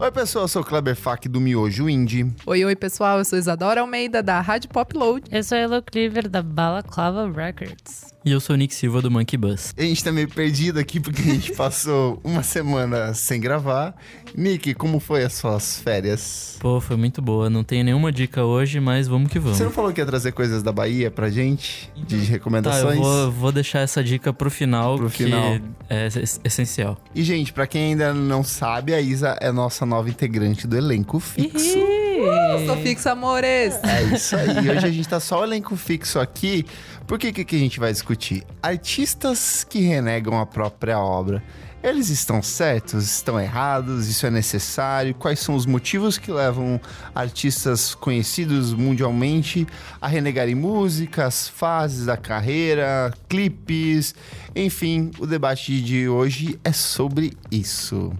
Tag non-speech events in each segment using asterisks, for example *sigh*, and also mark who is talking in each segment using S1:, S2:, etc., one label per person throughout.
S1: Oi, pessoal, eu sou o Kleber Fak do Miojo Indie.
S2: Oi, oi, pessoal. Eu sou Isadora Almeida, da Rádio Pop Load.
S3: Eu sou a Elo Cleaver da Balaclava Records.
S4: E eu sou o Nick Silva do Monkey Bus.
S1: A gente tá meio perdido aqui porque a
S4: *laughs*
S1: gente passou uma semana sem gravar. Nick, como foi as suas férias?
S4: Pô, foi muito boa. Não tenho nenhuma dica hoje, mas vamos que vamos.
S1: Você não falou que ia trazer coisas da Bahia pra gente? De
S4: Tá, eu
S1: recomendações?
S4: vou, vou deixar essa dica pro final,
S1: Pro
S4: que
S1: final.
S4: é es- essencial.
S1: E, gente, pra quem ainda não sabe, a Isa é nossa nova integrante do elenco fixo.
S2: Eu sou fixa, amores.
S1: É isso aí. Hoje a gente tá só o elenco fixo aqui. Porque o que, que a gente vai discutir? Artistas que renegam a própria obra. Eles estão certos? Estão errados? Isso é necessário? Quais são os motivos que levam artistas conhecidos mundialmente a renegarem músicas, fases da carreira, clipes? Enfim, o debate de hoje é sobre isso.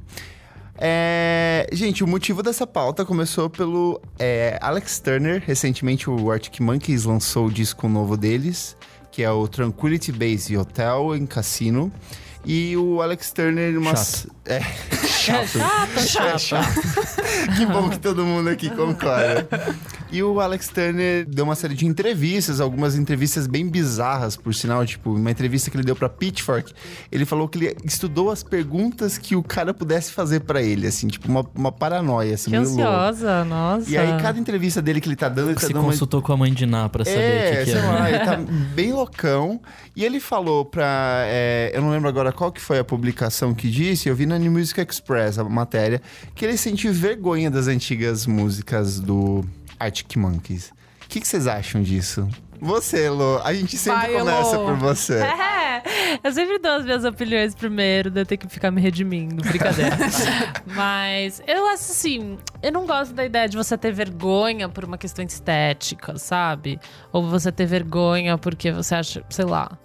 S1: É, gente, o motivo dessa pauta começou pelo é, Alex Turner. Recentemente, o Arctic Monkeys lançou o disco novo deles, que é o Tranquility Base Hotel em Cassino. E o Alex Turner, umas. É, chato. É chato. que bom que todo mundo aqui concorda. E o Alex Turner deu uma série de entrevistas, algumas entrevistas bem bizarras, por sinal, tipo, uma entrevista que ele deu pra Pitchfork, ele falou que ele estudou as perguntas que o cara pudesse fazer pra ele, assim, tipo, uma, uma paranoia, assim,
S3: Que
S1: meio louca.
S3: ansiosa, nossa.
S1: E aí, cada entrevista dele que ele tá dando, ele tá
S4: Se
S1: dando uma
S4: consultou com a mãe de Ná pra saber o que, que
S1: sei
S4: é.
S1: lá, ele
S4: *laughs*
S1: tá bem loucão. E ele falou pra. é, eu não lembro agora qual que foi a publicação que disse, eu vi na New Music Express a matéria, que ele sentiu vergonha das antigas músicas do Arctic Monkeys. O que que vocês acham disso? Você, Lô, a gente sempre
S2: Vai,
S1: começa
S2: Lô.
S1: por você.
S3: *laughs* *laughs* É, eu sempre dou as minhas opiniões primeiro, daí eu tenho que ficar me
S1: *laughs*
S3: redimindo, brincadeira. Mas eu acho assim, eu não gosto da ideia de você ter vergonha por uma questão estética, sabe? Ou você ter vergonha porque você acha, sei lá,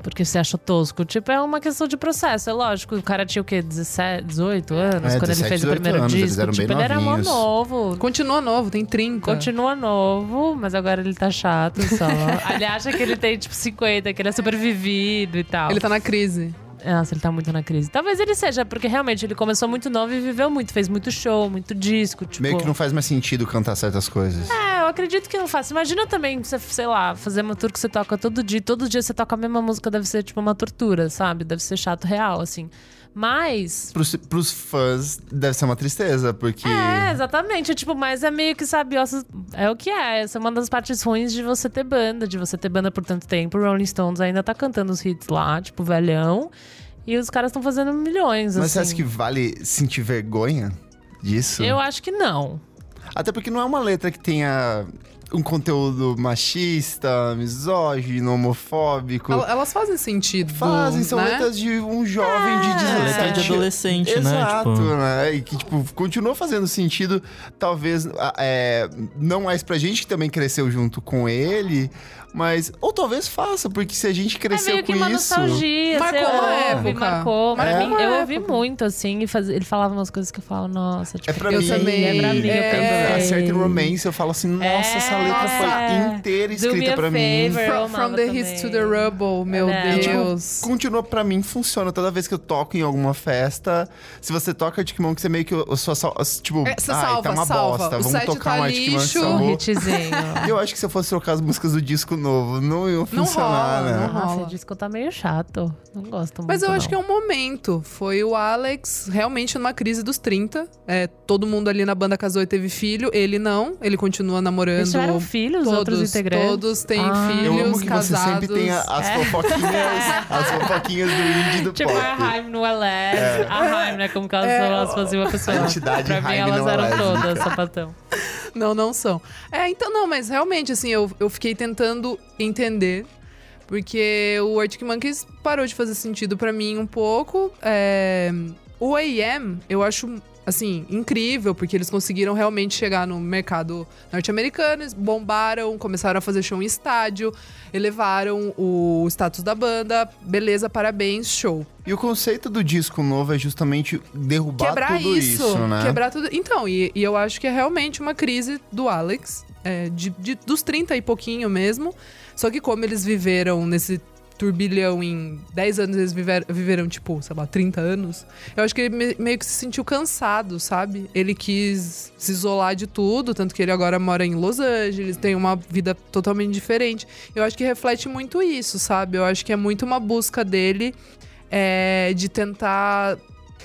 S3: porque você acha tosco. Tipo, é uma questão de processo, é lógico. O cara tinha o quê? 17, 18 anos
S1: É,
S3: quando
S1: 17,
S3: ele fez o
S1: 18
S3: primeiro
S1: anos, eles
S3: disco.
S1: eram bem
S3: tipo, ele era mó
S1: novinhos.
S3: novo,
S2: Continua novo, tem 30.
S3: Continua novo, mas agora ele tá chato só. ele acha que ele tem, tipo, 50, que ele é super vivido e tal.
S2: Ele tá na crise.
S3: Nossa, ele tá muito na crise. Talvez ele seja, porque realmente ele começou muito novo e viveu muito. Fez muito show, muito disco, tipo...
S1: Meio que não faz mais sentido cantar certas coisas.
S3: É, eu acredito que não faça. Imagina também, você, sei lá, fazer uma tour que você toca todo dia. Todo dia você toca a mesma música, deve ser, tipo, uma tortura, sabe? Deve ser chato real, assim. Mas...
S1: Pros, pros fãs, deve ser uma tristeza, porque.
S3: É, exatamente. Tipo, mas é meio que sabe, ó, é o que é. Essa é uma das partes ruins de você ter banda, de você ter banda por tanto tempo. Rolling Stones ainda tá cantando os hits lá, tipo, velhão. E os caras estão fazendo milhões,
S1: Mas
S3: assim.
S1: você acha que vale sentir vergonha disso?
S3: Eu acho que não.
S1: Até porque não é uma letra que tenha um conteúdo machista, misógino, homofóbico.
S2: El- Elas fazem sentido.
S1: Fazem, são
S2: né?
S1: letras de um jovem de
S4: É,
S1: 17
S4: letra de adolescente,
S1: Exato,
S4: né? Tipo,
S1: né? E que, tipo, continuou fazendo sentido, talvez a- é, não mais pra gente que também cresceu junto com ele, mas. Ou talvez faça, porque se a gente
S3: é
S1: cresceu
S3: meio que
S1: com
S3: uma
S1: isso. É
S3: nostalgia.
S2: Marcou
S3: você
S2: uma
S3: ouve,
S2: época.
S3: Marcou. Pra
S1: Marcou
S3: mim,
S2: uma
S3: eu ouvi muito, assim. E faz- ele falava umas coisas que eu falo, nossa, tipo...
S1: É pra
S2: Eu
S1: mim.
S2: também,
S3: é pra mim, eu
S1: é,
S3: também.
S1: Certain Romance, eu falo assim, nossa, essa letra
S3: É.
S1: foi inteira
S3: Do
S1: escrita
S3: me a
S1: pra mim.
S3: favor. Eu
S2: From,
S3: amava
S2: from the
S3: também.
S2: hits to the rubble, meu
S3: É. E, tipo,
S2: Deus.
S1: Continua pra mim, funciona. Toda vez que eu toco em alguma festa, se você toca Arctic Monkeys, você meio que eu sou só, tipo,
S2: É, você
S1: ai,
S2: salva,
S1: tá uma
S2: salva.
S1: bosta,
S2: O
S1: vamos
S2: site
S1: tocar
S2: tá
S1: um Arctic Monkeys.
S2: lixo.
S3: um
S1: salvou.
S2: *laughs*
S3: hitzinho.
S1: *laughs* E eu acho que se eu fosse trocar as músicas do disco novo, não ia funcionar,
S2: rola,
S1: né?
S2: não rola.
S3: Nossa, esse disco tá meio chato. Não gosto muito,
S2: Mas eu acho
S3: não.
S2: que é um momento. Foi o Alex realmente numa crise dos 30. É, todo mundo ali na banda casou e teve filho. Ele não. Ele continua namorando.
S3: Eles tiveram filhos,
S2: todos,
S3: outros integrantes.
S2: todos têm
S3: Ah.
S1: Eu
S2: filhos,
S1: amo que
S2: casados.
S1: você
S2: É.
S1: sempre tem a- as fofoquinhas, as fofoquinhas do indie e do
S3: Tipo,
S1: pop.
S3: a Haim não é lésbica. A Haim, né? Como que elas,
S2: É,
S3: elas faziam uma pessoa.
S1: a entidade
S3: pra mim,
S1: Haim
S3: elas
S1: não é
S3: eram
S1: lésbica.
S3: todas sapatão.
S2: Não, não são. É, então não, mas realmente, assim, eu, eu fiquei tentando entender. Porque o Arctic Monkeys parou de fazer sentido pra mim um pouco. É, o AM, eu acho, assim, incrível, porque eles conseguiram realmente chegar no mercado norte-americano, eles bombaram, começaram a fazer show em estádio, elevaram o status da banda, beleza, parabéns, show.
S1: E o conceito do disco novo é justamente derrubar
S2: quebrar
S1: tudo
S2: isso,
S1: né?
S2: quebrar tudo. Então, e, e eu acho que é realmente uma crise do Alex. é, de, de- dos 30 e pouquinho mesmo. Só que como eles viveram nesse turbilhão em 10 anos, eles viver- viveram, tipo, sei lá, 30 anos. Eu acho que ele me- meio que se sentiu cansado, sabe? Ele quis se isolar de tudo, tanto que ele agora mora em Los Angeles, tem uma vida totalmente diferente. Eu acho que reflete muito isso, sabe? Eu acho que é muito uma busca dele é, de tentar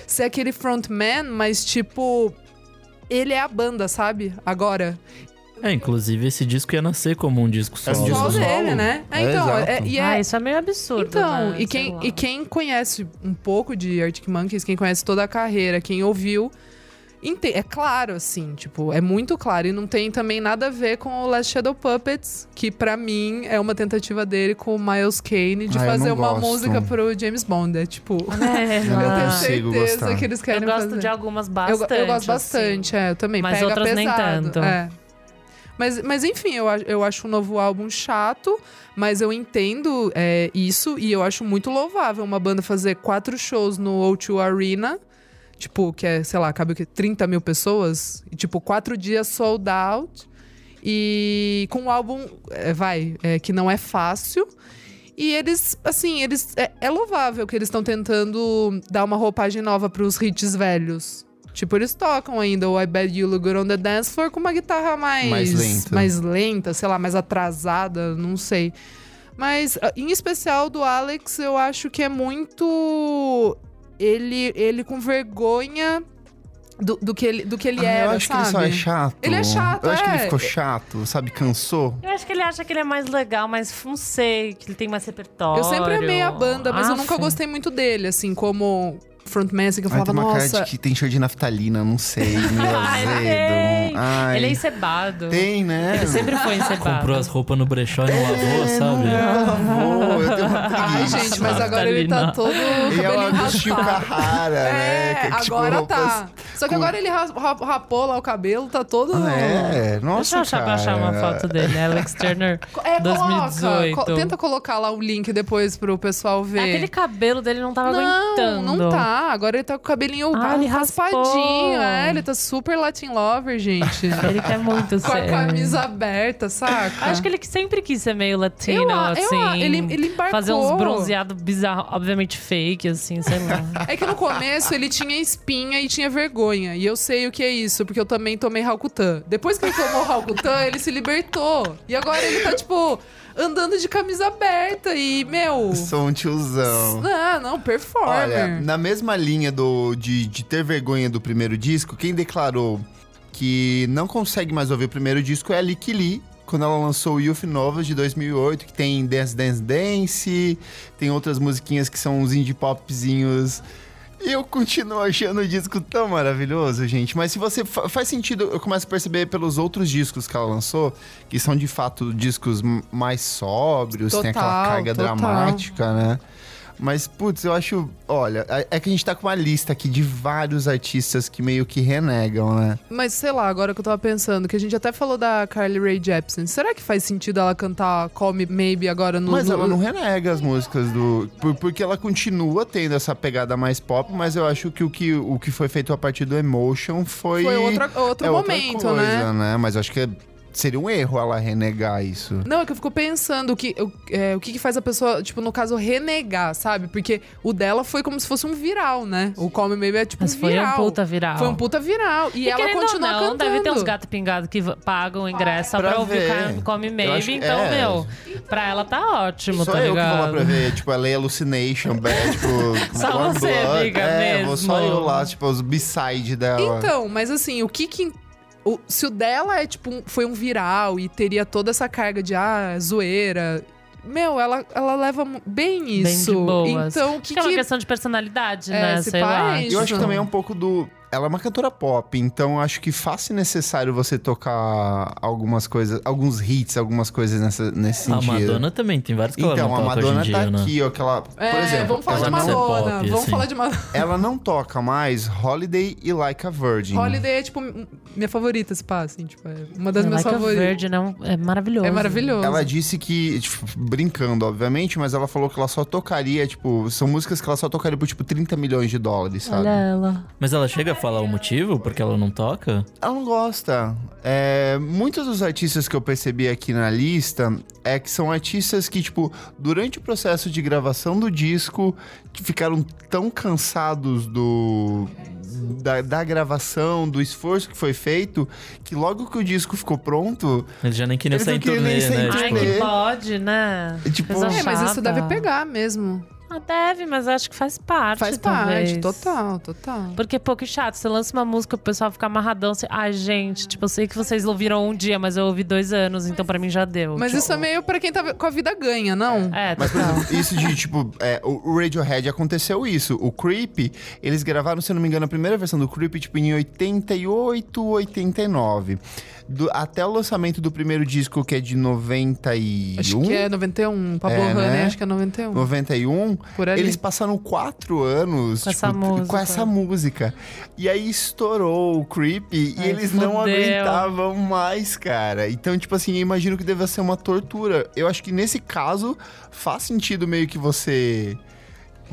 S2: ser aquele frontman, mas tipo. Ele é a banda, sabe? Agora.
S4: É, inclusive esse disco ia nascer como um disco
S1: É um
S4: solo.
S1: disco
S2: Só
S1: solo.
S2: dele, né? É,
S1: É,
S2: então,
S1: exato.
S2: é- e é,
S3: Ah, isso é meio absurdo.
S2: então,
S3: né?
S2: e,
S3: Sei
S2: quem,
S3: lá.
S2: e quem conhece um pouco de Arctic Monkeys, quem conhece toda a carreira, quem ouviu, ente- é claro, assim, tipo, é muito claro. E não tem também nada a ver com o Last Shadow Puppets, que pra mim é uma tentativa dele com o Miles Kane de
S1: Ah, eu
S2: fazer
S1: não
S2: uma
S1: gosto.
S2: música pro James Bond. É tipo,
S3: *laughs* É,
S1: Eu não
S3: lá.
S2: tenho
S1: consigo
S2: *laughs* certeza
S1: gostar.
S2: que eles
S3: Eu
S2: querem
S3: gosto
S2: fazer.
S3: de algumas
S2: Eu,
S3: bastante. assim.
S2: go- eu gosto bastante, é, eu também.
S3: Mas
S2: Pega
S3: outras nem
S2: pesado,
S3: tanto.
S2: é. Mas, mas enfim, eu, a- eu acho o novo álbum chato, mas eu entendo é, isso e eu acho muito louvável uma banda fazer quatro shows no O2 Arena, tipo, que é, sei lá, cabe o quê? 30 mil pessoas, e, tipo, quatro dias sold out, e com um álbum, é, vai, é, que não é fácil. E eles, assim, eles. É, é louvável que eles estão tentando dar uma roupagem nova pros hits velhos. Tipo, eles tocam ainda o I Bet You Look Good on the Dance Floor com uma guitarra mais.
S1: Mais lenta.
S2: mais lenta, sei lá, mais atrasada, não sei. Mas, ah, em especial do Alex, eu acho que é muito. Ele, ele com vergonha do, do que ele, do que ele
S1: Ah,
S2: era.
S1: eu acho
S2: sabe?
S1: que ele só é chato.
S2: Ele é chato,
S1: Eu acho que ele
S2: é.
S1: ficou chato, sabe? Cansou.
S3: Eu acho que ele acha que ele é mais legal, mas não sei, que ele tem mais repertório.
S2: Eu sempre amei a banda, mas eu nunca
S3: Aff.
S2: gostei muito dele, assim, como frontman, assim, que eu
S1: Aí
S2: falava,
S1: tem uma
S2: nossa.
S1: cara de que tem cheiro de naftalina, não sei. Meu
S3: Ai,
S1: azedo.
S3: tem.
S1: Ai.
S3: Ah, é Ele é encebado.
S1: Tem, né?
S3: Ele sempre foi encebado.
S4: Comprou as roupas no brechó e não lavou,
S1: É,
S4: sabe?
S1: Não, lavou, eu tenho uma
S2: Ai,
S1: preguiça.
S2: gente, mas agora ele tá
S4: Natalina.
S2: todo
S1: E é o
S2: cabelinho
S1: Agostinho
S2: raspado.
S1: Carrara, né?
S2: É,
S1: Que, tipo,
S2: agora tá.
S1: roupas-
S2: Só
S1: com-
S2: que agora ele ras- ra- rapou lá o cabelo, tá todo.
S1: Ah, é, nossa,
S3: Deixa eu achar pra
S1: cara.
S3: achar uma foto dele, Alex Turner.
S2: É, coloca.
S3: 2018.
S2: Co- tenta colocar lá o link depois pro pessoal ver.
S3: Aquele cabelo dele não tava
S2: Não,
S3: aguentando.
S2: não tá. Agora ele tá com o cabelinho
S3: Ah, ele
S2: raspadinho.
S3: raspou.
S2: É, ele tá super Latin Lover, gente.
S3: Ele quer muito
S2: com a
S3: ser.
S2: camisa aberta, saca?
S3: Acho que ele que sempre quis ser meio latino,
S2: Eu a- eu
S3: assim.
S2: a- ele, ele embarcou.
S3: Fazer uns bronzeados bizarros, obviamente fake, assim, sei lá.
S2: É que no começo ele tinha espinha e tinha vergonha. E eu sei o que é isso, porque eu também tomei Halcutan. Depois que ele tomou Halcutan, ele se libertou. E agora ele tá, tipo, andando de camisa aberta e, meu.
S1: Sou um tiozão.
S2: Ah, não,
S1: Olha,
S2: performer.
S1: na mesma linha do, de, de ter vergonha do primeiro disco, quem declarou que não consegue mais ouvir o primeiro disco é a Lick Lee, quando ela lançou o Youth Novas de 2008, que tem Dance Dance Dance, tem outras musiquinhas que são uns indie popzinhos. E eu continuo achando o disco tão maravilhoso, gente. Mas se você. fa- Faz sentido, eu começo a perceber pelos outros discos que ela lançou, que são de fato discos m- mais sóbrios, tem aquela
S2: Total,
S1: carga
S2: total.
S1: dramática, né? Mas, putz, eu acho. Olha, é- é que a gente tá com uma lista aqui de vários artistas que meio que renegam, né?
S2: Mas sei lá, agora que eu tava pensando, que a gente até falou da Carly Rae Jepsen. Será que faz sentido ela cantar Call Me Maybe agora no.
S1: Mas
S2: no-
S1: ela não renega as músicas do. por- Porque ela continua tendo essa pegada mais pop, mas eu acho que o que, o que foi feito a partir do Emotion foi.
S2: Foi outra, outro
S1: é outra
S2: momento, né?
S1: coisa, Mas eu acho que seria um erro ela renegar isso.
S2: Não, é que eu fico pensando o que, o, é, o que, que faz a pessoa, tipo, no caso, renegar, sabe? Porque o dela foi como se fosse um viral, né? O Call Me Maybe é tipo
S3: Mas
S2: um
S3: foi
S2: viral.
S3: um puta viral.
S2: Foi um puta viral. E, ela
S3: querendo ou
S2: continua
S3: não,
S2: cantando.
S3: deve ter uns gatos pingados que v- pagam o ingresso só
S1: Pra
S3: pra, ouvir o
S1: ver.
S3: cara come
S1: Eu
S3: maybe.
S1: acho que-
S3: então,
S1: é.
S3: meu, pra ela tá ótimo,
S1: Só
S3: tá
S1: eu
S3: ligado?
S1: que vou lá pra
S4: *laughs*
S1: ver, tipo, a Lei Hallucination, é, tipo,
S3: Só
S1: One
S3: você,
S1: Blood.
S3: amiga,
S1: é,
S3: mesmo.
S1: Vou só eu lá, tipo, os b-side dela.
S2: Então, mas assim, o que que. o- se o dela é, tipo, um- foi um viral e teria toda essa carga de, ah, zoeira. Meu, ela, ela leva mu- bem
S3: Bem de
S2: isso.
S3: boas.
S2: Então, o
S3: Acho
S2: que
S3: que é uma
S2: que.
S3: questão de personalidade,
S2: É,
S3: né?
S2: se
S3: Sei
S2: pá,
S3: lá.
S2: é
S1: E eu acho que
S2: Isso.
S1: também é um pouco do. Ela é uma cantora pop, então acho que faz se necessário você tocar algumas coisas, alguns hits, algumas coisas nessa, nesse
S4: A
S1: sentido.
S4: Madonna também tem vários que ela
S1: Então,
S4: não
S1: a
S4: toca hoje em
S1: Madonna
S4: dia,
S1: tá
S4: né?
S1: aqui, ó, que ela. por
S2: É,
S1: exemplo,
S2: vamos falar
S1: ela
S2: de
S4: uma
S1: não,
S4: ser
S2: Madonna.
S4: pop,
S2: vamos
S4: assim.
S2: falar de Madonna.
S1: ela não toca mais Holiday e Like a
S3: Uhum.
S1: Virgin.
S2: Holiday é, tipo, m- minha favorita, esse pá, assim, tipo, é uma das minhas
S3: Like a
S2: favoritas.
S3: Virgin é, um- é maravilhoso.
S2: É maravilhoso.
S1: Ela disse que, tipo, brincando, obviamente, mas ela falou que ela só tocaria, tipo, são músicas que ela só tocaria por, tipo, 30 milhões de dólares, sabe?
S3: Olha ela.
S4: Mas ela chega a falar o motivo porque ela não toca?
S1: Ela não gosta. É, muitos dos artistas que eu percebi aqui na lista é que são artistas que, tipo, durante o processo de gravação do disco, que ficaram tão cansados do. Da, da gravação, do esforço que foi feito, que logo que o disco ficou pronto,
S4: Eles já nem queriam
S1: Eles
S4: sair em
S1: não queriam nem
S4: turnê, né?
S1: sair em
S3: Ai,
S1: tipo-
S3: que pode, né?
S1: É tipo-
S3: Coisa
S2: É, mas isso
S3: chata.
S2: deve pegar mesmo.
S3: Ah, deve, mas eu acho que faz parte.
S2: Faz parte,
S3: talvez.
S2: total, total.
S3: Porque é pouco chato. Você lança uma música, o pessoal fica amarradão. Você... Ai, gente, tipo, eu sei que vocês ouviram um dia, mas eu ouvi dois anos, então pra mim já deu.
S2: Mas
S3: tipo.
S2: isso é meio pra quem tá com a vida ganha, não?
S3: É,
S1: Mas, por
S3: total.
S1: exemplo, isso de, tipo, é, o o Radiohead aconteceu isso. O Creep, eles gravaram, se eu não me engano, a primeira versão do Creep, tipo, em 88, 89. Do- até o lançamento do primeiro disco, que é de 91.
S2: Acho que é 91. Pablo
S1: É,
S2: é,
S1: né?
S2: acho que é 91.
S1: 91,
S2: Por ali.
S1: eles passaram quatro anos tipo,
S3: Com essa
S1: com
S3: música.
S1: essa música. E aí estourou o Creep e
S3: Ai,
S1: eles não
S3: fudeu.
S1: aguentavam mais, cara. Então, tipo assim, eu imagino que deva ser uma tortura. Eu acho que nesse caso faz sentido meio que você.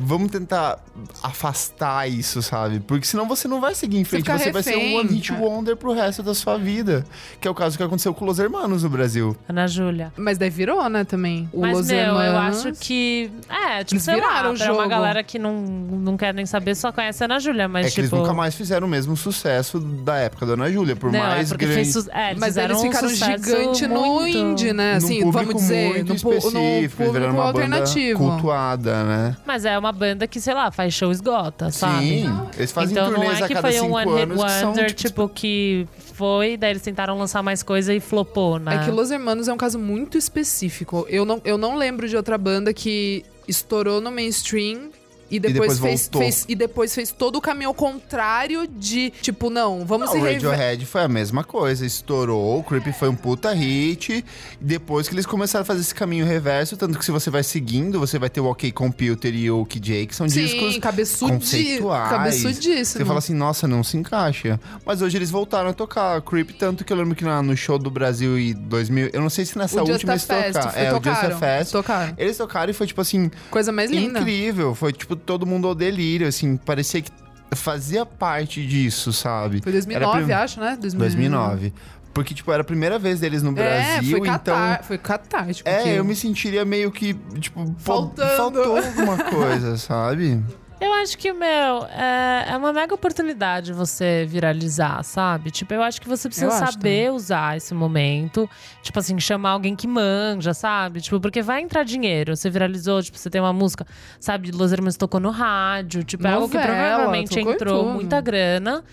S1: Vamos tentar afastar isso, sabe? Porque senão você não vai seguir em frente,
S2: fica
S1: você, vai ser um
S2: refém,
S1: one hit
S2: é.
S1: wonder pro resto da sua vida. Que é o caso que aconteceu com Los Hermanos no Brasil.
S3: Ana Júlia.
S2: Mas daí virou, né, também. O
S3: Mas,
S2: Los
S3: meu, eu
S2: Hermanos.
S3: acho que. É, tipo,
S2: Eles
S3: sei lá,
S2: viraram o
S3: pra uma
S2: jogo.
S3: galera que não, não quer nem saber, só conhece a Ana Júlia, mas
S1: É que
S3: tipo.
S1: eles nunca mais fizeram o mesmo sucesso da época da Ana Júlia, por
S3: Não,
S1: mais
S3: é porque
S1: grande.
S3: fez su... é, eles
S2: Mas
S3: fizeram
S2: eles
S3: um
S2: ficaram
S3: sucesso
S2: gigante no
S3: muito.
S2: indie, né?
S1: num
S2: Assim,
S1: um público
S2: vamos dizer,
S1: muito
S2: no, pu- no
S1: específico, eles
S2: público
S1: viraram uma
S2: alternativo.
S1: banda cultuada, né?
S3: Mas é uma banda que, sei lá, faz show esgota, sabe?
S1: Sim, eles fazem
S3: então não
S1: turnês
S3: é
S1: a
S3: que
S1: cada
S3: foi
S1: cinco
S3: um One Hit
S1: anos que são,
S3: Wonder,
S1: tipo,
S3: tipo, que foi, daí eles tentaram lançar mais coisa e flopou, né?
S2: É que Los Hermanos é um caso muito específico. Eu não, eu não lembro de outra banda que estourou no mainstream. E depois,
S1: depois
S2: fez,
S1: voltou.
S2: fez- e depois fez todo o caminho ao contrário de, tipo, não, vamos
S1: não,
S2: se
S1: o
S2: reinventar.
S1: Radiohead foi a mesma coisa, estourou, o Creep foi um puta hit. Depois que eles começaram a fazer esse caminho reverso, tanto que se você vai seguindo, você vai ter o OK Computer e o OK Jake, são discos
S2: Sim, cabeçudi,
S1: conceituais.
S2: cabeçudíssimo.
S1: Você fala assim, nossa, não se encaixa. Mas hoje eles voltaram a tocar Creep, tanto que eu lembro que na- no show do Brasil em 2000, eu não sei se nessa
S2: o Just
S1: última
S2: a
S1: eles
S2: Fest,
S1: tocaram.
S2: foi-
S1: É, o Just
S2: tocaram,
S1: a Fest.
S2: tocaram.
S1: Eles tocaram e foi tipo assim,
S2: É. Coisa mais linda.
S1: incrível. Foi tipo todo mundo ao delírio, assim, parecia que fazia parte disso, sabe? Era
S2: Foi 2009,
S1: prim-
S2: acho, né?
S1: 2009. Porque, tipo, era a primeira vez deles no
S2: É,
S1: Brasil,
S2: foi,
S1: então.
S2: catar, foi catártico.
S1: É,
S2: que-
S1: eu me sentiria meio que, tipo, fal-
S2: Faltando.
S1: faltou alguma coisa, sabe?
S3: Eu acho que, meu, é, é uma mega oportunidade você viralizar, sabe? Tipo, eu acho que você precisa
S2: Eu acho
S3: saber usar esse momento. Tipo assim, chamar alguém que manja, sabe? Tipo, porque vai entrar dinheiro. Você viralizou, tipo, você tem uma música, sabe? Los Hermanos tocou no rádio. Tipo, é algo que
S2: Novela,
S3: provavelmente
S2: tocou em
S3: entrou
S2: tudo.
S3: muita grana.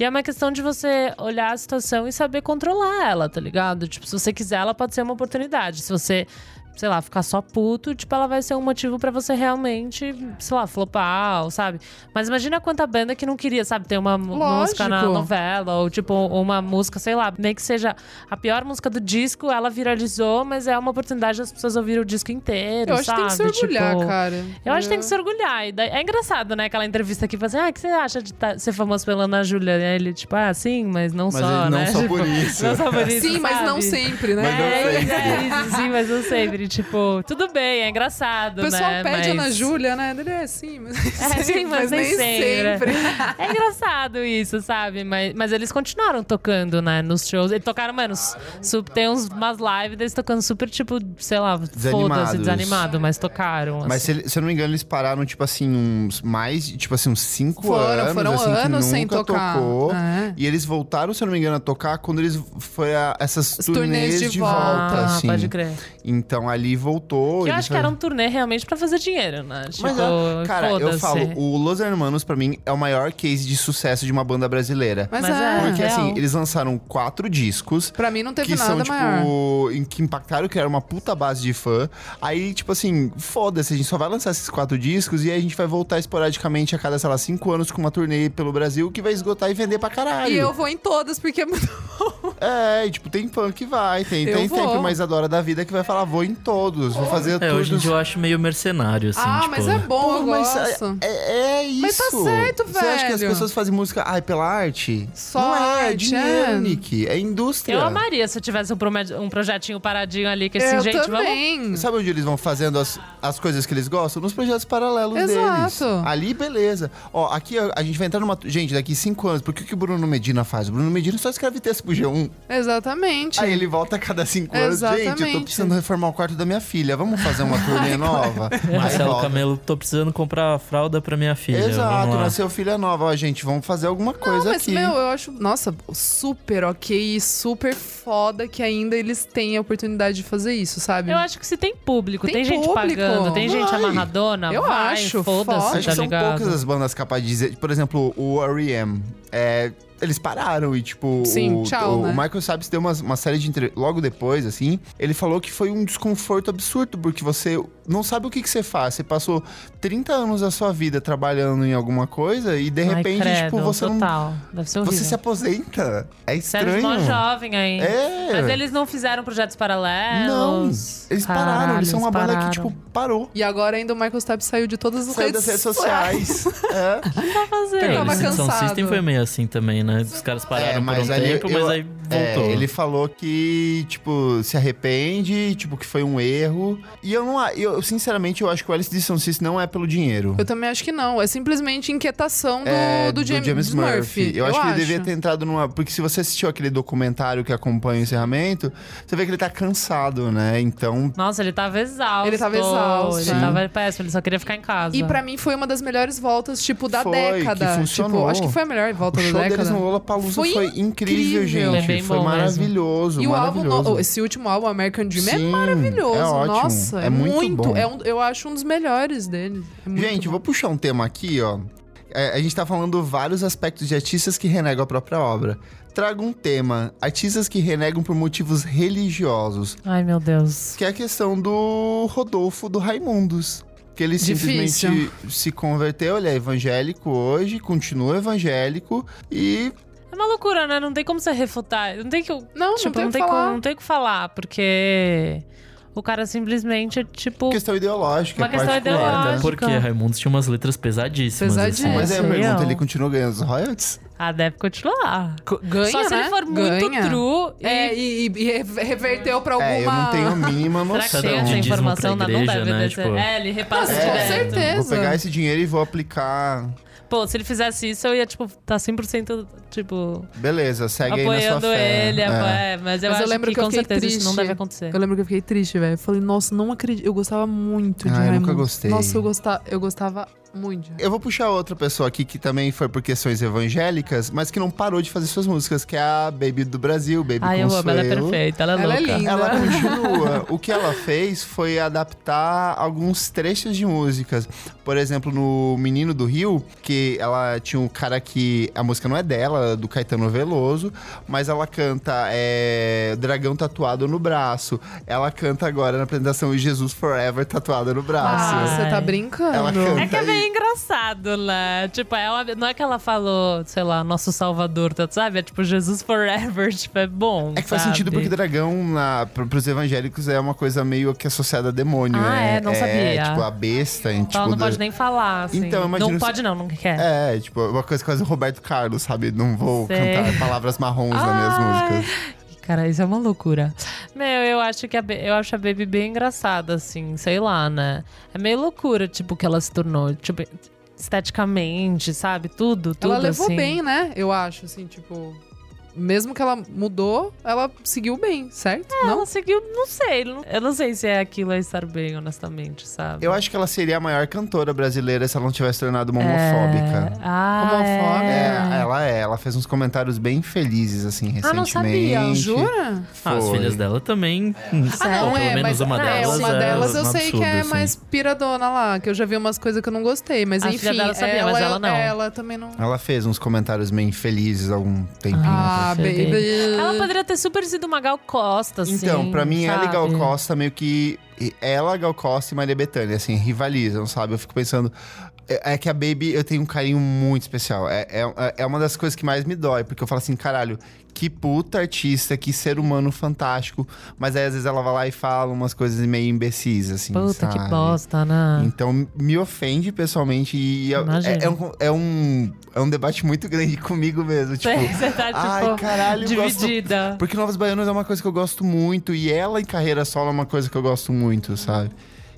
S3: E é uma questão de você olhar a situação e saber controlar ela, tá ligado? Tipo, se você quiser, ela pode ser uma oportunidade. Se você sei lá, ficar só puto, tipo, ela vai ser um motivo pra você realmente, sei lá, flopar, ou, sabe? Mas imagina quanta banda que não queria, sabe, ter uma mu-
S2: Lógico.
S3: música na novela, ou tipo, uma música, sei lá, nem que seja a pior música do disco, ela viralizou, mas é uma oportunidade das pessoas ouvirem o disco inteiro,
S2: Eu acho
S3: sabe?
S2: que tem que se orgulhar,
S3: Tipo,
S2: cara.
S3: Eu acho que tem que se orgulhar. E daí- é engraçado, né? Aquela entrevista que fala assim: ah, o que você acha de tá- ser famoso pela Ana Júlia? E aí ele, tipo, ah, sim, mas não
S1: Mas
S3: só,
S1: ele não
S3: né?
S1: só
S3: Tipo,
S1: por isso.
S3: *laughs* Não só por isso.
S2: Sim, mas não
S3: sabe?
S2: sempre, né?
S1: Mas não
S3: É,
S1: sempre.
S3: é isso, sim, mas não sempre. Tipo, tudo bem, é engraçado,
S2: O pessoal
S3: né?
S2: pede
S3: mas...
S2: Ana Júlia, né? Ele é sim, mas,
S3: *laughs*
S2: *laughs*
S3: É, sim, mas, nem sempre. *laughs* É engraçado isso, sabe? Mas, mas eles continuaram tocando, né? Nos shows. Eles tocaram, mano, su- su- tem uns, umas lives deles tocando super, tipo, sei lá, foda-se,
S1: Desanimados.
S3: desanimado, mas tocaram.
S1: Mas
S3: assim.
S1: se, ele- se eu não me engano, eles pararam, tipo assim, uns mais, tipo assim, uns cinco
S2: Foram,
S1: anos.
S2: foram
S1: assim, que
S2: anos
S1: nunca
S2: sem tocar.
S1: Tocou.
S2: É.
S1: E eles voltaram, se eu não me engano, a tocar quando eles foi a- essas
S2: As
S1: turnês, de, volta,
S3: ah,
S1: assim.
S3: pode crer.
S1: Então ali voltou.
S3: Que eu
S1: eles
S3: acho que era um turnê realmente pra fazer dinheiro, né? Tipo,
S1: Mas, ó, cara, eu
S3: foda-se.
S1: falo, o Los Hermanos, pra mim, é o maior case de sucesso de uma banda brasileira.
S2: Mas,
S3: Mas
S2: é.
S3: é.
S1: Porque, assim,
S3: real.
S1: eles lançaram quatro discos.
S2: Pra mim não teve
S1: que
S2: nada
S1: são, tipo,
S2: maior.
S1: em- que impactaram, que era uma puta base de fã. Aí, tipo assim, foda-se, a gente só vai lançar esses quatro discos e aí a gente vai voltar esporadicamente a cada, sei lá, cinco anos com uma turnê pelo Brasil que vai esgotar e vender pra caralho.
S2: E eu vou em todas, porque é muito *laughs*
S1: É, e, tipo, tem punk que vai, tem,
S2: Eu
S1: tem, tem
S2: vou.
S1: uma Isadora da vida que vai falar, vou em todos. Vou fazer
S4: É,
S1: todos.
S4: hoje em dia eu acho meio mercenário, assim.
S2: ah,
S4: tipo,
S2: mas é bom,
S1: Pô,
S2: eu
S1: mas
S2: gosto.
S1: é, é isso.
S2: Mas tá certo,
S1: Você acha que as
S2: velho.
S1: pessoas fazem música ai, pela arte?
S2: Só
S1: Não é, é
S2: arte,
S1: dinheiro,
S2: é.
S1: Nick. É indústria.
S3: Eu amaria se eu tivesse um, prome- um projetinho paradinho ali, que assim,
S2: eu
S3: gente, vamos.
S2: também.
S1: Sabe onde eles vão fazendo as, as coisas que eles gostam? Nos projetos paralelos deles.
S2: Exato.
S1: Ali, beleza. Ó, aqui ó, a gente vai entrar numa. Gente, daqui cinco anos, porque o que o Bruno Medina faz? O Bruno Medina só escreve texto pro G1.
S2: Exatamente.
S1: Aí Ah, ele volta a cada cinco anos. Gente, eu tô
S2: Exatamente.
S1: precisando reformar o quarto da minha filha. Vamos fazer uma
S2: *laughs*
S1: turnê nova? Aí
S4: *laughs* Marcelo
S1: volta.
S4: Camelo, tô precisando comprar fralda pra minha filha.
S1: É Exato,
S4: vamos lá.
S1: nasceu filha nova. Ó, gente, vamos fazer alguma coisa
S2: Não, Ah, mas,
S1: aqui.
S2: meu, eu acho, nossa, super ok e super foda que ainda eles têm a oportunidade de fazer isso, sabe?
S3: Eu acho que se tem público, tem,
S2: Tem
S3: gente
S2: público.
S3: pagando, tem gente
S1: Vai.
S3: amarradona,
S2: Eu
S3: vai,
S2: acho,
S3: foda-se,
S2: foda.
S1: Acho
S3: tá
S1: que são
S3: ligado?
S1: poucas as bandas capazes de dizer. Por exemplo, o R.E.M. É, eles pararam e, tipo,
S2: Sim,
S1: o,
S2: tchau,
S1: o,
S2: né?
S1: o Michael Sabes deu uma, uma série de entrevistas. Logo depois, assim, ele falou que foi um desconforto absurdo, porque você não sabe o que, que você faz. Você passou 30 anos da sua vida trabalhando em alguma coisa e, de
S3: Ai,
S1: repente,
S3: credo,
S1: tipo, você não.
S3: total. Deve ser
S1: Você
S3: horrível.
S1: se aposenta. É
S3: Sérgio mó
S1: estranho.
S3: jovem ainda.
S1: É.
S3: Mas eles não fizeram projetos
S1: Não,
S3: paralelos.
S1: eles pararam.
S3: Caralho,
S1: eles são uma banda que,
S3: pararam.
S1: tipo, parou.
S2: E agora ainda o Michael Stipe saiu de todas as
S1: Saiu
S2: redes,
S1: das redes sociais. é.
S3: Não tá fazendo.
S4: É,
S2: Eu tava
S4: eles em São
S2: cansado.
S4: System foi meio assim também, né? Os caras pararam
S1: É,
S4: por um
S1: mas ali
S4: tempo,
S1: eu-
S4: mas aí
S1: É,
S4: voltou.
S1: ele falou que, tipo, se arrepende, tipo, que foi um erro. E eu não. a- Eu, sinceramente, eu acho que o Alice de Sound System não é pelo dinheiro.
S2: Eu também acho que não. É simplesmente inquietação do,
S1: É,
S2: do, James, Murphy.
S1: Eu, acho que ele devia ter entrado numa. Porque se você assistiu aquele documentário que acompanha o encerramento, você vê que ele tá cansado, né? Então.
S3: Nossa, ele tava exausto.
S2: Ele tava exausto.
S3: Ele
S2: Sim.
S3: tava péssimo, ele só queria ficar em casa.
S2: E pra mim foi uma das melhores voltas, tipo, da
S1: Foi,
S2: década.
S1: que funcionou.
S2: Tipo, acho que foi a melhor
S1: O
S2: volta
S1: show
S2: da
S1: deles
S2: década.
S1: no Lola Palusa foi,
S2: Foi
S1: incrível,
S2: incrível.
S1: gente.
S3: É bem
S1: foi
S3: bom mesmo.
S1: maravilhoso.
S2: E o álbum,
S1: maravilhoso.
S2: no- esse último álbum, American Dream,
S1: Sim,
S2: é maravilhoso.
S1: é ótimo.
S2: Nossa,
S1: É muito bom.
S2: É um, eu acho um dos melhores dele. É muito
S1: Gente,
S2: bom.
S1: vou puxar um tema aqui, ó. É, a gente tá falando vários aspectos de artistas que renegam a própria obra. Traga um tema: artistas que renegam por motivos religiosos,
S3: Ai, meu Deus.
S1: que é a questão do Rodolfo do Raimundos. Que ele
S2: Difícil.
S1: simplesmente se converteu, ele é evangélico hoje, continua evangélico e
S3: É uma loucura, né? Não tem como você refutar. Não tem que.
S2: Não, não
S3: tipo,
S2: tem
S3: não
S2: o que
S3: tem, como,
S2: falar.
S3: não tem o que falar, porque o cara simplesmente é tipo.
S1: questão ideológica.
S3: Uma questão
S1: particular, né?
S3: ideológica.
S4: É, Até porque Raimundos tinha umas letras pesadíssimas.
S2: Pesadíssimas.
S4: assim.
S1: Mas é, aí eu
S3: Sim,
S1: pergunto,
S3: ó.
S1: ele tá continua ganhando os royalties?
S3: Ah, deve continuar.
S2: Ganha,
S3: Só se
S2: né?
S3: ele for
S2: Ganha.
S3: muito true. e-
S2: É, e, e- e re- reverteu pra alguma...
S1: É, eu não tenho a mínima
S3: Será
S1: noção.
S3: que tem essa
S4: Nossa,
S3: informação?
S4: dízimo pra
S3: não
S4: igreja,
S3: deve ter.
S4: né? Tipo-
S3: É, ele repassa
S2: Nossa, com
S3: direto.
S2: certeza.
S1: Vou pegar esse dinheiro e vou aplicar
S3: Pô, se ele fizesse isso, eu ia, tipo, tá 100%, tipo,
S1: Beleza, segue aí na sua
S3: apoiando
S1: fé.
S3: ele.
S1: É.
S3: É. mas eu
S2: Mas eu
S3: acho
S2: lembro
S3: que,
S2: que eu
S3: com
S2: fiquei
S3: certeza isso não
S2: triste.
S3: deve acontecer.
S2: Eu lembro que eu fiquei triste, velho. Eu Falei, nossa, não acredito. Eu gostava muito de
S1: Ah, eu nunca
S2: Raimundo.
S1: gostei.
S2: Nossa, eu gostava, eu gostava muito. de Raimundo.
S1: Eu vou puxar outra pessoa aqui que também foi por questões evangélicas, mas que não parou de fazer suas músicas, que é a Baby do Brasil, Baby
S3: Ai, eu amo,
S1: Consuelo.
S3: ela é perfeita, ela é
S2: Ela é
S3: louca.
S2: linda.
S1: Ela continua. O que ela fez foi adaptar alguns trechos de músicas. Por exemplo, no Menino do Rio, que ela tinha um cara que. A música não é dela, é do Caetano Veloso, mas ela canta é, Dragão Tatuado no Braço. Ela canta agora na apresentação Jesus Forever Tatuado no Braço.
S2: Ah,
S3: Ai.
S2: você tá brincando?
S1: Ela canta
S3: É que é
S1: aí.
S3: bem engraçado, né? Tipo, é uma- não é que ela falou, sei lá, nosso salvador, tá- sabe? É tipo, Jesus forever, *laughs* tipo, é bom,
S1: É que faz
S3: sabe?
S1: sentido porque dragão, na, pro- pros evangélicos, é uma coisa meio que associada a demônio.
S3: Ah, é? Não sabia.
S1: tipo, a besta. em,
S3: Então
S1: tipo,
S3: ela não
S1: da-
S3: pode nem falar, assim.
S1: Então, eu imagino
S3: não
S1: se-
S3: pode não, não quer.
S1: É, tipo, uma coisa quase Roberto Carlos, sabe? Não vou
S3: Sei. Ah.
S1: cantar palavras marrons nas
S3: Ai.
S1: minhas músicas.
S3: Cara, isso é uma loucura. Meu, eu acho que a, Ba- eu acho a Baby bem engraçada, assim, sei lá, né? É meio loucura, tipo, que ela se tornou, tipo, esteticamente, sabe? Tudo, tudo.
S2: Ela levou
S3: assim.
S2: bem, né? Eu acho, assim, tipo. Mesmo que ela mudou, ela seguiu bem, certo?
S3: Ela seguiu, não sei. não- Eu não sei se é aquilo é estar bem, honestamente, sabe?
S1: Eu acho que ela seria a maior cantora brasileira se ela não tivesse tornado uma homofóbica.
S3: Ah,
S2: Homofóbica.
S1: É,
S3: É.
S1: ela é. Ela fez uns comentários bem felizes, assim, recentemente.
S3: Ah, não sabia,
S2: Jura?
S4: Ah, as
S1: Foi.
S4: filhas dela também.
S2: Ah, não,
S4: Pelo
S2: é,
S4: menos
S2: mas
S4: uma
S2: é,
S4: delas.
S2: uma
S4: é
S2: delas eu
S4: um
S2: sei que é
S4: absurdo,
S2: mais
S4: assim.
S2: piradona lá, que eu já vi umas coisas que eu não gostei, mas
S3: A
S2: enfim. é,
S3: filha dela sabia,
S2: ela,
S3: mas ela não.
S2: Ela também não.
S1: Ela fez uns comentários meio infelizes há algum tempinho.
S2: Ah,
S3: você vê.
S2: baby.
S3: Ela poderia ter super sido uma Gal Costa, assim.
S1: Então, pra mim, ela e
S3: sabe?
S1: Gal é Costa meio que. Ela, Gal Costa e Maria Bethânia, assim, rivalizam, sabe? Eu fico pensando. É é que a Baby eu tenho um carinho muito especial. É, é, é uma das coisas que mais me dói, porque eu falo assim, caralho, que puta artista, que ser humano fantástico. Mas aí às vezes ela vai lá e fala umas coisas meio imbecis, assim.
S3: Puta, que
S1: sabe?
S3: bosta, né?
S1: Então me ofende pessoalmente e eu- é,
S3: Imagino.
S1: é um, é, um, é um debate muito grande *laughs* comigo mesmo. Tipo,
S3: *laughs* Você tá, tipo,
S1: ai, caralho, eu gosto
S3: dividida.
S1: porque Novos Baianos é uma coisa que eu gosto muito e ela em carreira solo é uma coisa que eu gosto muito, sabe?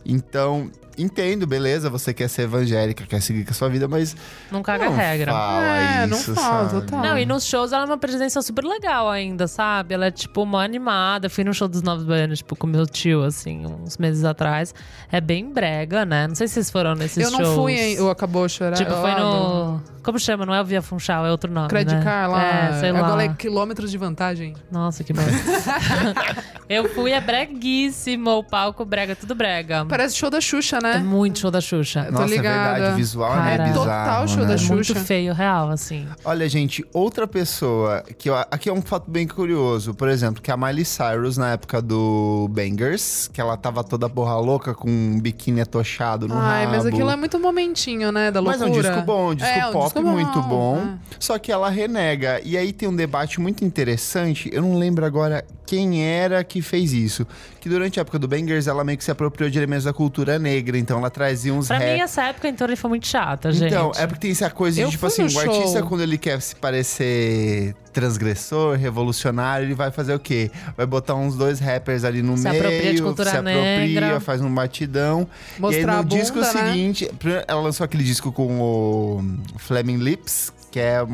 S1: Então, entendo, beleza, você quer ser evangélica, quer seguir com a sua vida, mas
S3: Não caga
S1: não
S3: regra.
S1: fala
S2: É, não
S1: isso,
S2: fala,
S1: sabe?
S2: total.
S3: Não, e nos shows ela é uma presença super legal ainda, sabe? Ela é, tipo, uma animada. Eu Fui num show dos Novos Baianos, tipo, com meu tio, assim, uns meses atrás. É bem brega, né? Não sei se vocês foram nesses
S2: Eu
S3: shows.
S2: não fui, hein? Eu acabou chorar.
S3: Tipo, foi
S2: lá
S3: no... Como chama? Não é o Via Funchal, é outro nome, né?
S2: Credicar lá.
S3: É, sei lá.
S2: Agora é quilômetros de vantagem.
S3: Nossa, que bosta. eu fui, é breguíssimo o palco, brega, tudo brega.
S2: Parece show da Xuxa,
S3: É
S2: né?
S3: muito show da Xuxa.
S2: tô
S1: Nossa, é
S2: ligada.
S1: verdade, o visual
S3: Cara,
S1: é bizarro,
S2: total show
S1: né?
S2: da
S3: É
S2: Xuxa.
S3: muito feio, real, assim.
S1: Olha, gente, outra pessoa que eu- aqui é um fato bem curioso, por exemplo, que é a Miley Cyrus na época do Bangers, que ela tava toda borra louca com um biquíni atochado no
S2: Ai,
S1: rabo.
S2: mas aquilo é muito momentinho, né? Da
S1: Mas
S2: loucura.
S1: é um disco bom, um disco
S2: É, um
S1: pop
S2: disco
S1: muito bom.
S2: é.
S1: Só que ela renega. E aí tem um debate muito interessante. Eu não lembro agora quem era que fez isso. Que durante a época do Bangers, ela meio que se apropriou de elementos da cultura negra. Então ela trazia uns
S3: Pra
S1: rap.
S3: mim, essa época em torno foi muito chata, gente.
S1: Então, é porque tem essa coisa
S2: Eu
S1: de, tipo
S2: fui
S1: assim,
S2: no
S1: o artista,
S2: show.
S1: quando ele quer se parecer transgressor, revolucionário, ele vai fazer o quê? Vai botar uns dois rappers ali no
S3: Se
S1: meio,
S3: apropria de cultura
S1: se apropria,
S3: negra.
S1: faz um batidão. e aí
S2: Mostrar
S1: no
S2: a bunda,
S1: disco
S2: né?
S1: seguinte, primeiro, ela lançou aquele disco com o Flaming Lips, que é.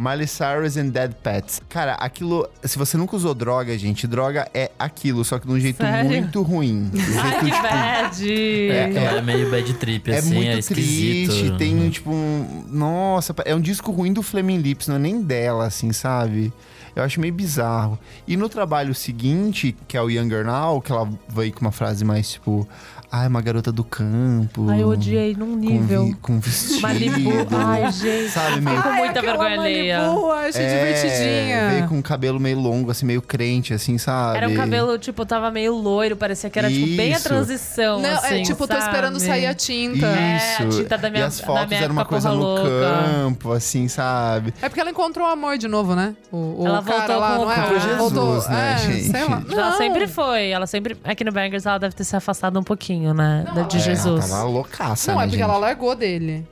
S1: Miley Cyrus and Dead Pets. Cara, aquilo. Se você nunca usou droga, gente, droga é aquilo, só que de um jeito
S3: Sério?
S1: muito ruim. De um
S3: Ai,
S1: jeito,
S3: que
S1: tipo,
S3: bad!
S1: É,
S4: Ela é meio bad trip,
S1: é
S4: assim,
S1: muito
S4: esquisito. né?
S1: triste, tem tipo um... Nossa, é um disco ruim do Flaming Lips, não é nem dela, assim, sabe? Eu acho meio bizarro. E no trabalho seguinte, que é o Younger Now, que ela veio com uma frase mais tipo... Ai, uma garota do campo.
S3: Ai, eu odiei num
S1: Com,
S3: nível.
S1: vi, com vestido.
S3: Malibu. Ai, gente.
S1: Sabe, meio... é,
S3: Com
S2: Ai,
S3: muita
S2: aquela
S3: vergonha alheia.
S2: Malibu, achei divertidinha.
S1: Veio com o cabelo meio longo, assim, meio crente, assim, sabe?
S3: Era um cabelo, tipo, tava meio loiro, parecia que era, tipo, bem a
S1: Isso.
S3: transição.
S2: Não, é
S3: assim,
S2: tipo, tô
S3: sabe?
S2: esperando sair a tinta.
S1: Isso.
S3: É, a tinta da minha-
S1: e as
S3: da
S1: fotos
S3: minha
S1: eram uma
S3: época,
S1: coisa
S3: porra
S1: no
S3: louca.
S1: campo, assim, sabe?
S2: É porque ela encontrou o amor de novo, né? O, o
S3: Ela
S2: cara
S3: voltou
S2: lá,
S3: com o
S2: não é?
S3: cara.
S1: Jesus,
S2: voltou,
S1: né,
S2: é,
S1: gente?
S2: sei lá.
S3: Ela
S2: Não.
S3: sempre foi. Ela sempre. Aqui no Bangers ela deve ter se afastado um pouquinho, né? da- de
S1: É,
S3: Jesus.
S1: Ela tava loucaça,
S2: Não,
S1: né,
S2: é porque
S1: gente?
S2: ela largou dele.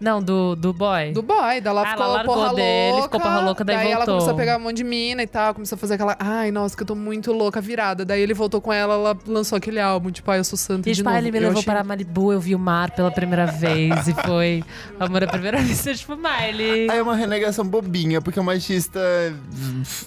S3: Não, do, do boy.
S2: Do boy, daí ela
S3: Ah, ela
S2: ficou
S3: largou
S2: porra
S3: dele,
S2: louca.
S3: ficou porra louca, daí
S2: ela
S3: voltou.
S2: começou a pegar um monte de mina e tal, começou a fazer aquela, ai, nossa, que eu tô muito louca, virada. Daí ele voltou com ela, ela lançou aquele álbum, tipo, ai, eu sou santa
S3: E,
S2: de
S3: tipo,
S2: novo.
S3: ah, ele me
S2: Eu
S3: levou
S2: achei-
S3: para Malibu, eu vi o mar pela primeira vez. e foi amor à primeira *laughs* vista. Tipo, Miley.
S1: Aí é uma renegação bobinha, porque é uma artista eh,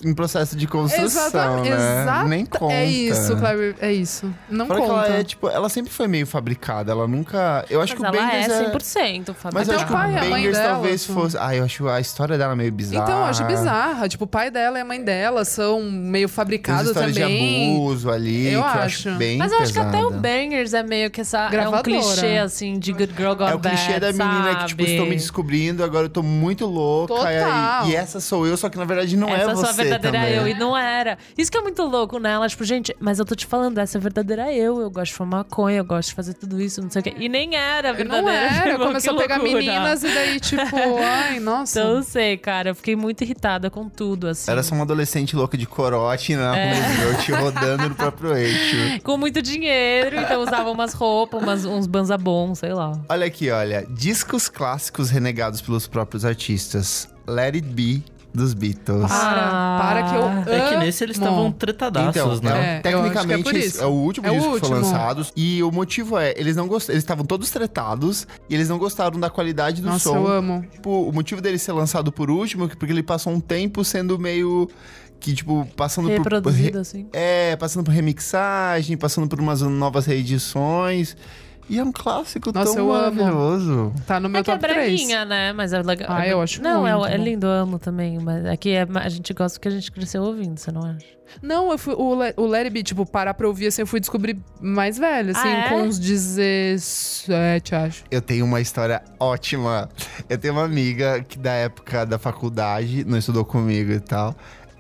S1: em processo de construção,
S2: Exatamente,
S1: né?
S2: exata-
S1: Nem conta.
S2: É isso, Clary, é isso. Não
S1: Fora que
S2: conta.
S1: ela é, tipo, ela sempre foi meio fabricada, ela nunca... Eu acho
S3: Mas
S1: que o
S3: ela é
S1: Bangers é...
S3: 100%, Fábio.
S1: Mas eu acho
S2: Até o
S1: que
S2: pai,
S1: o
S2: a mãe
S1: Bangers
S2: dela,
S1: talvez
S2: assim.
S1: fosse... Ah, eu acho a história dela meio bizarra.
S2: Então, eu
S4: Ah.
S2: acho bizarra. Tipo, o pai dela e a mãe dela são meio
S1: Tem umas
S2: fabricados
S1: histórias de
S2: também.
S1: abuso ali,
S2: Eu
S1: que eu acho
S2: acho.
S1: bem
S3: Mas eu acho que até o
S1: pesada.
S3: Bangers é meio que essa. É um
S2: Gravadora.
S3: clichê, assim, de Good Girl Gone
S1: É o clichê
S3: Bad,
S1: da menina que,
S3: sabe?
S1: tipo, estou me descobrindo, agora eu tô muito louca. e aí-
S2: Total.
S1: E, essa sou eu, só que na verdade não
S3: essa
S1: é você
S3: sua verdadeira
S1: também.
S3: eu, e não era. Isso que é muito louco, né? Ela, tipo, gente, mas eu tô te falando, essa é a verdadeira eu. Eu gosto de fumar maconha, eu gosto de fazer tudo isso, não sei o quê. E nem era a verdadeira. *laughs*
S2: Não era,
S3: irmão,
S2: começou a
S3: que
S2: pegar
S3: loucura.
S2: meninas e daí, tipo, ai, nossa.
S3: Então, não sei, cara. Eu fiquei muito irritada com tudo, assim.
S1: Era só uma adolescente louca de corote né, na
S2: É.
S1: rua, eu te rodando no próprio
S2: *laughs*
S1: eixo.
S3: Com muito dinheiro, então usava umas roupas, umas, uns banzabons, sei lá.
S1: Olha aqui, olha. Discos clássicos renegados pelos próprios artistas. Let It Be, dos Beatles.
S2: Para,
S3: Ah.
S2: para que eu
S4: É que
S2: amo.
S4: nesse eles estavam tretadaços,
S1: Então,
S4: né?
S1: é,
S2: É, eu acho
S1: tecnicamente
S2: que é por
S1: esse
S2: isso.
S1: é o último
S2: É o
S1: disco que foi
S2: último.
S1: lançado e o motivo é eles não gost... eles estavam todos tretados e eles não gostaram da qualidade do
S2: Nossa,
S1: som.
S2: eu amo.
S1: Tipo, o motivo dele ser lançado por último é porque ele passou um tempo sendo meio que tipo passando por
S3: Reproduzido, assim.
S1: É, passando por remixagem, passando por umas novas reedições. E é um clássico
S2: Nossa,
S1: tão
S2: eu amo.
S1: maravilhoso.
S2: Tá no meu
S3: é que é
S2: top 3.
S3: breguinha, né? Mas é legal.
S2: Ah, eu acho
S3: Não, é-
S2: muito
S3: é,
S2: bom.
S3: lindo, eu amo também. Mas aqui é, a gente gosta porque a gente cresceu ouvindo, você não acha?
S2: Não, eu fui, o, Le, o Let It Be, tipo, parar pra ouvir, assim, eu fui descobrir mais velho, assim,
S3: Ah, é?
S2: com uns 17, acho.
S1: Eu tenho uma história ótima. Eu tenho uma amiga que da época da faculdade, não estudou comigo e tal.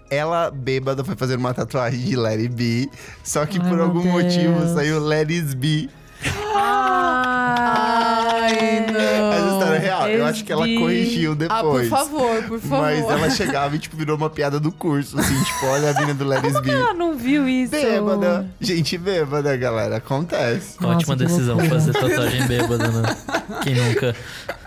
S1: Ela, bêbada, foi fazer uma tatuagem de Larry B. Só que
S3: Ai,
S1: por
S3: meu
S1: algum motivo
S3: Deus.
S1: saiu Larry's B.
S3: Ah,
S2: Ai, não.
S1: Aí Não, é eu acho que ela
S3: Lesbi-
S1: corrigiu depois.
S2: Ah, por favor, por favor.
S1: Mas ela chegava e, tipo, virou uma piada do curso, assim, tipo, olha a mina do Let It Be.
S3: Ela Ah, não viu isso.
S1: Bêbada. Gente bêbada, galera. Acontece.
S3: Nossa,
S4: Ótima
S3: que
S4: decisão
S3: loucura.
S4: fazer tatuagem bêbada,
S2: *laughs*
S4: né? Quem nunca?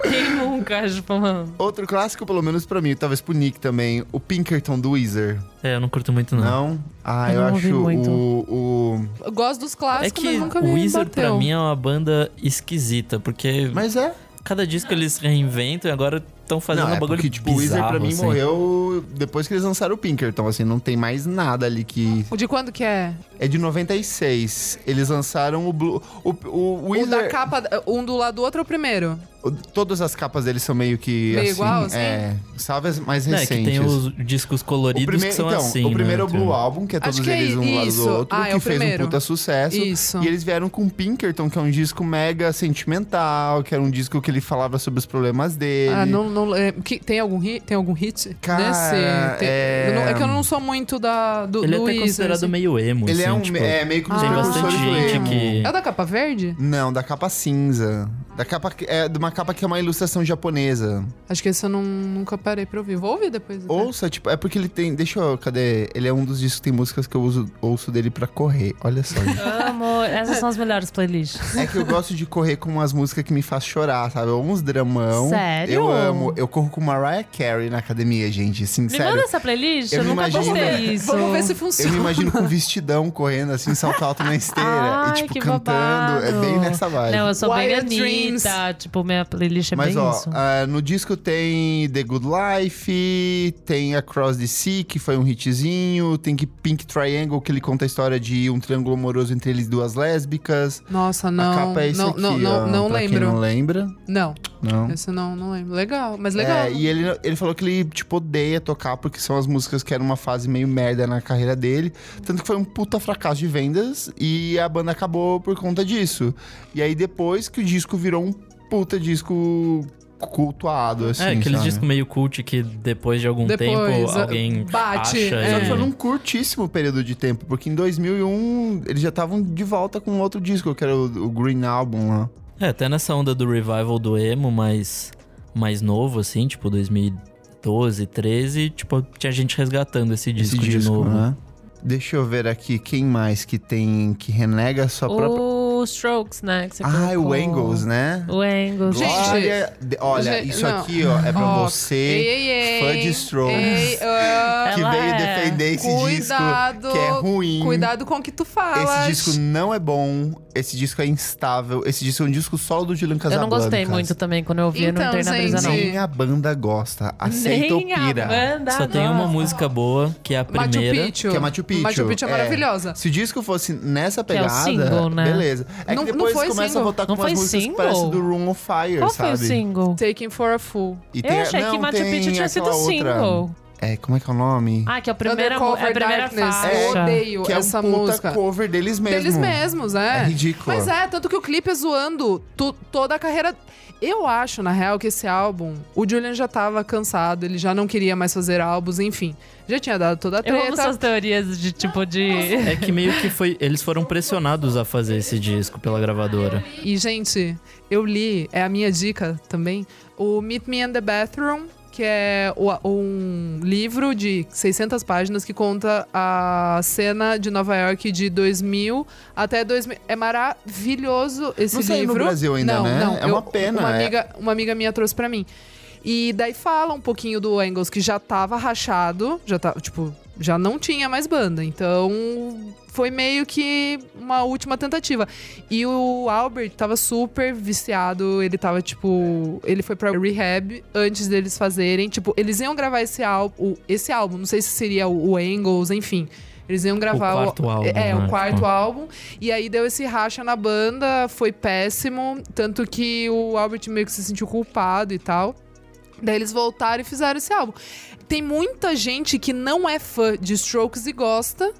S3: Quem nunca, tipo, mano?
S1: Outro clássico, pelo menos pra mim, talvez pro Nick também, o Pinkerton do Weezer.
S4: É, eu não curto muito, não.
S1: Não? Ah, eu,
S3: Eu não ouvi
S1: acho
S3: muito.
S1: o, o.
S2: Eu gosto dos
S4: É
S2: clássicos,
S4: que
S2: mas nunca
S4: o
S2: me
S4: Wizard
S2: bateu.
S4: pra mim é uma banda esquisita, porque
S1: Mas é.
S4: cada disco eles reinventam e agora estão fazendo
S1: não, é
S4: um bagulho
S1: porque, tipo, o Weezer
S4: bizarro,
S1: pra mim
S4: assim.
S1: morreu depois que eles lançaram o Pinkerton, assim, não tem mais nada ali que.
S2: O de quando que é?
S1: É de 96. Eles lançaram o Blue. O, o
S2: O da
S1: Weezer.
S2: capa, um do lado do outro é o primeiro.
S1: o- Todas as capas deles são meio que.
S2: Meio
S1: assim,
S2: igual, assim?
S1: É. Salve as mais
S4: Não, é
S1: recentes.
S4: que tem os discos coloridos
S1: primeiro,
S4: que são
S1: então,
S4: assim,
S1: assim. o primeiro é
S4: né?
S1: o Blue Album, que é todos
S2: Acho que é
S1: eles um lado
S2: isso.
S1: do outro,
S2: Ah, é
S1: que
S2: o
S1: fez
S2: primeiro.
S1: um puta sucesso.
S2: Isso.
S1: E eles vieram com Pinkerton, que é um disco mega sentimental, que era um disco que ele falava sobre os problemas dele.
S2: Ah, não, não, é, que- tem, algum hit, tem algum hit?
S1: Cara,
S2: Tem-
S1: é-
S2: eu não- é que eu não sou muito da, do,
S4: Ele é
S2: do
S4: até
S2: Wizard,
S4: considerado
S2: assim.
S4: meio emo,
S1: Ele
S4: assim,
S1: é um
S4: tipo,
S1: é meio que um
S2: Ah.
S1: dos
S4: tem bastante
S1: precursores do
S4: gente
S1: emo.
S4: que...
S2: É o da capa verde?
S1: Não, da capa cinza. Da capa que- é de uma capa que é uma ilustração japonesa.
S2: Acho que esse eu não, nunca parei pra ouvir. Vou ouvir depois. né? até.
S1: Ouça, tipo, é porque ele tem, deixa eu, cadê? Ele é um dos discos que tem músicas que eu uso, ouço dele pra correr. Olha só. gente.
S3: Amor, essas são as
S1: *laughs*
S3: melhores playlists.
S1: É que eu gosto de correr com umas músicas que me faz chorar, sabe? Uns dramão.
S3: Sério?
S1: Eu amo. Eu corro com Mariah Carey na academia, gente. Assim,
S3: Me
S1: sério.
S3: manda essa playlist?
S1: Eu
S3: Eu,
S1: me
S3: nunca
S1: imagino-
S3: postei isso.
S2: Vamos ver se
S1: Eu me
S2: funciona.
S1: imagino com um vestidão correndo assim, salto alto na esteira.
S3: *laughs* Ai,
S1: e tipo,
S3: que
S1: cantando. É
S3: babado.
S1: bem nessa vibe.
S3: Não, eu sou bem
S2: Wild Dreams.
S3: Anitta. Tipo, minha playlist é
S1: Mas
S3: bem
S1: ó,
S3: isso.
S1: ah, no disco tem The Good Life, tem Across the Sea, que foi um hitzinho, tem que Pink Triangle, que ele conta a história de um triângulo amoroso entre eles duas lésbicas.
S2: Nossa,
S1: a
S2: não.
S1: capa é isso
S2: não,
S1: aqui,
S2: não,
S1: ó,
S2: não, não
S1: pra quem
S2: lembro.
S1: não lembra,
S2: Não,
S1: não.
S2: esse não, não lembro. Legal, mas legal.
S1: É, e ele, ele falou que ele, tipo, odeia tocar porque são as músicas que eram uma fase meio merda na carreira dele. Tanto que foi um puta fracasso de vendas e a banda acabou por conta disso. E aí depois que o disco virou um puta disco cultuado, assim,
S4: É, aqueles
S1: sabe?
S4: discos meio cult que depois de algum
S2: Depois,
S4: tempo
S2: ah,
S4: alguém
S2: bate,
S4: acha.
S2: é.
S1: Só que
S4: e-
S1: foi num curtíssimo período de tempo, porque em 2001 eles já estavam de volta com outro disco, que era o, o Green Album lá.
S4: É, até nessa onda do revival do emo, mais, mais novo, assim, tipo 2012, 13, tipo, tinha gente resgatando esse disco de novo.
S1: né? Deixa eu ver aqui quem mais que tem, que renega a sua própria...
S3: O Strokes, né? Que você
S1: Ah, é
S3: colocou.
S1: o Angles, né?
S3: O Angles.
S2: Gente,
S1: Olha, de- olha
S2: gente,
S1: isso
S2: não.
S1: aqui, ó, é pra
S2: Ó,
S1: você fã de Strokes. *laughs*
S2: ei, ah,
S1: que
S3: Ela
S1: veio
S3: é.
S1: defender esse
S2: Cuidado,
S1: disco que é ruim.
S2: Cuidado com o que tu fala.
S1: Esse disco não é bom, esse disco é instável, esse disco é um disco solo do Julian
S3: Eu não
S1: Casablancas.
S3: gostei muito também quando eu ouvi, eu não
S2: Então,
S3: entrei na brisa,
S2: gente.
S3: não.
S1: Nem a banda gosta, aceita
S3: Nem
S1: ou pira.
S3: a banda
S4: Só tem uma
S3: gosta.
S4: música boa, que é a
S2: Machu
S4: primeira.
S2: Picchu.
S1: Que é Machu Picchu.
S2: Machu Picchu é,
S1: É.
S2: maravilhosa.
S1: Se o disco fosse nessa
S3: é o
S1: pegada,
S3: single, né?
S1: beleza. É
S2: Não- não
S1: que depois
S2: foi
S1: começa
S2: single.
S1: a voltar com
S3: Não
S1: umas
S3: foi
S1: músicas que
S3: single?
S1: parecem do Room on Fire,
S3: Qual foi
S1: sabe?
S3: o single?
S2: Taking for a Fool.
S1: E
S3: Eu achei
S1: não,
S3: que Machu
S1: tem
S3: Picchu tinha sido
S1: aquela outra-
S3: single.
S1: É, como é que é o nome?
S3: Ah, que é a primeira,
S2: Undercover
S3: é a primeira
S2: Darkness.
S3: faixa.
S2: Ah, eu odeio
S1: que é
S2: essa
S1: um puta
S2: música.
S1: cover deles mesmos.
S2: Deles mesmos, é.
S1: É ridículo.
S2: Mas é, tanto que o clipe é zoando tu- toda a carreira. Eu acho, na real, que esse álbum, o Julian já tava cansado, ele já não queria mais fazer álbuns, enfim. Já tinha dado toda a
S3: Eu amo
S2: treta.
S3: essas teorias de tipo de.
S4: É que meio que foi. Eles foram pressionados a fazer esse disco pela gravadora.
S2: E, gente, eu li, é a minha dica também, o Meet Me in the Bathroom, que é o- um livro de 600 páginas que conta a cena de Nova York de 2000 até 2000. É maravilhoso esse
S1: Não saiu no
S2: livro.
S1: Brasil ainda,
S2: não,
S1: né?
S2: Não,
S1: É uma
S2: eu-
S1: pena,
S2: Uma
S1: é.
S2: amiga, uma amiga minha trouxe pra mim. E daí fala um pouquinho do Engels, que já tava rachado, já tava, tipo, já não tinha mais banda. Então, foi meio que uma última tentativa. E o Albert tava super viciado, ele tava, tipo, ele foi pra rehab antes deles fazerem. Tipo, eles iam gravar esse álbum, esse álbum, não sei se seria o, o Engels, enfim. Eles iam gravar
S4: quarto álbum,
S2: É,
S4: né?
S2: o quarto
S4: Tipo.
S2: álbum. E aí deu esse racha na banda, foi péssimo. Tanto que o Albert meio que se sentiu culpado e tal. Daí eles voltaram e fizeram esse álbum. Tem muita gente que não é fã de Strokes e gosta.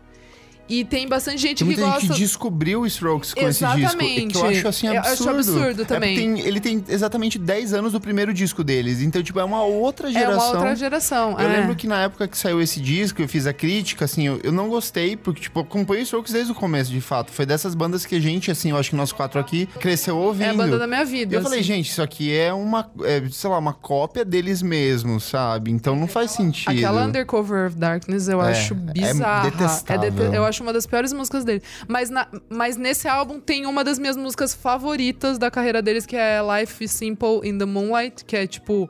S2: E tem bastante gente
S1: Tem
S2: que
S1: muita gente
S2: gosta.
S1: que descobriu o Strokes com esse disco. e Que eu
S2: Exatamente.
S1: acho assim
S2: Eu
S1: absurdo.
S2: acho absurdo
S1: É,
S2: também.
S1: tem- ele tem exatamente 10 anos do primeiro disco deles. Então, tipo, é uma outra
S2: É
S1: geração.
S2: uma outra geração.
S1: Eu
S2: é.
S1: lembro que na época que saiu esse disco, eu fiz a crítica, assim, eu, eu não gostei, porque, tipo, eu acompanhei o Strokes desde o começo, de fato. Foi dessas bandas que a gente, assim, eu acho que nós quatro aqui, cresceu ouvindo.
S2: É a banda da minha vida.
S1: eu falei,
S2: assim.
S1: gente, isso aqui é uma, é, sei lá, uma cópia deles mesmos, sabe? Então não faz sentido.
S2: Aquela Undercover of Darkness eu
S1: É,
S2: acho
S1: é
S2: bizarra.
S1: detestável.
S2: dete- eu acho uma das piores músicas dele. Mas, na- mas nesse álbum tem uma das minhas músicas favoritas da carreira deles, que é Life is Simple in the Moonlight, que é tipo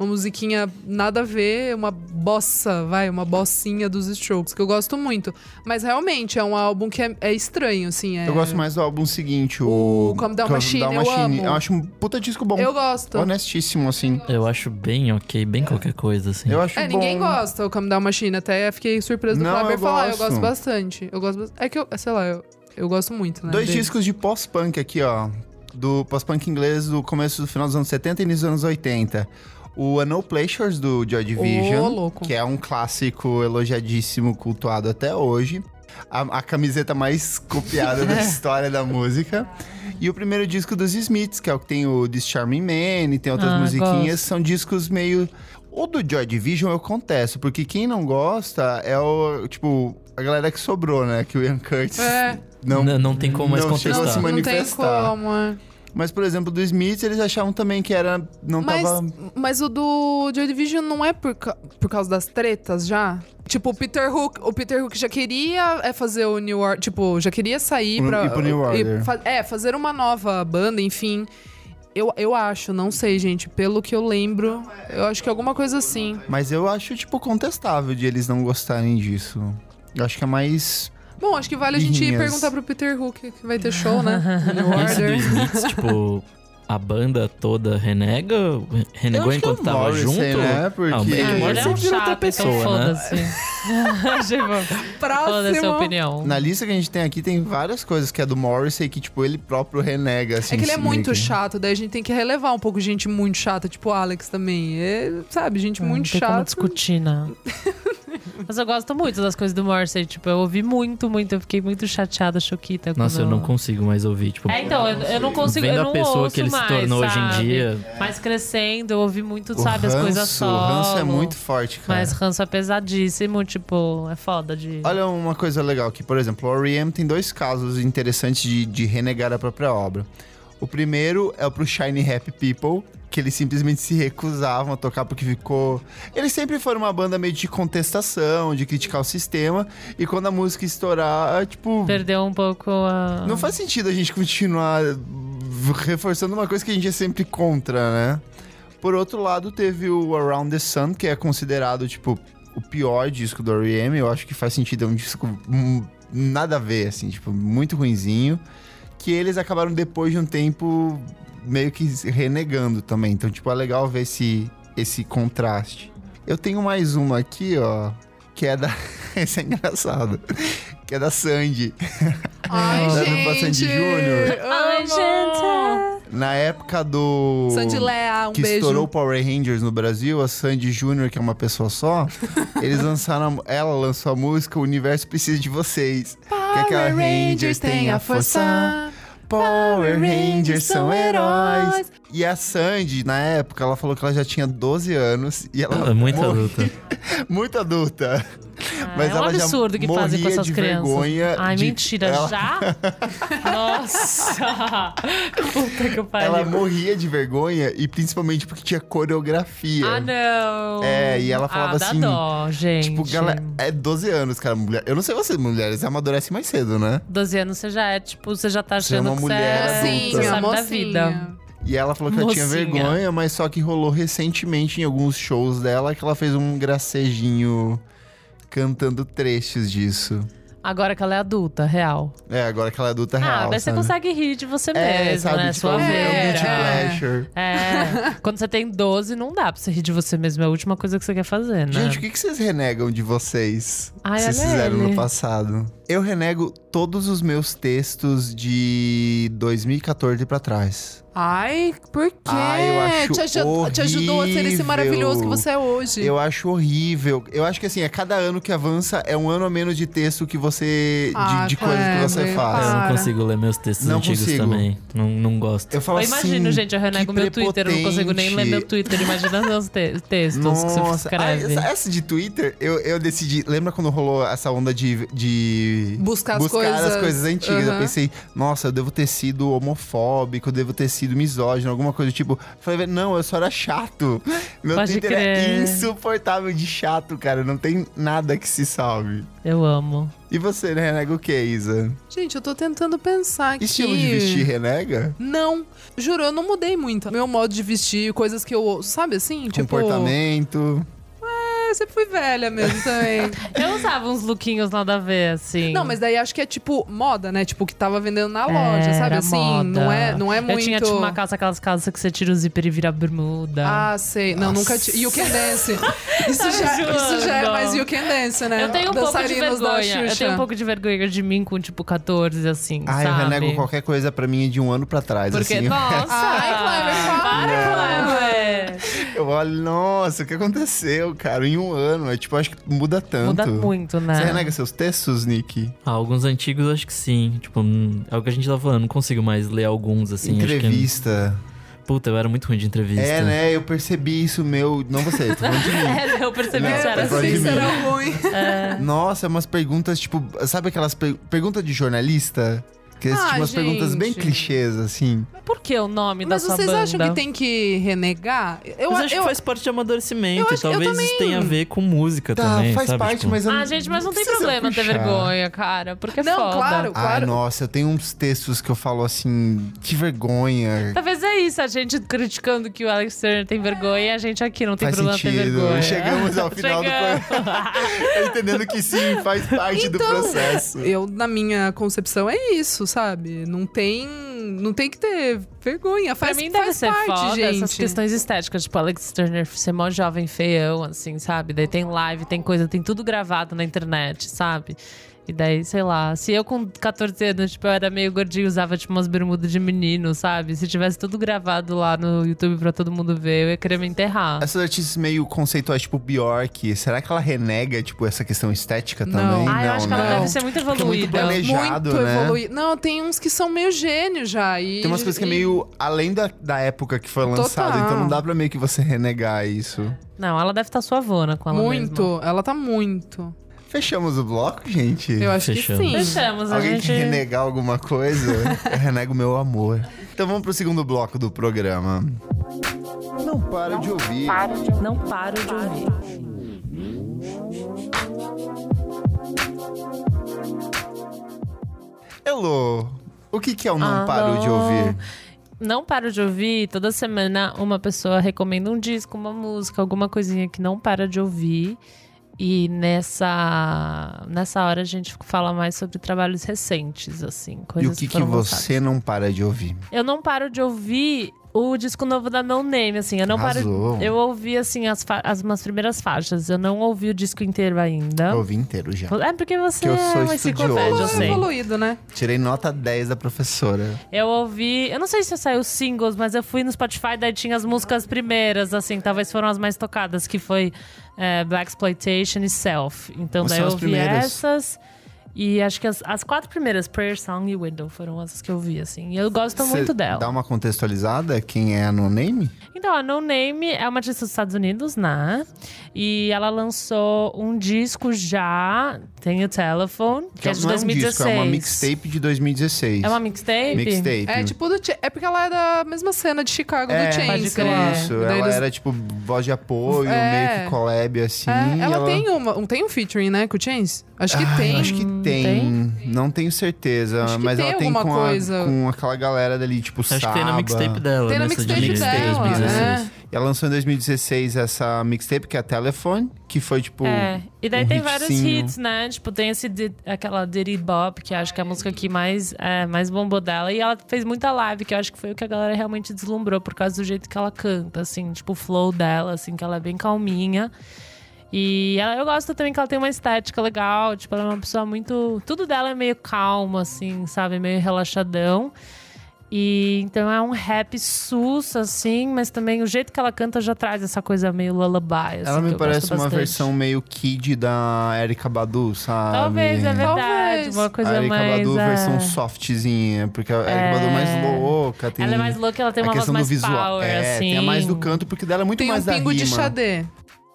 S2: uma musiquinha nada a ver, uma bossa, vai, uma bossinha dos Strokes, que eu gosto muito. Mas realmente é um álbum que é, é estranho, assim. É,
S1: Eu gosto mais do álbum seguinte, o...
S2: O Come Down Machine, eu amo.
S1: Eu acho um puta disco bom.
S2: Eu gosto.
S1: Honestíssimo, assim.
S4: Eu acho bem ok, bem qualquer coisa, assim.
S1: Eu acho
S2: É,
S1: bom.
S2: ninguém gosta o Come Down Machine. Até fiquei surpresa do
S1: Não,
S2: Kleber
S1: eu
S2: falar. Eu
S1: gosto.
S2: gosto bastante. Eu gosto bas- É que eu, sei lá, eu, eu gosto muito, né?
S1: Dois
S2: dele.
S1: discos de pós-punk aqui, ó. Do pós-punk inglês do começo do final dos anos 70 e início dos anos 80. O A No Pleasures do Joy Division,
S2: Ô, louco.
S1: que é um clássico elogiadíssimo, cultuado até hoje. A, a camiseta mais copiada
S2: *laughs*
S1: da história da música. E o primeiro disco dos Smiths, que é o que tem o This Charming Man e tem outras
S3: Ah,
S1: musiquinhas. São discos meio... O do Joy Division eu contesto, porque quem não gosta é o, tipo, a galera que sobrou, né? Que o Ian Curtis
S2: É.
S1: não,
S4: N- não tem como mais
S1: não chegou a se
S4: contestar.
S2: Não, não tem
S1: manifestar.
S2: como, é.
S1: Mas, por exemplo, do Smith, eles achavam também que era. Não
S2: Mas,
S1: tava.
S2: mas o do Joy Division não é por, ca- por causa das tretas já? Tipo, o Peter Hook, o Peter Hook já queria é, fazer o New Order, tipo, já queria sair
S1: Pro-
S2: pra...
S1: ir pro New Order.
S2: fa- é, fazer uma nova banda, enfim. Eu, eu acho, não sei, gente, pelo que eu lembro, eu acho que é alguma coisa assim.
S1: Mas eu acho, tipo, contestável de eles não gostarem disso. Eu acho que é mais.
S2: Bom, acho que vale a gente
S1: Birrinhas.
S2: perguntar pro Peter Hook, que vai ter show, né? New
S1: um
S4: Esse do
S2: Order.
S4: Smiths, tipo, a banda toda renega? Renegou
S3: é
S4: enquanto tava junto?
S1: né?
S4: Ah, o
S1: Porque.
S4: Mick
S3: Ah, ele é
S4: Morrissey
S3: um
S4: vira outra
S3: chato, então
S4: pessoa,
S2: *laughs*
S4: né?
S3: foda-se. Achei bom. Foda-se é a
S2: Próximo.
S3: opinião.
S1: Na lista que a gente tem aqui tem várias coisas que é do Morrissey que, tipo, ele próprio renega, assim.
S2: É que ele é
S1: meio
S2: muito chato, daí a gente tem que relevar um pouco gente muito chata, tipo o Alex também. É, sabe, gente
S3: Não
S2: muito
S3: tem como
S2: chata.
S3: discutir,
S2: *laughs*
S3: não. Mas eu gosto muito das coisas do Morrissey. Tipo, eu ouvi muito, muito. Eu fiquei muito chateada, choquita.
S4: Nossa,
S3: quando-
S4: eu não consigo mais ouvir. Tipo,
S3: É, então, eu, eu não consigo.
S4: vendo
S3: eu não
S4: a pessoa
S3: ouço
S4: que ele
S3: mais,
S4: se tornou hoje
S3: sabe?
S4: em dia.
S3: Mas crescendo, eu ouvi muito,
S1: O
S3: sabe, as coisas
S1: ranço-
S3: só.
S1: O ranço é muito forte, cara.
S3: Mas ranço é pesadíssimo, tipo, é foda de.
S1: Olha uma coisa legal aqui, por exemplo, o R.E.M. tem dois casos interessantes de, de renegar a própria obra. O primeiro é pro Shiny Happy People, que eles simplesmente se recusavam a tocar porque ficou... Eles sempre foram uma banda meio de contestação, de criticar o sistema, e quando a música estourar, é, tipo...
S3: Perdeu um pouco a.
S1: Não faz sentido a gente continuar v- reforçando uma coisa que a gente é sempre contra, né? Por outro lado, teve o Around the Sun, que é considerado, tipo, o pior disco do R.E.M. Eu acho que faz sentido, é um disco hum, nada a ver, assim, tipo, muito ruinzinho. Que eles acabaram, depois de um tempo, meio que renegando também. Então, tipo, é legal ver esse, esse contraste. Eu tenho mais uma aqui, ó, que é da... *laughs* Esse é engraçado. Que é da Sandy.
S2: Ai,
S1: Lembra
S2: gente.
S1: bastante Júnior?
S3: Ai, é.
S2: amo.
S3: gente!
S1: Na época do.
S2: Sandy Lea, um
S1: que
S2: beijo.
S1: estourou Power Rangers no Brasil, a Sandy Júnior, que é uma pessoa só, *laughs* eles lançaram. a- Ela lançou a música O Universo Precisa de Vocês. que é aquela
S2: Power
S1: Rangers tem a força. Power Rangers são heróis. E a Sandy, na época, ela falou que ela já tinha 12 anos e ela.
S4: É muito
S1: mor-
S4: adulta.
S1: Muito adulta. Mas
S3: é um
S1: ela já
S3: absurdo que fazem com
S1: morria
S3: essas
S1: de
S3: crianças.
S1: vergonha
S3: Ai,
S1: de-
S3: mentira,
S1: ela- *laughs*
S3: já? Nossa! Puta que pariu.
S1: Ela morria de vergonha e principalmente porque tinha coreografia.
S3: Ah, não!
S1: É, e ela falava
S3: ah,
S1: assim,
S3: Dá dó, gente.
S1: Tipo, galera, é 12 anos, cara. Mulher. Eu não sei vocês, mulheres amadurecem mais cedo, né?
S3: 12 anos você já é, tipo, você já tá
S1: Você é
S3: achando
S1: uma
S3: que
S1: mulher
S3: você é.
S1: adulta.
S3: Você
S2: Mocinha,
S3: sabe da
S2: mocinha.
S3: vida.
S1: E ela falou que ela tinha
S3: Mocinha.
S1: vergonha, mas só que rolou recentemente em alguns shows dela que ela fez um gracejinho cantando trechos disso.
S3: Agora que ela é adulta, real.
S1: É, agora que ela é adulta real.
S3: ah, mas você
S1: sabe?
S3: consegue rir de você
S1: É,
S3: mesmo,
S1: sabe?
S3: né?
S1: tipo,
S3: Sua
S1: é
S3: né?
S1: um
S3: vez.
S1: guilty
S2: é.
S1: pleasure.
S3: É. Quando você tem 12, não dá pra você rir de você mesmo. É a última coisa que você quer fazer, né?
S1: Gente, o que que vocês renegam de vocês?
S3: Ai,
S1: que vocês
S3: olha
S1: fizeram no
S3: ele.
S1: passado? Eu renego todos os meus textos de 2014 pra trás.
S2: Ai, por quê?
S1: Ai, eu acho
S2: te, ajudou, te ajudou a ser esse
S1: horrível.
S2: maravilhoso que você é hoje.
S1: Eu acho horrível. Eu acho que assim, a cada ano que avança é um ano a menos de texto que você. de-
S2: Ah,
S1: de, coisas que você
S2: Kleber,
S1: faz.
S3: Ah,
S4: Eu não
S2: Para.
S4: consigo ler meus textos
S1: Não
S4: antigos
S1: consigo.
S4: também. Não, não gosto.
S1: Eu falo
S3: eu imagino,
S1: assim,
S3: gente, eu renego
S1: que
S3: meu Twitter, eu não consigo nem ler meu
S1: prepotente.
S3: Twitter. Imagina os te- textos que você
S1: Nossa, ah,
S3: escreve.
S1: essa, essa de Twitter, eu, eu decidi. Lembra quando rolou essa onda de. de
S2: Buscar as
S1: buscar
S2: coisas.
S1: as coisas antigas? Eu
S2: Aham.
S1: pensei, nossa, eu devo ter sido homofóbico, eu devo ter sido misógino, alguma coisa do tipo. Falei, não, eu só era chato. Meu
S3: Pode
S1: Twitter é
S3: crer.
S1: insuportável de chato, cara. Não tem nada que se salve.
S3: Eu amo.
S1: E você né, renega o que, Isa?
S2: Gente, eu tô tentando pensar aqui.
S1: Estilo de vestir renega?
S2: Não, juro, eu não mudei muito. Meu modo de vestir, coisas que eu ouço, sabe assim? Tipo,
S1: Comportamento.
S2: é, eu sempre fui velha mesmo
S3: *laughs*
S2: também.
S3: Eu usava uns lookinhos nada a ver, assim.
S2: não, mas daí acho que é tipo moda, né? Tipo, que tava vendendo na
S3: É,
S2: loja, sabe?
S3: era
S2: Assim,
S3: moda.
S2: não é, não é muito.
S3: Eu tinha tipo uma calça, aquelas calças que você tira o zíper e vira bermuda.
S2: Ah, sei. Não,
S1: Nossa.
S2: nunca tinha. You Can
S3: *laughs*
S2: Dance. Isso,
S3: Tá
S2: já, isso já é
S3: zoando.
S2: mais You Can Dance, né?
S3: Eu tenho um pouco de
S2: Dançarinos da
S3: vergonha. Eu
S2: Xuxa.
S3: tenho um pouco de vergonha de mim com, tipo, 14, assim,
S1: Ah, eu
S3: sabe?
S1: renego qualquer coisa pra mim de um ano pra trás.
S3: Porque,
S1: assim,
S3: nossa!
S2: Ai, Kleber, para.
S3: para, Kleber!
S1: *laughs* Eu olho, nossa, o que aconteceu, cara? Em um ano. Eu, tipo, acho que muda tanto.
S3: Muda muito, né?
S1: Você renega seus textos, Nick?
S4: Ah, alguns antigos acho que sim. Tipo, hum, é o que a gente tava falando. Não consigo mais ler alguns, assim. Acho
S1: entrevista.
S4: que, puta, eu era muito ruim de entrevista.
S1: É, né? Eu percebi isso, meu. Não você, tô falando de
S3: *laughs*
S1: mim.
S3: *laughs* É, eu percebi
S1: Não,
S3: que você era
S1: tá falando
S3: assim.
S1: de mim.
S2: será ruim.
S3: É.
S1: Nossa, umas perguntas, tipo, sabe aquelas per... perguntas de jornalista? Que é tipo,
S2: Ah,
S1: umas perguntas bem
S2: gente.
S1: clichês, assim.
S3: Por que o nome
S2: Mas
S3: da sua
S2: vocês
S3: banda?
S2: acham que tem que renegar? Eu,
S4: Mas acho
S2: eu-
S4: que faz parte de amadurecimento.
S2: eu acho- eu
S4: Talvez
S2: também-
S4: isso tenha a ver com música
S1: Tá,
S4: também.
S1: faz
S4: sabe?
S1: parte,
S4: Tipo,
S1: mas eu
S3: Ah, gente, mas não, tem
S1: precisa
S3: problema ter
S1: puxar.
S3: vergonha, cara. Porque é
S2: Não,
S3: foda.
S2: claro.
S1: Ai, nossa, eu tenho uns textos que eu falo assim, que vergonha.
S3: Talvez é isso, a gente criticando que o Alex Turner tem vergonha e a gente aqui não tem
S1: Faz
S3: problema ter
S1: sentido.
S3: vergonha.
S1: Chegamos ao final do Tá
S3: Chegamos. *laughs* Então,
S1: Entendendo que sim, faz parte do processo.
S2: Então, Eu, na minha concepção, é isso, sabe? Não tem. Não tem que ter vergonha.
S3: Pra
S2: Faz,
S3: mim deve
S2: faz
S3: ser
S2: parte,
S3: foda
S2: gente.
S3: essas questões estéticas, tipo Alex Turner ser mó jovem, feião, assim, sabe? Daí tem live, tem coisa, tem tudo gravado na internet, sabe? E daí, sei lá, se eu com 14 anos, tipo, eu era meio gordinho, usava, tipo, umas bermudas de menino, sabe? Se tivesse tudo gravado lá no YouTube pra todo mundo ver, eu ia querer me enterrar.
S1: Essas artistas meio conceituais, tipo Bjork, será que ela renega, tipo, essa questão estética
S2: Não.
S1: também?
S3: Ah, eu acho que ela
S1: né?
S3: deve ser muito
S1: Porque é muito
S3: evoluída.
S1: planejada. Beijado,
S2: Muito
S1: né?
S2: evoluído. Não, tem uns que são meio gênio já. E,
S1: Tem umas coisas que é
S2: e-
S1: meio além da, da época que foi lançado,
S2: Total.
S1: então não dá pra meio que você renegar isso.
S3: Não, ela deve tá estar suavona né, com ela
S2: Muito.
S3: mesma.
S2: Ela tá muito.
S1: Fechamos o bloco, gente?
S2: Eu acho
S4: Fechamos.
S2: que sim.
S3: Deixamos, a
S1: Alguém
S3: gente...
S1: que renegar alguma
S3: *laughs*
S1: coisa, eu renego meu amor. Então vamos pro segundo bloco do programa. Não para de ouvir.
S3: Não paro de ouvir.
S1: Hello! O que, que é o não paro de ouvir?
S3: Não paro de ouvir. Toda semana uma pessoa recomenda um disco, uma música, alguma coisinha que não para de ouvir. E nessa, nessa hora a gente fala mais sobre trabalhos recentes, assim.
S1: E
S3: Coisas
S1: o que, que
S3: foram lançadas.
S1: você não para de ouvir?
S3: Eu não paro de ouvir o disco novo da No Name, assim. Eu não
S1: Arrasou.
S3: paro. Eu ouvi, assim, as, fa- as umas primeiras faixas. Eu não ouvi o disco inteiro ainda.
S1: Eu ouvi inteiro já.
S3: É porque você
S1: Que eu sou
S3: é uma enciclopédia, eu
S1: estudioso.
S3: sei.
S2: evoluído, né?
S1: Tirei nota 10 da professora.
S3: Eu ouvi, eu não sei se saiu singles, mas eu fui no Spotify, daí tinha as músicas primeiras, assim, talvez foram as mais tocadas, que foi é, Black Exploitation e Self. Então
S1: Mas
S3: daí
S1: são
S3: eu
S1: as
S3: ouvi
S1: primeiras.
S3: essas. E acho que as, as quatro primeiras, Prayer Song e Window, foram essas que eu vi, assim. E eu gosto
S1: Cê
S3: muito dela.
S1: Dá uma contextualizada? Quem é a No Name?
S3: Então, a No Name é uma artista dos Estados Unidos, né? E ela lançou um disco já, tem o Telephone, que, é de
S1: não é um
S3: 2016.
S1: disco, é uma mixtape de 2016.
S3: É uma mixtape?
S1: mixtape.
S2: É tipo do. Ch- É porque ela é da mesma cena de Chicago
S1: É,
S2: do Chains,
S3: pode
S2: né?
S3: crer.
S1: Isso,
S2: Daí
S1: ela
S2: eles-
S1: era tipo voz de apoio,
S2: É.
S1: meio que collab assim.
S2: É,
S1: e
S2: ela, tem uma, um- tem um featuring, né, com o Chains? Acho que
S1: Ah,
S2: tem.
S1: Acho que
S3: Hum,
S1: tem. Não tenho certeza,
S2: Acho que
S1: mas
S2: tem
S1: ela tem
S2: alguma
S1: com, a-
S2: coisa.
S1: com aquela galera dali, tipo
S4: Acho que tem na
S1: Saba.
S4: mixtape dela,
S2: Tem na
S4: nessa
S2: mixtape
S4: de mixtape
S2: dela,
S4: 2016.
S2: né?
S1: E ela lançou em 2016 essa mixtape, que é a Telephone, que foi tipo.
S3: É, e daí
S1: um
S3: tem vários
S1: hitzinho.
S3: hits, né? Tipo, tem esse di- aquela Diddy Bop, que acho que é a música que mais, é, mais bombou dela. E ela fez muita live, que eu acho que foi o que a galera realmente deslumbrou, por causa do jeito que ela canta, assim, tipo, o flow dela, assim, que ela é bem calminha. E ela- eu gosto também que ela tem uma estética legal, tipo, ela é uma pessoa muito. Tudo dela é meio calmo, assim, sabe? Meio relaxadão. E então é um rap sus, assim, mas também o jeito que ela canta já traz essa coisa meio lullaby. Assim,
S1: Ela
S3: que
S1: me
S3: eu
S1: parece
S3: gosto
S1: uma
S3: bastante.
S1: versão meio kid da Erika Badu, sabe?
S3: Talvez, é verdade.
S2: Talvez.
S3: Uma
S1: A
S3: coisa
S1: Erika
S3: mais.
S1: Badu
S3: é.
S1: versão softzinha, porque a Erika
S3: É.
S1: Badu é mais louca. Tem
S3: Ela é mais louca, ela tem
S1: a
S3: uma voz
S1: questão
S3: mais
S1: do visual.
S3: power,
S1: é,
S3: assim.
S1: tem a mais do canto, porque dela é muito
S2: Tem um
S1: mais da
S2: pingo de
S1: rima.
S2: xadê.